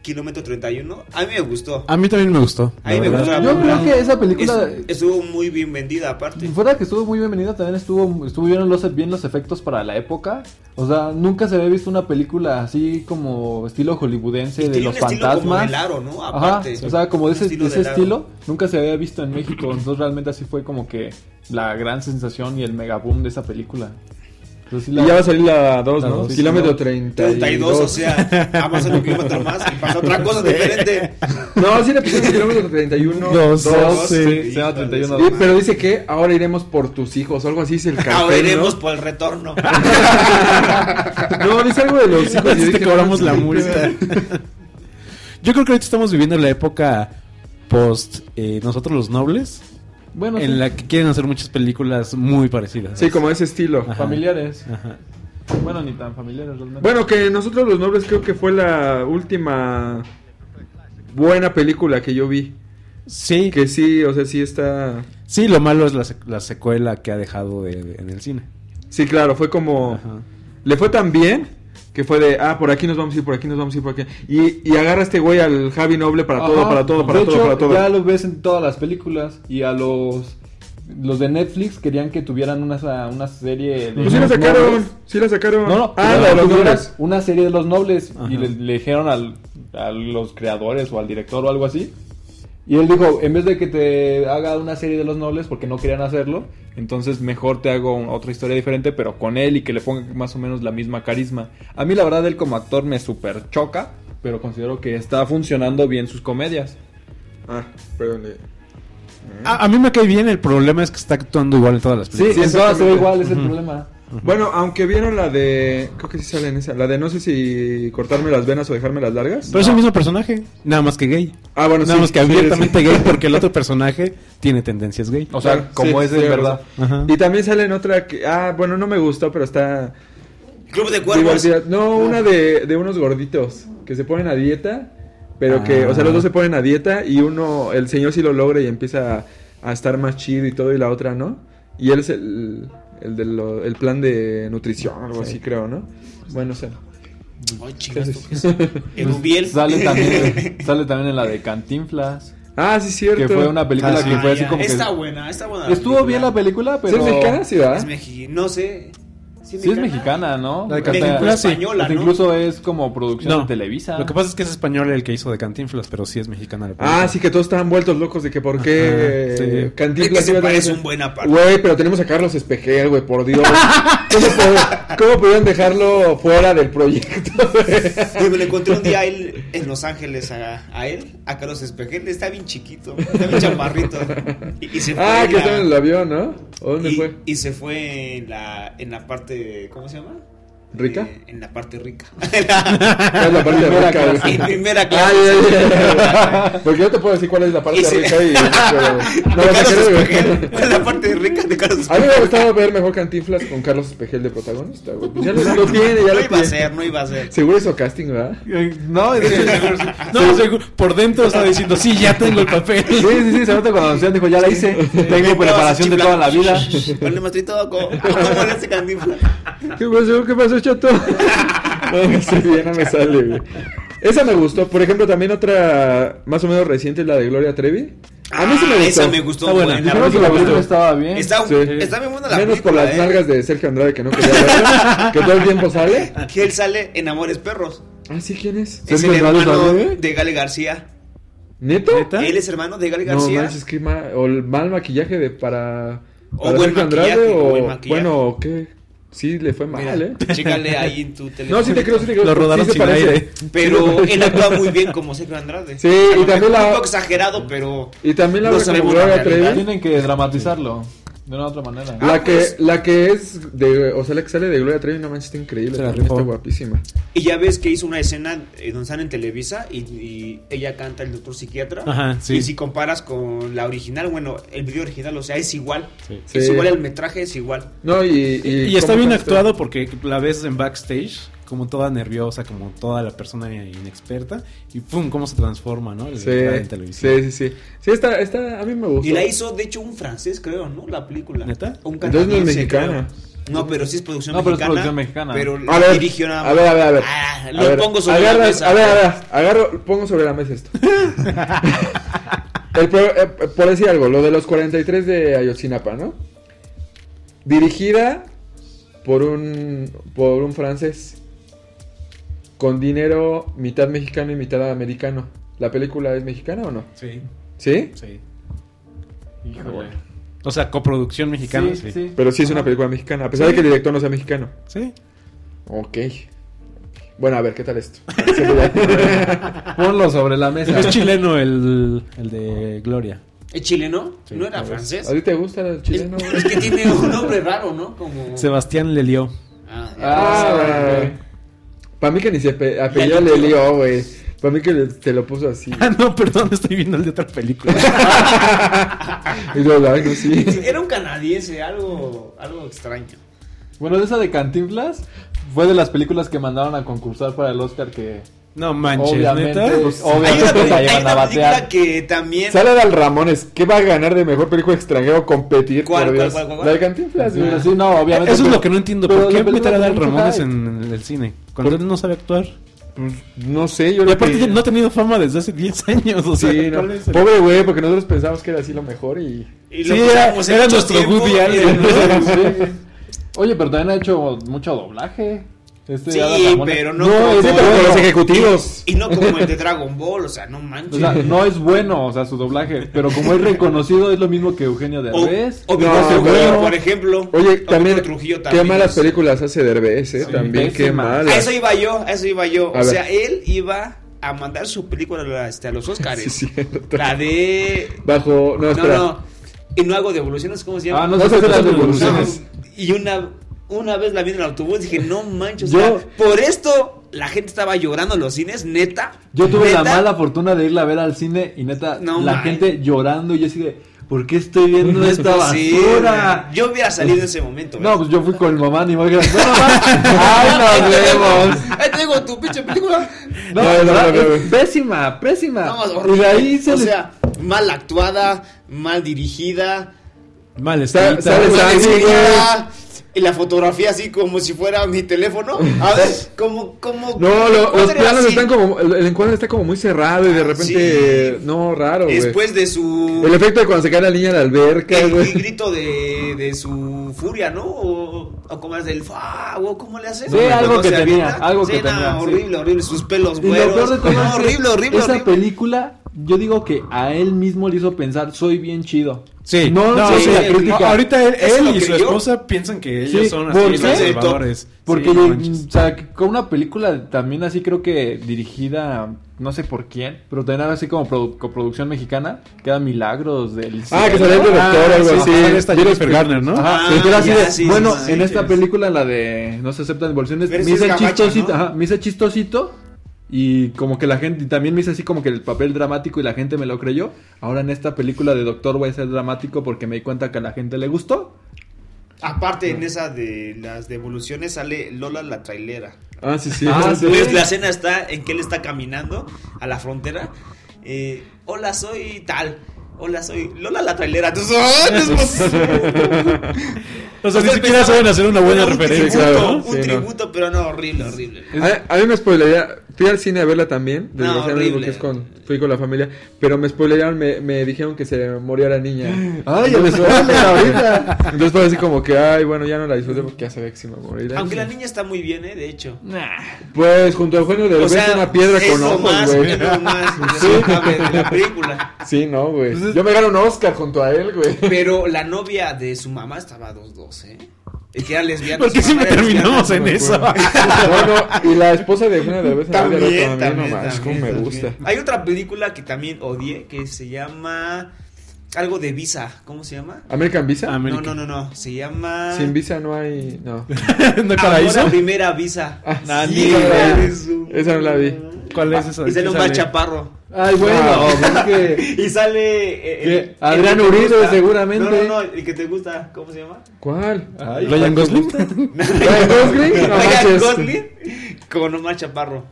Kilómetro 31. A mí me gustó. A mí también me gustó. A mí la me verdad. gustó la Yo creo película. que esa Ah, película. Es- estuvo muy bien vendida aparte. Fuera que estuvo muy bienvenida, también estuvo estuvieron los, bien los efectos para la época. O sea, nunca se había visto una película así como estilo hollywoodense Y de tenía los un estilo como fantasmas. del aro, ¿no? Ajá, Aparte. o sea, como de Un ese estilo estilo, ese del estilo aro. nunca se había visto en México. Entonces, realmente así fue como que la gran sensación y el mega boom de esa película. Entonces, sí la- Y ya va a salir la 2, La ¿no? dos. Kilómetro 32, 32. o sea, avanzó un kilómetro más y pasó otra cosa diferente. No, sí le pusieron kilómetro 31. Dos, dos. dos, sí. se llama 31. Sí, pero dice que ahora iremos por tus hijos, o algo así es el cartel, Ahora iremos ¿no? por el retorno. No, dice algo de los hijos. y yo Te dije, cobramos no, la sí, multa. Yo creo que ahorita estamos viviendo la época post eh, nosotros los nobles, Bueno, sí, en la que quieren hacer muchas películas muy parecidas. Sí, como ese estilo. familiares. Ajá. Bueno, ni tan familiares realmente. Bueno, que nosotros los nobles creo que fue la última buena película que yo vi. Sí, Que sí, o sea, sí está... sí, lo malo es la, sec- la secuela que ha dejado de- de- en el cine. Sí, claro, fue como... Ajá. Le fue tan bien que fue de, ah, por aquí nos vamos a ir, por aquí nos vamos a ir, por aquí. Y, y agarra a este güey al Javi Noble para todo, Ajá. para todo, para de todo, hecho, para todo. Ya los ves en todas las películas y a los los de Netflix querían que tuvieran una, sa- una serie de Pues sí la los sacaron, nobles. sí la sacaron. No, no, ah, que la de los tuvieran nobles. Una serie de los nobles Ajá. y le, le dijeron al, a los creadores o al director o algo así. Y él dijo, en vez de que te haga una serie de los nobles porque no querían hacerlo, entonces mejor te hago un- otra historia diferente, pero con él y que le ponga más o menos la misma carisma. A mí la verdad él como actor me super choca, pero considero que está funcionando bien sus comedias. Ah, perdón. le- A, a mí me cae bien, el problema es que está actuando igual en todas las Sí, películas. en todas se ve exactamente. igual, es el problema. Bueno, aunque vieron la de. Creo que sí sale en esa. La de no sé si cortarme las venas o dejarme las largas. Pero es el mismo personaje, nada más que gay. Ah, bueno, Pues, nada sí, más que sí, abiertamente sí. gay porque el otro personaje tiene tendencias gay. O sea, Claro, como sí, es de sí, verdad. Ajá. Y también sale en otra que. Ah, bueno, no me gustó, pero está. Club de Cuervos. divertida. No, una de, de unos gorditos que se ponen a dieta. Pero que, o sea, los dos se ponen a dieta y uno, el señor sí lo logra y empieza a, a estar más chido y todo, y la otra no. Y él es el, el, de lo- el plan de nutrición, algo así creo, ¿no? Bueno, o sea. Ay, chingas, ¿tú qué es? En un biel. Sale también, sale también en la de Cantinflas, Ah, sí, cierto. que fue una película Ah, que fue así ya. como que... Está buena, está buena. Estuvo bien la película, ¿Sí pero... es mexicana? Sí, ¿verdad? Es mexi- No sé. Sí, Sí es mexicana, ¿no? La de Hasta- Cantinflas, hasta sí. Española, ¿no? Incluso es como producción No, de Televisa. Lo que pasa es que es español el que hizo de Cantinflas, pero sí es mexicana. la Ah, película. sí, que todos estaban vueltos locos de que por qué Ajá, eh, sí. Es que Cantinflas se iba a tener- parece un buen aparte. Güey, pero tenemos a Carlos Espejel, güey, por Dios. ¿Cómo, pod- cómo pudieron dejarlo fuera del proyecto? Yo me lo encontré un día a él en Los Ángeles a, a él, a Carlos Espejel, está bien chiquito, está bien chaparrito. Y, y se fue ah, en que la- estaba en el avión, ¿no? ¿O dónde y, fue? y se fue en la, en la parte, ¿cómo se llama? ¿Rica? Eh, en la parte rica. en ¿Cuál es la parte Primera rica, güey? clase. primera Ah, clase. ya, ya, ya. Porque yo te puedo decir cuál es la parte Y se- rica y... pero- no, de vas a Carlos querer, güey. Espejel. En la parte rica de Carlos A mí Espejel. me gustaba ver mejor Cantinflas con Carlos Espejel de protagonista, güey. Pues ya lo, lo tiene, ya lo No iba a tiene. ser, no iba a ser. Seguro hizo casting, ¿verdad? Eh, No, es que... No, seguro- por dentro está diciendo, sí, ya tengo el papel. Sí, sí, sí, se nota cuando anunciaron, dijo, ya la hice, tengo Todos preparación de chiflados. toda la vida. Ponle mastritoco. Ponle ese candifla. ¿Qué pasó? ¿Qué pasó, chato? No, no sé, ya no me sale, güey. Esa me gustó. Por ejemplo, también otra más o menos reciente es la de Gloria Trevi. A mí sí me Ah, gustó. Esa me gustó. Está buena. buena, Dijeron que verdad. la película estaba bien. Está, Sí. está bien buena la Menos por película, las ¿eh? nalgas de Sergio Andrade que no quería verla, que todo el tiempo sale. Aquí él sale en Amores Perros. Ah, sí, ¿quién es? Es ¿Sergio el Andrade hermano sale? de Gale García. ¿Neto? ¿Neta? Él es hermano de Gale No, García. manches, que ma- o el mal maquillaje de para, O para buen Sergio Andrade maquillaje, o o buen maquillaje. bueno, ¿o ¿qué? Sí, le fue Mira, mal, ¿eh? Chécale ahí en tu teléfono. No, sí te creo, sí te creo. Lo rodaron sí se sin parece. aire. Pero él actúa muy bien como Sergio Andrade. Sí, A lo y también mejor la- Un poco exagerado, pero. Y también la No otra con sabemos la Gloria Trevi. realidad. Tienen que dramatizarlo de una u otra manera. La Ah, que, pues. la que es de, o sea, la que sale de Gloria Trevi, no manches, está increíble, Se la también está rifó. guapísima. Y ya ves que hizo una escena eh, donde están en Televisa y, y ella canta el doctor psiquiatra. Ajá, sí. Y si comparas con la original, bueno, el video original, o sea, es igual. Sí. Es Sí. igual, el metraje es igual. No, y, y, Y está ¿cómo bien canta? actuado porque la ves en backstage, como toda nerviosa, como toda la persona inexperta, y pum, cómo se transforma, ¿no? El- en Sí, televisión. sí, sí, sí. Sí, está, está, a mí me gusta. Y la hizo, de hecho, un francés, creo, ¿no? La película. ¿Neta? Un Entonces no es canadiense, mexicana. creo. No, pero sí es producción No, pero es mexicana. producción mexicana. Pero A ver, dirigió nada más. a ver, a ver, a ver. Ah, A lo ver, pongo sobre agarras- la mesa. A ver, a ver, agarro, pongo sobre la mesa esto. El pro- eh, eh, por decir algo, lo de los 43 de Ayotzinapa, ¿no? Dirigida por un, por un francés con dinero mitad mexicano y mitad americano. ¿La película es mexicana o no? Sí, ¿Sí? sí. Híjole. O sea, coproducción mexicana. Sí, sí. Pero sí es una película mexicana, a pesar de que el director no sea mexicano. Ok. Bueno, a ver, ¿qué tal esto? Ponlo sobre la mesa. Es chileno el, el de Gloria. ¿Es chileno? ¿No era francés? ¿A ti te gusta el Es, chileno? es que tiene un nombre raro, ¿no? Como... Sebastián Lelió. Ah, Ah, güey. Para mí que ni se ape- apellida Lelito. le lió, güey. Para mí que le- te lo puso así. Ah, no, perdón, estoy viendo el de otra película. y luego la vengo así. Era un canadiense, algo, algo extraño. Bueno, de esa de Cantinflas fue de las películas que mandaron a concursar para el Oscar que No manches, obviamente, neta. pues, Hay una, obviamente peli- la hay llevan a una película batear. que también... Sale Dal Ramones. ¿Qué va a ganar de mejor película extranjera o competir? ¿Cuál, por cuál, Dios? cuál, cuál, Ah. cuál? La de Cantinflas, güey. Sí, no, obviamente. Eso es pero- lo que no entiendo. pero ¿Por qué la película meter a dar fue mucho Ramones hype. en el cine? Cuando él no sabe actuar. pues, No sé, yo Y creo aparte que- ya no ha tenido fama desde hace 10 años. O sea, Sí, no. ¿cuál es el- Pobre güey, porque nosotros pensamos que era así lo mejor y... y lo Sí, era- pusimos en era mucho nuestro Woody y- Allen. Sí. Oye, pero también ha hecho mucho doblaje. Este Sí, Adal Ramones. pero no, No, como, ese pero con los ejecutivos. y no como el de Dragon Ball, o sea, no manches. O sea, no es bueno, o sea, su doblaje. Pero como es reconocido, es lo mismo que Eugenio de O- Arbez. o No, Víctor güey. Trujillo, por ejemplo. O Oye, Víctor también... Trujillo qué también malas es- películas hace Derbez, eh. también, qué pésimas. malas. A eso iba yo, a eso iba yo. A o ver. sea, él iba a mandar su película a, la- este, a los Oscars. Sí, cierto. La de. Bajo... No, No, espera. no. Y no hago devoluciones, ¿cómo se llama? Ah, no, No sé sé si si las las devoluciones. devoluciones. Y una, una vez la vi en el autobús dije, no manches. Yo- o sea, por esto la gente estaba llorando en los cines, neta. Yo tuve la neta. mala fortuna de irla a ver al cine y neta, No la man. gente llorando y yo así de, ¿por qué estoy viendo esta Sí, basura? yo hubiera salido en ese momento. No, güey. pues yo fui con mi mamá ni modo que- ¡No, mamá! ¡Ay, nos vemos! Ahí tengo tu pinche película. No, No, no, no, no, es pésima, pésima. No, es y horrible. de ahí se o les- sea, mal actuada, mal dirigida, Mal Sa- escrita. sale mal Sandy, güey. escrita, y la fotografía así como si fuera mi teléfono. A ver, como, como. No, lo- ¿cómo los sería planos así? están como. El, el encuadre está como muy cerrado y de repente. Sí. No, raro, güey. Después de su. El efecto de cuando se cae la niña en la alberca, el, el güey. grito de, de su furia, ¿no? O, o como es del fa, o cómo le hace. Sí, Cuando algo que se tenía, algo Sí, que no, tenía, sí. horrible, horrible, sus pelos Y lo güeros. peor de No, todo es que horrible, horrible, Esa horrible. película, yo digo que a él mismo le hizo pensar, soy bien chido. Sí, No, sí, sí, la no, crítica. ahorita él, Eso él lo y su creyó. esposa piensan que ellos Sí, son ¿por así los qué? salvadores. Porque Sí, no yo- manches. o sea, con una película también así creo que dirigida, no sé por quién, pero también era así como produ- coproducción mexicana, que era Milagros del Ah, que Cielo. salía el director o algo sí, así. sí, está Yo Jennifer les- Garner, ¿no? Ajá, Ah, pero que era así ya, de, sí, bueno, sí, en sí, esta sí. película la de no se aceptan devoluciones, me Pero sí es hice gabacha, chistosito, ¿no? ajá, me hice chistosito y como que la gente y también me hice así como que el papel dramático y la gente me lo creyó. Ahora en esta película de Doctor voy a ser dramático porque me di cuenta que a la gente le gustó. Aparte, en esa de las devoluciones sale Lola la trailera. Ah, sí, sí. Ah, sí. Pues la escena está en que él está caminando a la frontera. eh, Hola, soy tal. Hola, soy Lola la trailera. Entonces, ¡ah, no es posible! O sea, ni Usted siquiera pensaba- saben hacer una buena Era un referencia. tributo, claro, ¿no? Un Sí, no. tributo, pero no, horrible, horrible. A, a mí me spoilearía. Fui al cine a verla también. No, Desgraciadamente, porque horrible. es con, fui con la familia. Pero me spoilearon, me, me dijeron que se moría la niña. Ay, el Entonces, spoiler ahorita. Entonces fue así como que, ay, bueno, ya no la disfruté porque ya sabía que se iba a morir. Aunque la niña está muy bien, ¿eh? De hecho. Pues junto a Eugenio Derbez una piedra es con lo ojos, más, güey. es lo más destacable de la película. Sí, no, güey. Yo me gano un Oscar junto a él, güey. Pero la novia de su mamá estaba 2-2, ¿eh? Y que era lesbiana. ¿Por qué su mamá siempre era lesbiana. terminamos en eso? bueno, y la esposa de Eugenio Derbez También, Arabia Loca, también, a mí no más, también, cómo me también. gusta. Hay otra película que también odié que se llama. Algo de Visa. ¿Cómo se llama? ¿American Visa? América. No, no, no, no. Se llama. Sin Visa no hay... No. ¿No Amor a paraíso? primera visa. Ah, No, Sí, ni güey. idea. Su- Esa no la vi. ¿Cuál es eso? Y sale un machaparro. Ay, bueno, Ah, pues pues es que Y sale. eh, ¿Qué? el- el Adrián que te Uribe, gusta. seguramente. No, no, no, el que te gusta. ¿Cómo se llama? ¿Cuál? ¿Ryan Gosling? ¿Ryan Gosling? No Ryan manches. Gosling con Omar Chaparro.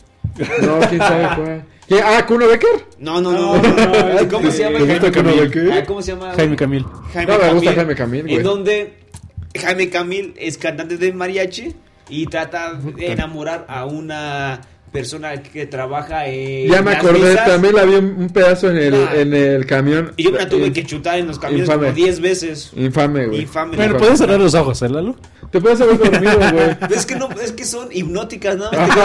No, quién sabe cuál. ¿Quién? Ah, ¿Kuno Becker. No, no, no. no. ¿Cómo se llama? ¿Te gusta Jaime Camil? Camil. Ah, ¿Cómo se llama? Jaime Camil. Jaime No, me gusta Camil. Jaime Camil, En güey. donde Jaime Camil es cantante de mariachi y trata de enamorar a una persona que trabaja en Ya me Eh, las acordé, misas. también la vi un, un pedazo en el, Ah. en el camión. Y yo me la tuve que chutar en los camiones Infame. como 10 veces. Infame, güey. Infame. Bueno, puedes cerrar los ojos, ¿eh, Lalo? Te puedes haber dormido, güey. Pero Es que no, es que son hipnóticas, nada más.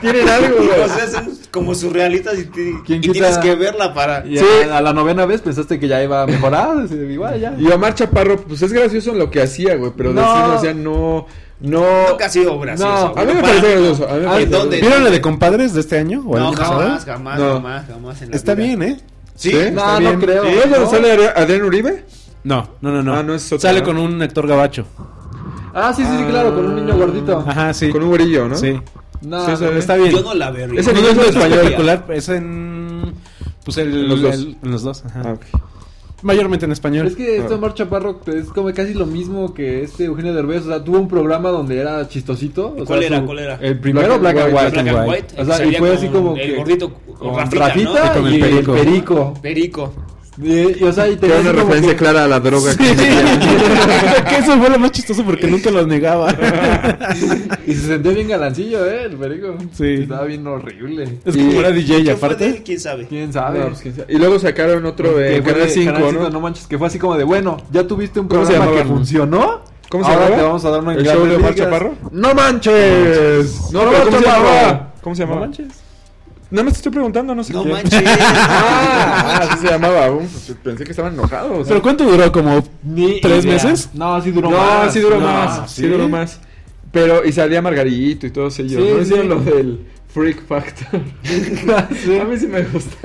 Tienen algo, Y, güey. o sea, son como surrealistas y, te- ¿Quién y quita- tienes que verla para. Y Sí. a, a la novena vez pensaste que ya iba a mejorar. así de, Igual ya. Y Omar Chaparro, pues es gracioso en lo que hacía, güey, pero No. decirlo, o sea, no, no. Nunca ha sido gracioso. a mí me Para- parece gracioso. A mí me ¿En parece dónde? gracioso. ¿Vieron la de compadres de este año? ¿O el No, año pasado? jamás, jamás, No. jamás, jamás. en la Está vida. bien, ¿eh? ¿Sí? No, no creo. ¿No es donde No. sale Adri- Adrián Uribe? No, no, no, no. Ah, no es otra, Sale ¿no? con un actor gabacho. Ah, sí, sí, sí, claro, con un niño gordito. Ah, Ajá, Ah, sí. Con un gorillo, ¿no? Sí. No, Sí, eso no, es- Está bien. Yo no la veo. Ese No, niño es es en español. espectacular, es en. Pues el, En los dos. el- en los dos, ajá. Ah, ok. Mayormente en español. Es que este Omar Chaparro es como casi lo mismo que este Eugenio Derbez. O sea, tuvo un programa donde era chistosito. O ¿Cuál sea, era? su- ¿Cuál era? El Primero Black and White. Black and White. O sea, salía y fue con así como que- El gordito con Con Rafita, Rafita ¿no? Y con el y el perico. perico. Perico. Y, y, o sea, y te Tiene una referencia clara a la droga. Sí. que eso fue lo más chistoso porque nunca lo negaba. Y se sentía bien galancillo, ¿eh? El perico. Sí. Estaba bien horrible. Es como era DJ ¿Qué fue de él? aparte. ¿Quién sabe? ¿Quién No, sabe? pues, quién sabe. y luego sacaron otro de Que fue Canal de 5, Canal ¿no? cinco, manches, que fue así como de, bueno, ya tuviste un ¿Cómo se programa que llamaba? funcionó. ¿Cómo se ahora llamaba? te vamos a dar una ¿El show de Omar Chaparro? ¡No manches! No, pero ¿cómo se llamaba? ¿Cómo se llamaba? No manches. No me estoy preguntando, no sé No qué. manches. Ah, así se llamaba. Uf, Pensé que estaban enojados. ¿Pero cuánto duró? ¿Como tres idea. meses? No, sí duró No, más. sí duró No, más. ¿sí? Sí duró más. Pero, y salía Margarito y todos ellos. Sí, no sí. hicieron lo del Freak Factor. A mí sí me gusta.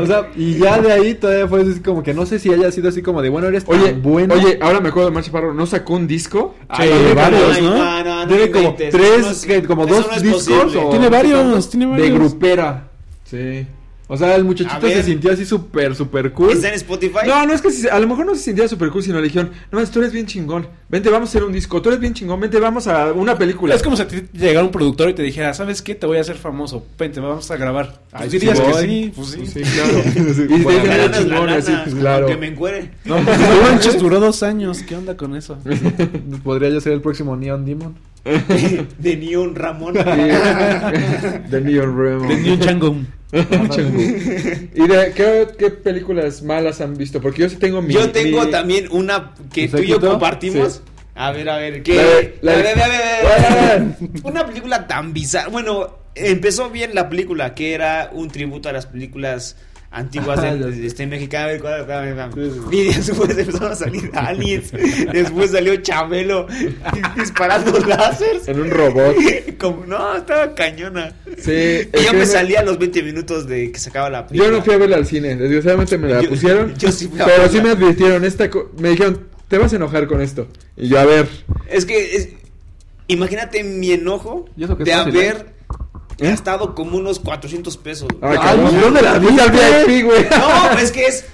O sea, y ya de ahí todavía fue así como que no sé si haya sido así como de, bueno, eres tan oye, bueno. oye, ah. ahora me acuerdo de Marcha Parro. ¿No sacó un disco? Ah, Sí, varios, Ay, ¿no? Tiene como inventes. tres, Eso no es- que como eso dos no es discos posible. o- Tiene varios, tiene varios. de grupera. Sí. O sea, el A muchachito ver. se sintió así súper, súper cool. ¿Está en Spotify? No, no es que si- a lo mejor no se sentía super cool, sino le dijeron, no, más, tú eres bien chingón, vente, vamos a hacer un disco, tú eres bien chingón, vente, vamos a una película. Es como si a ti te llegara un productor y te dijera, ¿sabes qué? Te voy a hacer famoso. Vente, vamos a grabar. Ay, Pues dirías sí que voy. sí. Pues sí. Sí, claro. y te Me dicen, ganas eres la chingón, lana, así, pues, claro. Que me encuere. No manches, duró dos años. ¿Qué onda con eso? Podría yo ser el próximo Neon Demon. De Neon Ramón. De Neon Remo. Tenía un changón. Ah, ¿Y de qué, qué películas malas han visto? Porque yo sí tengo mi. Yo tengo mi- también una que tú y yo ¿Secreto? compartimos. Sí. A ver, a ver, ¿qué? La de- la A de- ver, a ver, a ver, a ver. Una película tan bizarra. Bueno, empezó bien la película, que era un tributo a las películas antiguas de, Ah, ya de este mexicano. A ver, cuál- cuál- cuál- Y después empezaron a salir aliens. Después salió Chabelo disparando láseres. En un robot. Como, no, estaba cañona. Sí. Y es yo que me no- salía a los 20 minutos de que se acaba la película. Yo no fui a verla al cine. Desgraciadamente me la Yo- pusieron. yo sí fui a Pero verla. sí me advirtieron. Esta co- me dijeron, te vas a enojar con esto. Y yo, a ver. Es que es- imagínate mi enojo Y eso que de es fácil, ¿eh? haber gastado como unos 400 pesos. Ah, Ay, cabrón, no, ¿Dónde la viste al VIP, güey? No, pues, es que es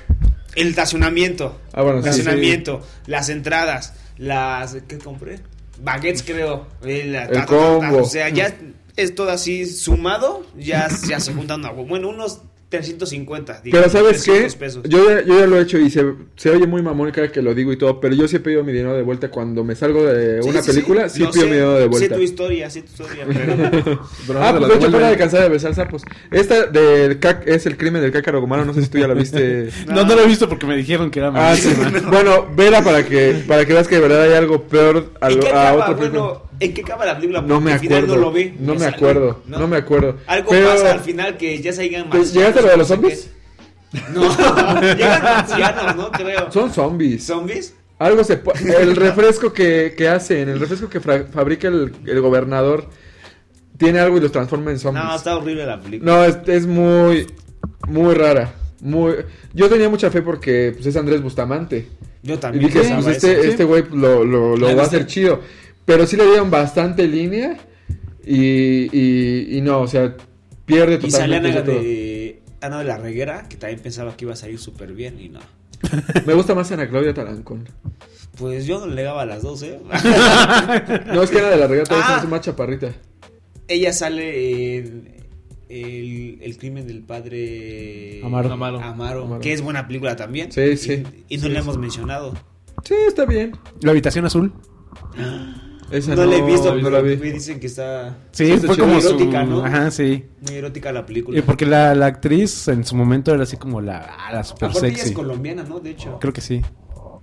el estacionamiento. Ah, bueno, sí, estacionamiento, las entradas, las ¿qué compré? Baguettes creo. eh, la- El combo. O sea, ya es todo así sumado, ya, ya se juntan a- bueno, unos 350, Pero ¿sabes qué? 300 pesos. Yo ya, yo ya lo he hecho y se, se oye muy mamón cada que lo digo y todo, pero yo sí he pedido mi dinero de vuelta cuando me salgo de Sí, una sí, película, sí, lo pido sé, mi dinero de Sé vuelta. tu historia, sé tu historia, pero ah, no te pues de hecho la devuelven. para alcanzar a besar sapos. Esta del cac es el crimen del cácaro gomano, no sé si tú ya la viste. No, no lo he visto porque me dijeron que era ah, sí. malísima. Bueno, vela para que para que veas que de verdad hay algo peor a, ¿En lo- qué a acaba? otra película. Bueno, ¿en qué acaba la película? no me Porque Al acuerdo. final no lo vi. No me salió, acuerdo. No, me acuerdo. Algo Pero- pasa al final que ya se llegan ¿Te- más. ¿Llegaste a lo de los zombies? No, llegan ancianos, ¿no? Creo. Son zombies. ¿Zombies? Algo se po- el refresco que, que hacen, el refresco que fra- fabrica el, el gobernador tiene algo y los transforma en zombies. No, No, está horrible la película. es, es muy muy rara. Muy yo tenía mucha fe porque pues es Andrés Bustamante. Yo Y también dije, pensaba pues eso. este este güey lo, lo, lo Ah, va a no sé. hacer chido. Pero sí le dieron bastante línea y, y, y no, o sea, pierde Y salía totalmente. Ana eso todo. de Ana de la Reguera, que también pensaba que iba a salir súper bien y no. Me gusta más Ana Claudia Talancón. Pues yo no le daba a las dos, ¿eh? No, es que Ana de la Regata Ah. es más chaparrita. Ella sale en el, el crimen del padre Amaro. Amaro, Amaro. que es buena película también. Sí, sí. Y, y no la hemos mencionado. Sí, está bien. La habitación azul. Esa No, la he visto, no pero la vi. me dicen que está Sí, está fue chido. como su... Erótica, ¿no? Ajá, sí. muy erótica la película. Eh, porque la, la actriz en su momento era así como la, ah, la super Aparte ella es sexy. colombiana, ¿no? De hecho. Creo que sí.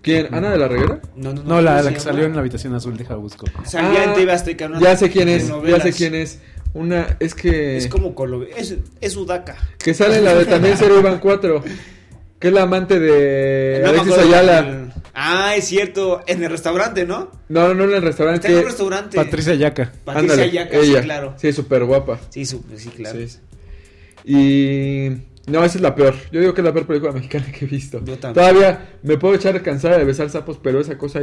¿Quién? ¿Ana de la Reguera? No, la, ¿cómo la que se llama? salió en la habitación azul, deja busco. Salía en Ah, TV Azteca. una Ya sé quién es, ya telenovela. sé quién es. Una, es eh. que... Es como colo- es, es Udaca. Que sale en la de también Cero Iban 4. Que es la amante Eh, de No me Alexis acuerdo Ayala. del- Ah, es cierto. En el restaurante, ¿no? No, no, no, en el restaurante. Está en un restaurante. Patricia Yaca. Patricia Ándale, Yaca, sí, claro. Sí, súper guapa. Sí, su- pues, sí, claro. Sí. Y. No, esa es la peor. Yo digo que es la peor película mexicana que he visto. Yo también. Todavía me puedo echar cansada de besar sapos, pero esa cosa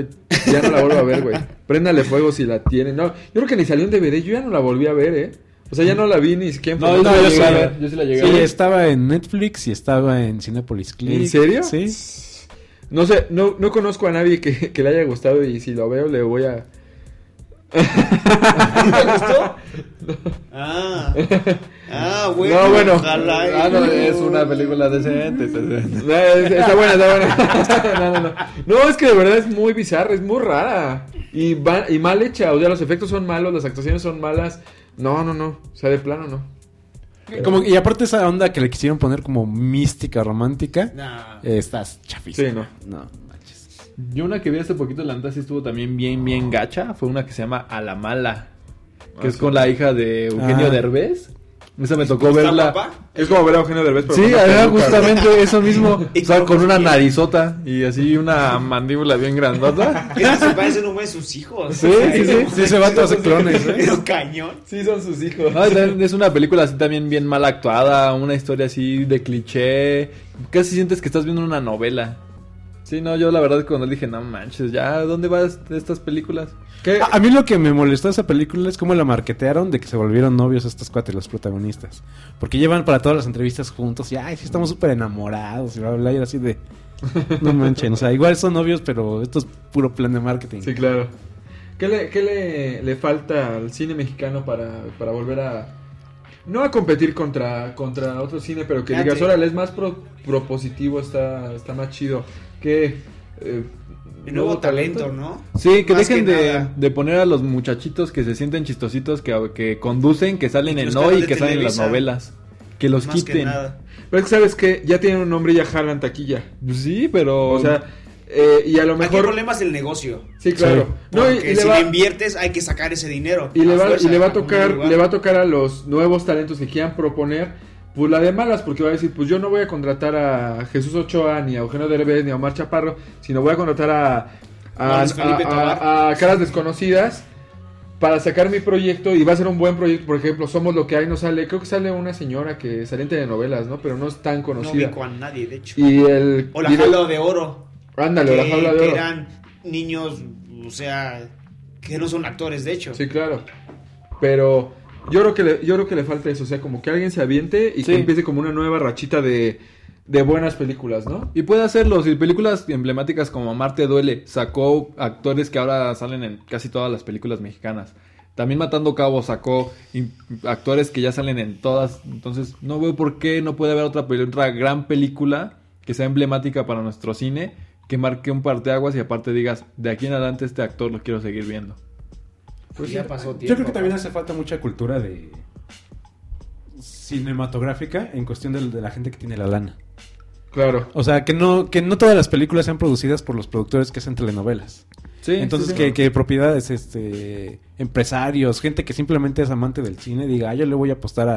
ya no la vuelvo a ver, güey. Préndale fuego si la tienen. No, yo creo que ni salió en DVD, yo ya no la volví a ver, ¿eh? O sea, ya no la vi ni siquiera. en No, yo, formato de sí la llegué a DVD. ver, yo sí la Sí, llegué a ver. estaba en Netflix y estaba en Cinepolis Click. ¿En serio? Sí. No sé, no, no conozco a nadie que, que le haya gustado y si lo veo le voy a... ¿Te gustó? Ah. Ah, bueno. No, bueno. Ojalá. eh. y- Ah, no, es una película decente. decente. No, es- Eh, está buena, está buena. No, no, no. No, es que de verdad es muy bizarra, es muy rara. Y, va- y mal hecha, o sea, los efectos son malos, las actuaciones son malas. No, no, no, o sea, de plano no. Como, y aparte esa onda que le quisieron poner como mística, romántica, Nah. eh, estás chafísima. Sí, no. No, manches. Yo una que vi hace poquito en la neta sí estuvo también bien, bien gacha. Fue una que se llama A la Mala. Que es con la hija de Eugenio Ah. Derbez. Esa me tocó ¿Está verla. guapa? Es como ver a Eugenio Derbez, Sí, era justamente eso mismo. Y o sea, con con una bien. narizota y así una mandíbula bien grandota. Que se parecen uno de sus hijos. Sí, sí, sí. Sí, ese vato hace clones, ¿eh? Es cañón. Sí, son sus hijos. No, y también es una película así también bien mal actuada, una historia así de cliché. Casi sientes que estás viendo una novela. Sí, no, yo la verdad cuando dije, no manches, ya, ¿dónde vas estas películas? ¿Qué? A, a mí lo que me molestó de esa película es cómo la marquetearon de que se volvieron novios estos cuates, los protagonistas. Porque llevan para todas las entrevistas juntos y, ay, sí, estamos súper enamorados y bla, bla, bla, y era así de... No manchen, o sea, igual son novios, pero esto es puro plan de marketing. Sí, claro. ¿Qué le, qué le, le falta al cine mexicano para, para volver a... No a competir contra, contra otro cine, pero que Fíjate. digas, órale, es más pro- propositivo, está, está más chido. Que... eh, El nuevo talento, ¿no? Sí, que Más dejen que de, nada. de poner a los muchachitos que se sienten chistositos, que, que conducen, que salen Y que en los hoy canales y que de salen en las Televisa. novelas. Que los Más que quiten. nada. Pero es que sabes que ya tienen un nombre y ya jalan taquilla. Sí, pero. Mm. O sea, eh, y a lo Aquí el mejor... problema es el negocio. Sí, claro. No, y, Porque y le si va, le inviertes, hay que sacar ese dinero. y le A va- fuerza, y le va a algún tocar, lugar. le va a tocar a los nuevos talentos que quieran proponer. Pues la de malas, porque va a decir, pues yo no voy a contratar a Jesús Ochoa, ni a Eugenio Derbez, ni a Omar Chaparro, sino voy a contratar a, a, Luis Felipe a- a- Tobar. a caras desconocidas para sacar mi proyecto y va a ser un buen proyecto. Por ejemplo, Somos lo que hay, no sale, creo que sale una señora que salió en telenovelas, ¿no? Pero no es tan No conocida. ubico a nadie, de hecho. y el... O la dire- jaula de oro. Ándale, o la que- jaula de que oro. eran niños, o sea, que no son actores, de hecho. Sí, claro. Pero yo creo que le, yo creo que le falta eso, o sea, como que alguien se aviente y Sí. que empiece como una nueva rachita de, de buenas películas, ¿no? Y puede hacerlo. Si películas emblemáticas como Amarte Duele sacó actores que ahora salen en casi todas las películas mexicanas. También Matando Cabo sacó in- actores que ya salen en todas. Entonces, no veo por qué no puede haber otra, pel- otra gran película que sea emblemática para nuestro cine, que marque un parteaguas y aparte digas, de aquí en adelante este actor lo quiero seguir viendo. Pues ya pasó tiempo. Yo creo que también hace falta mucha cultura de cinematográfica en cuestión del- de, la gente que tiene la lana. Claro. O sea, que no, que no todas las películas sean producidas por los productores que hacen telenovelas. Sí, Entonces, que, que propiedades, este, empresarios, gente que simplemente es amante del cine, diga, "Ah, yo le voy a apostar a,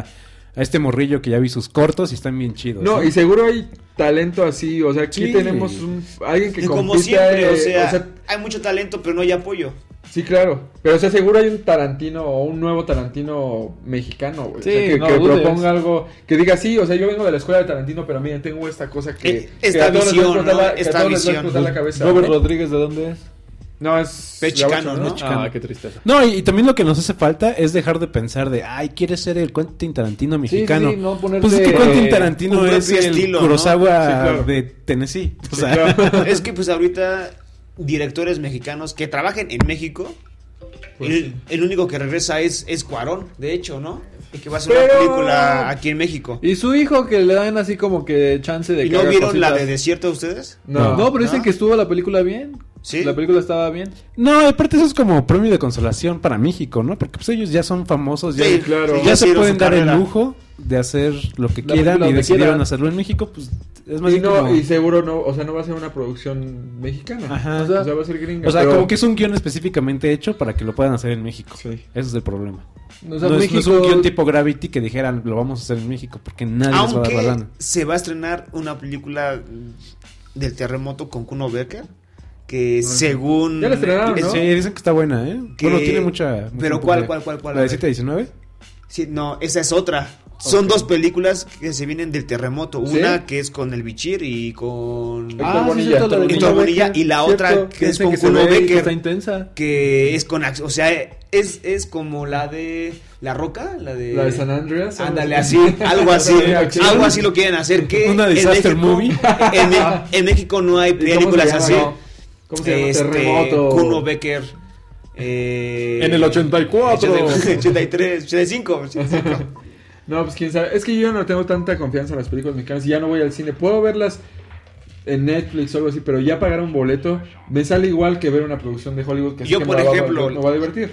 a este morrillo que ya vi sus cortos y están bien chidos. No, y seguro hay talento así, o sea, aquí Sí. tenemos un, alguien que Y como compita, siempre, eh, o, sea, hay mucho talento, pero no hay apoyo. sí, claro. Pero o sea, seguro hay un Tarantino o un nuevo Tarantino mexicano, güey. o sea, Sí, que, no que dudes. proponga algo, que diga, sí, o sea, yo vengo de la escuela de Tarantino, pero miren, tengo esta cosa que... Eh, que esta a todos les va a visión, explotar ¿no? la- que a Esta todos les va a visión. explotar la cabeza. Robert Rodríguez, ¿de dónde es? No, es... Es chicano, gabacho, ¿no? Ah, qué tristeza. No, y, y también lo que nos hace falta es dejar de pensar de, ay, ¿quieres ser el Quentin Tarantino mexicano? sí, no ponerte- pues es que Quentin Tarantino un es el propio estilo, ¿no? Kurosawa Sí, claro. de Tennessee. O sea, es que pues ahorita directores mexicanos que trabajen en México, Pues, el, sí. el único que regresa es, es Cuarón, de hecho, ¿no? Y que va a hacer una Pero- película aquí en México. Y su hijo que le dan así como que chance de ¿Y que no haga vieron la cositas. de Desierto ustedes? No, No, pero dicen ¿No? que estuvo la película bien. Sí. La película estaba bien. No, y aparte eso es como premio de consolación para México, ¿no? Porque pues ellos ya son famosos, ya, Sí, claro. ya se hicieron pueden su dar carrera. el lujo de hacer lo que La quieran película y donde decidieron quieran. hacerlo en México, pues es más Y, bien no, como... y seguro no, o sea, no va a ser una producción mexicana. Ajá. O sea, va a ser gringa. o sea, pero- como que es un guión específicamente hecho para que lo puedan hacer en México. Sí. Ese es el problema. O sea, no, es- no México... es un guión tipo Gravity que dijeran lo vamos a hacer en México porque nadie les va a dar la Aunque lana. se va a estrenar una película del terremoto con Kuno Becker, que según... Ya la estrenaron, ¿no? Sí, dicen que está buena, ¿eh? Que- Bueno, tiene mucha... mucha Pero ¿cuál, popularidad. cuál, cuál, cuál? ¿La A de ver. 719? Sí, no, esa es otra. Son dos películas que se vienen del terremoto. ¿Sí? Una que es con el Bichir y con Ah, sí, Bonilla. cierto, la de Héctor Kuno Bonilla Becker. y la Cierto. otra que es Dicen con que se Kuno ve y que Becker. Está intensa. que es con ac- o sea es es como la de la roca la de La de San Andreas. ándale así algo así algo así lo quieren hacer que Una en disaster movie. en, Me- en México no hay ¿Y cómo se películas llama? así No. ¿Cómo se llama? Este, Terremoto. Kuno Becker eh, En el 84. 83 85 85. No, pues quién sabe. Es que yo no tengo tanta confianza en las películas mexicanas y ya no voy al cine. Puedo verlas en Netflix o algo así, pero ya pagar un boleto me sale igual que ver una producción de Hollywood que sé Yo, que por me va- ejemplo- me va a divertir.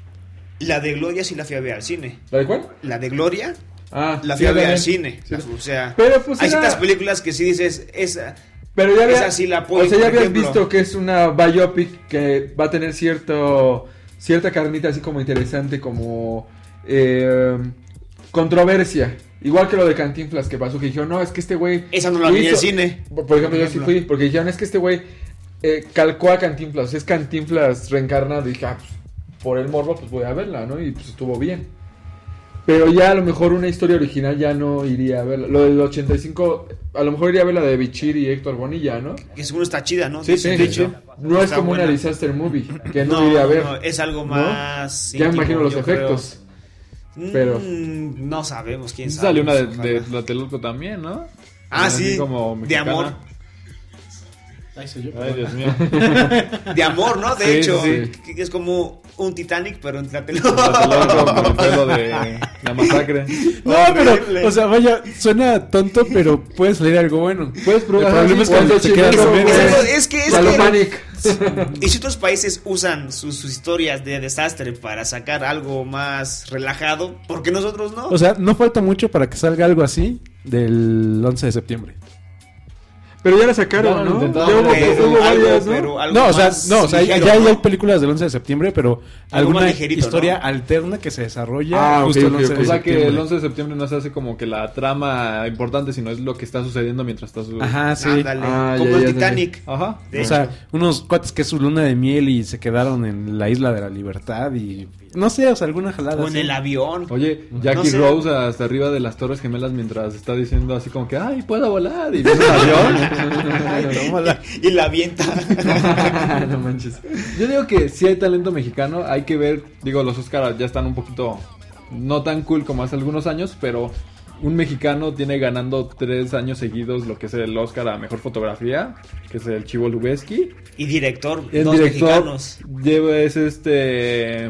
la de Gloria sí la fui a ver al cine ¿La de cuál? la de Gloria Ah, la sí, fui a ver también. al cine Sí. La fu- o sea Pero, pues, hay era- ciertas películas que sí dices esa Pero ya Esa había- sí la o puedo, sea, ya por habías ejemplo. visto que es una biopic que va a tener cierto cierta carnita así como interesante, como eh, controversia. Igual que lo de Cantinflas que pasó, que dijeron, no, es que este güey... esa no la lo vi en el hizo- cine Por, por ejemplo, yo sí fui, porque dijeron, es que este güey eh, calcó a Cantinflas, o sea, es Cantinflas reencarnado, y dije, ah, pues, por el morbo, pues voy a verla, ¿no? Y pues estuvo bien. Pero ya a lo mejor una historia original ya no iría a verla. Lo del 85, a lo mejor iría a ver la de Bichir y Héctor Bonilla, ¿no? que seguro está chida no Sí, sí, Dicen, sí, de hecho. sí. No es Está como una buena. disaster movie, que no, iría a ver. no, es algo ¿no? más. ya me íntimo, imagino los yo creo. efectos. Mm, pero- no sabemos quién sabe. Salió una de, Ojalá. de la Teluco también, ¿no? Ah, Así sí. como de mexicana. amor. Ay, soy yo. Ay, Dios mío. De amor, ¿no? De Sí, hecho, sí. que es como un Titanic, pero en la tele. La Teluco con el pelo de la masacre. No, pero, o sea, vaya, suena tonto, pero puede salir algo bueno. Puedes probar. El problema es así, cuando te cuánto quedas es, Pero, dormido. chingazo, es güey. algo- es que es que Palomanic. y si otros países usan sus, sus historias de desastre para sacar algo más relajado, porque nosotros no. O sea, no falta mucho para que salga algo así del 11 de septiembre. Pero ya la sacaron, Ya lo ¿no? intentaron, Ya hubo, pero, hubo algo, varias, ¿no? pero algo No, o sea, más no, o sea, ya- ligero, ya, ¿no? hay películas del 11 de septiembre, pero alguna más ligerito, historia ¿no? alterna que se desarrolla Ah, justo ok, el ok, 11 ok. de O sea que septiembre. el 11 de septiembre no se hace como que la trama importante, sino es lo que está sucediendo mientras está su... Ajá, sí. Ándale, Ah, como ya, el ya, ya. Titanic. Ajá. de o hecho. sea, unos cuates que es su luna de miel y se quedaron en la isla de la libertad y no sé, o sea, alguna jalada. o en así. el avión. Oye, Jackie No sé. Rose hasta arriba de las Torres Gemelas mientras está diciendo así como que, ay, puedo volar. Y viene un avión. Ay, tómala. y la avienta. no manches. Yo digo que si hay talento mexicano, hay que ver, digo, los Oscar ya están un poquito no tan cool como hace algunos años, pero un mexicano tiene ganando tres años seguidos lo que es el Oscar a Mejor Fotografía, que es el Chivo Lubeski. Y director, El dos director mexicanos. lleva es este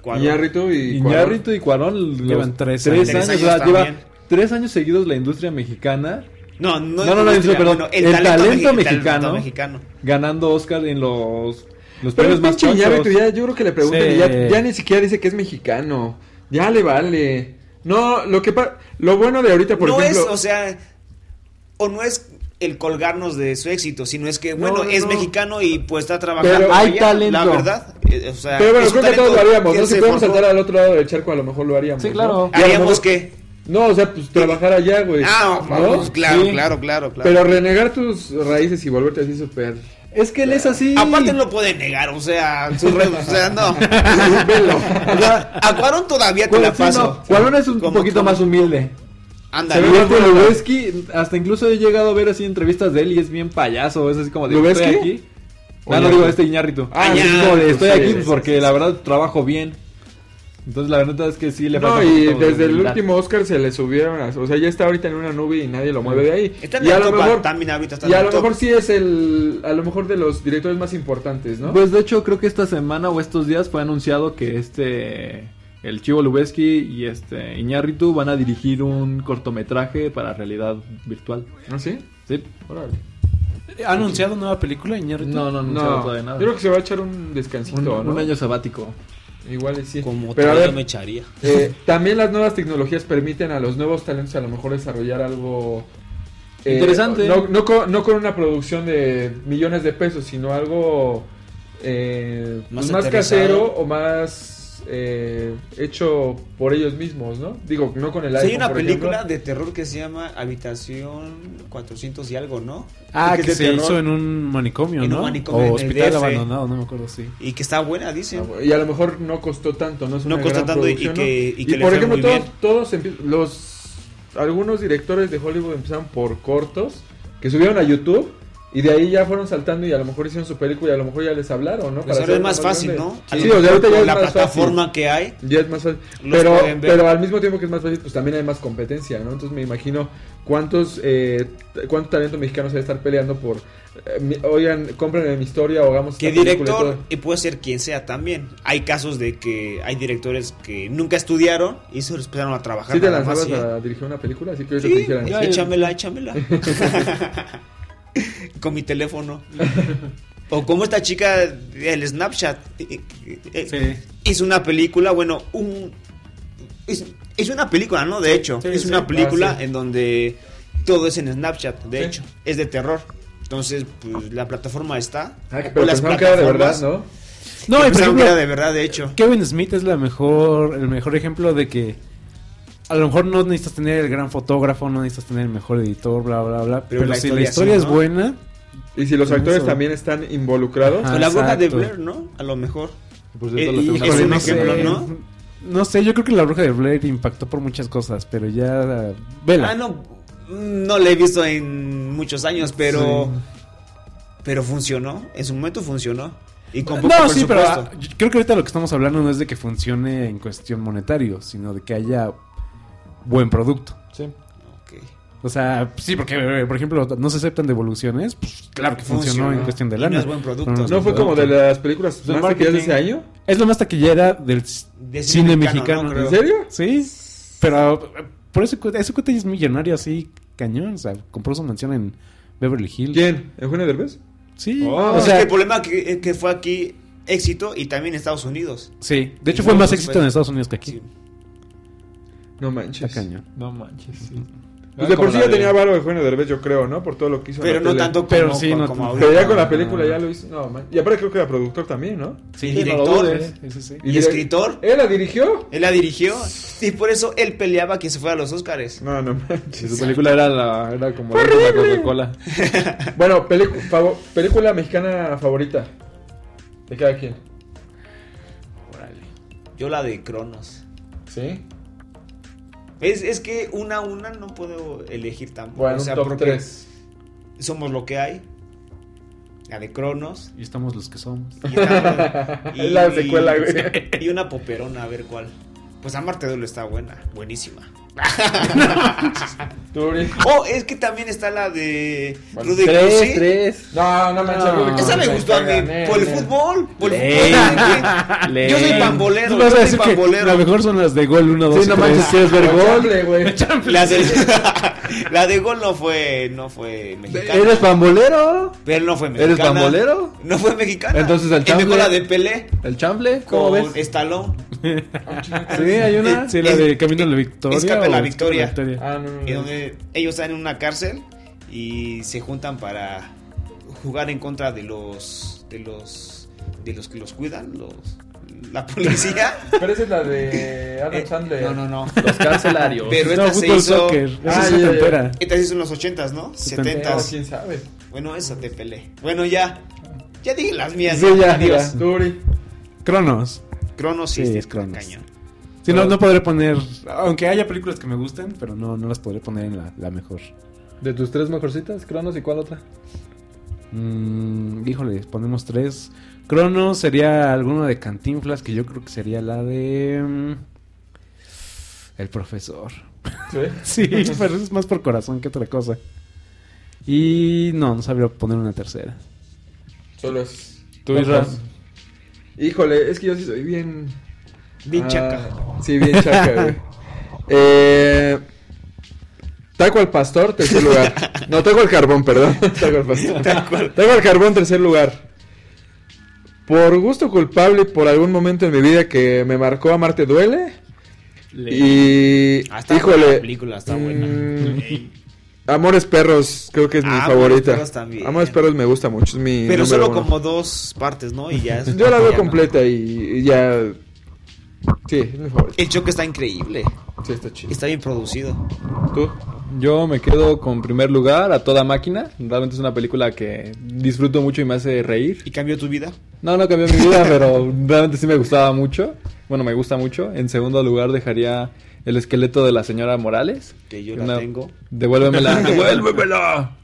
Cuarón. Iñárritu y Cuarón. Iñárritu y Cuarón los Llevan tres tres años. años, Tres o sea, años lleva también. tres años seguidos la industria mexicana No, no, No, no, no, industria, industria, perdón. bueno, El talento meji- mexicano. mexicano. ganando Oscar en los Pero los premios el más pinche tochos. Iñárritu ya, yo creo que le preguntan Sí. y ya, ya ni siquiera dice que es mexicano. Ya le vale. No, lo que pa- lo bueno de ahorita, por no ejemplo, es, o sea, o no es el colgarnos de su éxito, sino es que, No, bueno, no, es no. mexicano y pues está trabajando. Pero hay allá, talento. La verdad. eh, O sea, pero bueno, es un creo que todos lo talento haríamos, que ¿no? Si se podemos forjó. saltar al otro lado del charco, a lo mejor lo haríamos. Sí, ¿no? claro. Y a lo ¿Haríamos mejor- qué? No, o sea, pues trabajar allá, güey. Ah, ¿No? pues, claro, Sí. claro, claro, claro. Pero renegar tus raíces y volverte así súper. Es que él es así. Aparte no puede negar, o sea, sus redes, o sea, no. O sea, a Cuarón todavía te Cuarón, la sí, paso. no, Cuarón es un Como- poquito como- más humilde. Ándale. Se ve bien con Lubeski, hasta incluso he llegado a ver así entrevistas de él y es bien payaso, es así como de ¿Lubeski? estoy aquí. No, Oye, no digo pues. este Iñárritu. Ah, sí, ya. como de, estoy Sí, aquí sí, sí, porque la verdad trabajo bien. Entonces la verdad es que sí le No, falta un y poquito de desde el humildad. último Oscar se le subieron. a- O sea, ya está ahorita en una nube y nadie lo mueve de ahí. Está en y la a lo copa, mejor. también ahorita está Y a en lo la top. mejor sí es el. A lo mejor de los directores más importantes, ¿no? Pues de hecho creo que esta semana o estos días fue anunciado que este el Chivo Lubeski y este Iñárritu van a dirigir un cortometraje para realidad virtual. ¿No ¿Ah, sí? Sí. Órale. ¿Ha anunciado nueva película, Iñárritu? No, no, no, se va No, todavía nada. yo creo que se va a echar un descansito, un, ¿no? un año sabático. Igual y sí. Como Pero a tal, ver, yo me echaría. eh, también las nuevas tecnologías permiten a los nuevos talentos a lo mejor desarrollar algo... eh, Interesante. No, no con, no con una producción de millones de pesos, sino algo eh, Más pues, más, aterrizado. casero o más eh, hecho por ellos mismos, ¿no? Digo, no con el Sí, iPhone, hay una por ejemplo. película de terror que se llama Habitación 400 y algo, ¿no? Ah, Y que, es de se terror hizo en un manicomio, En un ¿no? manicomio, en o el hospital DF. abandonado, no me acuerdo, sí. Y que está buena, dicen. Ah, Y a lo mejor no costó tanto, ¿no? Es No una costó gran tanto y producción, que- ¿no? y que le por fue ejemplo, muy todos, bien. todos empie- los algunos directores de Hollywood empezaron por cortos que subieron a YouTube y de ahí ya fueron saltando y a lo mejor hicieron su película y a lo mejor ya les hablaron, ¿no? Pues ahora es hacerla más fácil, grande. ¿no? Sí, A lo o sea, mejor ahorita ya con es la más plataforma fácil. que hay. Ya es más fácil. Los Pero, pueden ver. pero al mismo tiempo que es más fácil, pues también hay más competencia, ¿no? Entonces me imagino cuántos eh, t- cuánto talento mexicano se va a estar peleando por, eh, mi- oigan, cómprenme mi historia o hagamos Que esta película y director, todo. y puede ser quien sea también. Hay casos de que hay directores que nunca estudiaron y se empezaron a trabajar. ¿Sí te nada más lanzabas y- a dirigir una película? Así que yo Sí, te dijeran. eh, échamela, échamela. Con mi teléfono. O como esta chica del Snapchat eh, eh, eh, hizo una película, bueno, un es, es una película, ¿no? De hecho, Sí, es sí, una película ah, sí. en donde todo es en Snapchat, de Sí. hecho, es de terror. Entonces, pues la plataforma está. Ah, que- O pero pensaron que era de verdad, ¿no? No, No, y por ejemplo, era de verdad, de hecho. Kevin Smith es la mejor, el mejor ejemplo de que a lo mejor no necesitas tener el gran fotógrafo, no necesitas tener el mejor editor, bla, bla, bla. Pero Pero, la si historia la historia sí, es ¿no? buena, Y si los Con actores eso. también están involucrados. Ajá. o la bruja de exacto. Blair, ¿no? A lo mejor. Pues Por cierto, Eh, la y- segunda es híjole, un película- ejemplo, ¿no? No sé, yo creo que la bruja de Blair impactó por muchas cosas, pero ya. Vela. Ah, no, no la he visto en muchos años, pero pero funcionó, en su momento funcionó. Y con poco No, sí, pero ah, presupuesto. yo creo que ahorita lo que estamos hablando no es de que funcione en cuestión monetario, sino de que haya buen producto. ah, Ok. O sea, sí, porque, eh, por ejemplo, no se aceptan devoluciones. Pues claro que funcionó, Funcionó. en cuestión de Y no lana. es buen producto. Pero ¿No fue como de las películas De más taquilleras de ese año? Es lo más taquillera del c- De cine mexicano. mexicano, ¿no? ¿En Creo. serio? Sí, pero eh, por eso, cu- ese cuate ya es millonario así, cañón. O sea, compró su mansión en Beverly Hills. ¿Quién? ¿Eugenio Derbez? Sí, Oh. o Pues Es que sea, el problema que, que fue aquí éxito y también en Estados Unidos. sí. De hecho, Y fue luego más después- éxito en Estados Unidos que aquí. Sí. No Está manches. cañón. No manches, sí. Pues de por Como sí la ya de- tenía varo Eugenio Derbez, yo creo, ¿no? Por todo lo que hizo. en Pero la no tele. tanto como, Ah. Pero sí, como, no como tanto. ahorita. Pero ya con la película ya lo hizo. No, man. Y aparte creo que era productor también, ¿no? Y no lo director dudes. Sí, sí, sí. y escritor. ¿Él la dirigió? Él la dirigió y por eso él peleaba que se fuera a los Óscares. No, no manches. Si su película era, la, era como la de la Coca-Cola. Bueno, pelicu- favo- película mexicana favorita. De cada quien. Yo la de Cronos. ¿Sí? Es, es que una a una no puedo elegir tampoco. Bueno, o sea, un top porque 3. somos lo que hay. La de Cronos. Y estamos los que somos. Y, la- Es la secuela, güey. Y una poperona, a ver cuál. Pues Amarte Duelo está buena, buenísima. ¿Tú, Uri? Oh, es que también está la de Bueno, Rudy Cursi. tres. No, no manches. No. Rudy Esa me Cursi gustó a mí. gané, Por el gané. fútbol. Por el Ey. fútbol. güey. Yo soy Ey. pambolero. Tú Eh, vas Yo a soy decir que la pambolero. mejor son las de gol 1, 2, Sí, no manches, si es Pues vergol. güey. La de, la de gol no fue, no fue mexicana. ¿Eres bambolero? Pero no fue mexicana. ¿Eres bambolero? No fue mexicana. Entonces, el Él dejó chamble- la de Pelé ¿El chamble? ¿Cómo con ves? Stallone. Sí, hay una. Sí, la Es- de Camino a la Victoria. Escape a la o Victoria. Escape a la Ah, no, no, Y no. donde ellos están en una cárcel y se juntan para jugar en contra de los de los de los que los cuidan, los la policía. Pero esa es la de Adam Eh, Sandler. no, no, no. Los carcelarios. Pero no, esta se fútbol, hizo soccer. Eso Ah, es ya, ya, ya. setentera. esta se hizo en los 80s, ¿no? 70 No, quién sabe. Bueno, esa te pelé. Bueno, ya ya dije las mías. Sí, ya, Adiós. ya. Tú, Uri. Cronos. Cronos sí, Sí, este es Cronos. cañón. Sí, no, no podré poner. Aunque haya películas que me gusten, pero no, no las podré poner en la, la mejor. ¿De tus tres mejorcitas? ¿Cronos y cuál otra? Mm, híjole, ponemos tres. Cronos sería alguna de Cantinflas, que yo creo que sería la de. mm, el profesor. Sí. Sí, pero es más por corazón que otra cosa. Y no, no sabría poner una tercera. Solo es. Tú, Isra. Híjole, es que yo sí soy bien. Bien Ah, chaca. Sí, bien chaca, güey. Eh, Taco al pastor, tercer lugar. No, taco al carbón, perdón. Taco al pastor. Taco al carbón, tercer lugar. Por gusto culpable y por algún momento en mi vida que me marcó Amarte Duele. Y. Ah, está híjole. buena la película, está buena. mm, Amores Perros, creo que es mi Ah, favorita. Amores Perros también. Amores Perros me gusta mucho. Es mi número Pero solo uno. como dos partes, ¿no? Y ya es- Yo la veo ya no. completa y, y ya. Sí, es mi favorita. El choque está increíble. Sí, está chido. Está bien producido. ¿Tú? Yo me quedo con primer lugar a toda máquina. Realmente es una película que disfruto mucho y me hace reír. ¿Y cambió tu vida? No, no cambió mi vida, pero realmente sí me gustaba mucho. Bueno, me gusta mucho. En segundo lugar dejaría el esqueleto de la señora Morales. Que yo la Una- tengo. Devuélvemela, devuélvemela.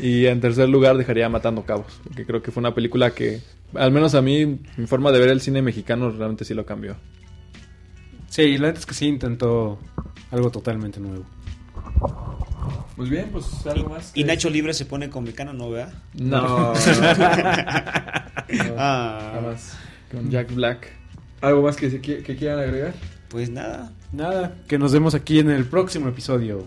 Y en tercer lugar dejaría Matando Cabos, porque creo que fue una película que, al menos a mí, mi forma de ver el cine mexicano realmente sí lo cambió. Sí, la neta es que sí intentó algo totalmente nuevo. Pues bien, pues algo más. Y Nacho Libre se pone con mecano, ¿no, verdad? No, Ah, más. con Jack Black. ¿Algo más que, se qui- que quieran agregar? pues nada. Nada, que nos vemos aquí en el próximo episodio.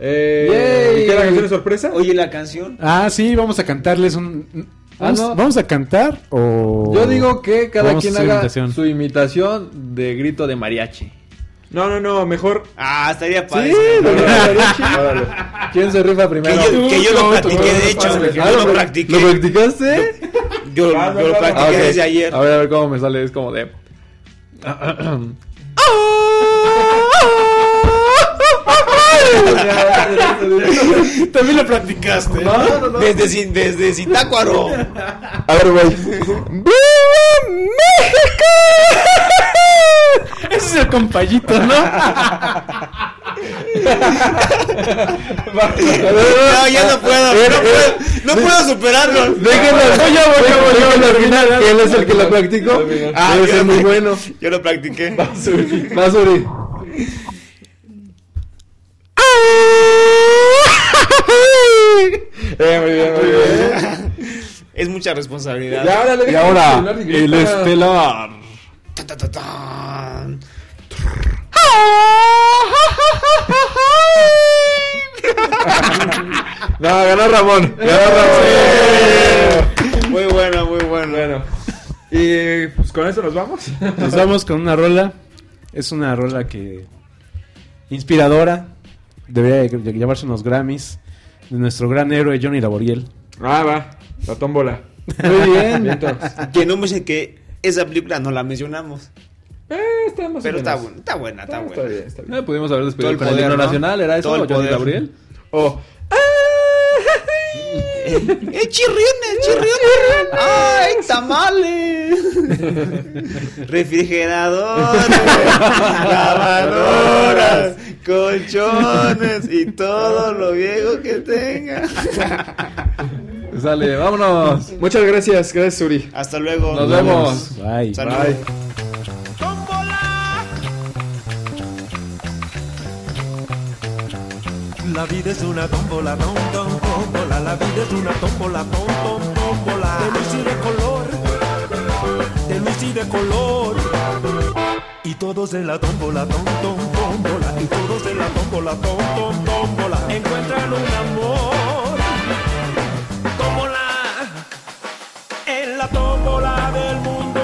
Eh, Yay. ¿y qué era la canción de sorpresa? Oye, la canción. Ah, sí, vamos a cantarles un... Ah, ¿Vamos, no. vamos a cantar o...? Yo digo que cada Vamos a quien hacer haga imitación. su imitación de grito de mariachi. No, no, no, mejor. Ah, estaría padre. Sí, de grito de mariachi. ¿Quién se rifa Que primero? yo, que yo lo practiqué, de hecho. pásale, Yo Ah, lo pra- practiqué. ¿Lo practicaste? Yo lo- Ah, no, yo lo no, no. Ah, practiqué ok. desde ayer. A ver, a ver cómo me sale. Es como de. Ah, También lo practicaste. Desde, Cin- desde Zitácuaro. A ver, güey. Ese es el compayito, ¿no? No, ya no puedo. No puedo, no puedo superarlo. Déjenlo, déjenlo al final. Él es el que lo practicó. Ah, Debe yo ser lo muy practiqué. bueno. Yo lo practiqué. Más sobre. Eh, muy bien, muy bien. Es mucha responsabilidad. Ya, ahora le Y ahora, el estelar. Ta, ta, ta, tan. No, ganó Ramón. Ganó Ramón. Muy bueno, muy bueno. Bueno. Y pues con eso nos vamos. Nos vamos con una rola. Es una rola que... Inspiradora. Debería de llevarse unos Grammys. De nuestro gran héroe Johnny Laboriel. Ah, va. La tómbola. Muy bien. Que no me sé que esa película no la mencionamos. Eh, Pero está, bueno, está buena, está Ah, Está buena. bien, está bien. Eh, pudimos haber Todo despedido el con el poder, himno ¿no? nacional. ¿Era eso? Todo el Johnny poder. Gabriel. Oh, ¡Eh, chirriones, chirriones! ¡Ay, tamales! Refrigeradores, lavadoras, colchones y todo lo viejo que tenga. Sale, vámonos. muchas gracias, gracias Uri. Hasta luego. Nos vemos. Bye. Saludos. La vida es una tómbola, tom, tom, tómbola. La vida es una tómbola, tom, tom, tómbola. De luz y de color, de luz y de color. Y todos en la tómbola, tom, tom, tómbola. Y todos en la tómbola, tom, tom, tómbola. Encuentran un amor. Tómbola en la tómbola del mundo.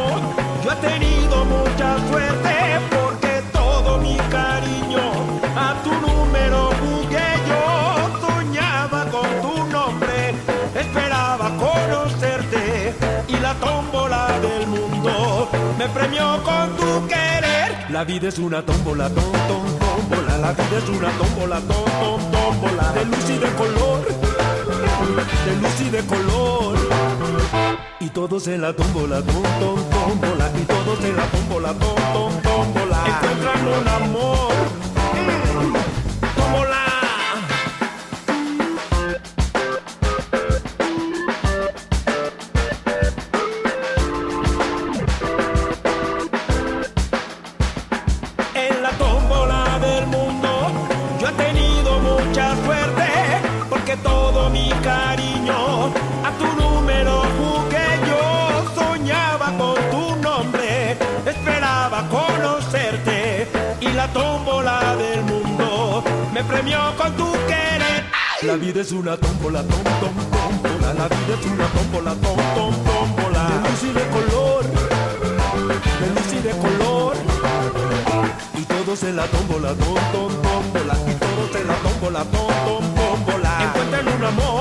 Yo he tenido mucha suerte porque todo mi cariño a tu número jugué yo. Soñaba con tu nombre, esperaba conocerte y la tómbola del mundo me premió con tu querer. La vida es una tómbola, tom, tom, tómbola. La vida es una tómbola, tom, tom, tómbola. De luz y de color, de luz y de color. Y todos en la tómbola, tom, tom, tómbola Y todos en la tómbola, tom, tom, tómbola Encuentran un amor mm, Tómbola en la tómbola del mundo. Yo he tenido mucha suerte porque todo mi cariño a tu número jugué yo. Soñaba con tu nombre, esperaba conocerte y la tómbola del mundo me premió con tu querer. La vida es una tómbola, tom, tom, tómbola. La vida es una tómbola, tom, tom, tómbola. De luz y de color, de luz y de color. Y todos en la tómbola, tom, tom, tómbola. Y todos en la tómbola, tom, tom, tómbola. Encuentran un amor.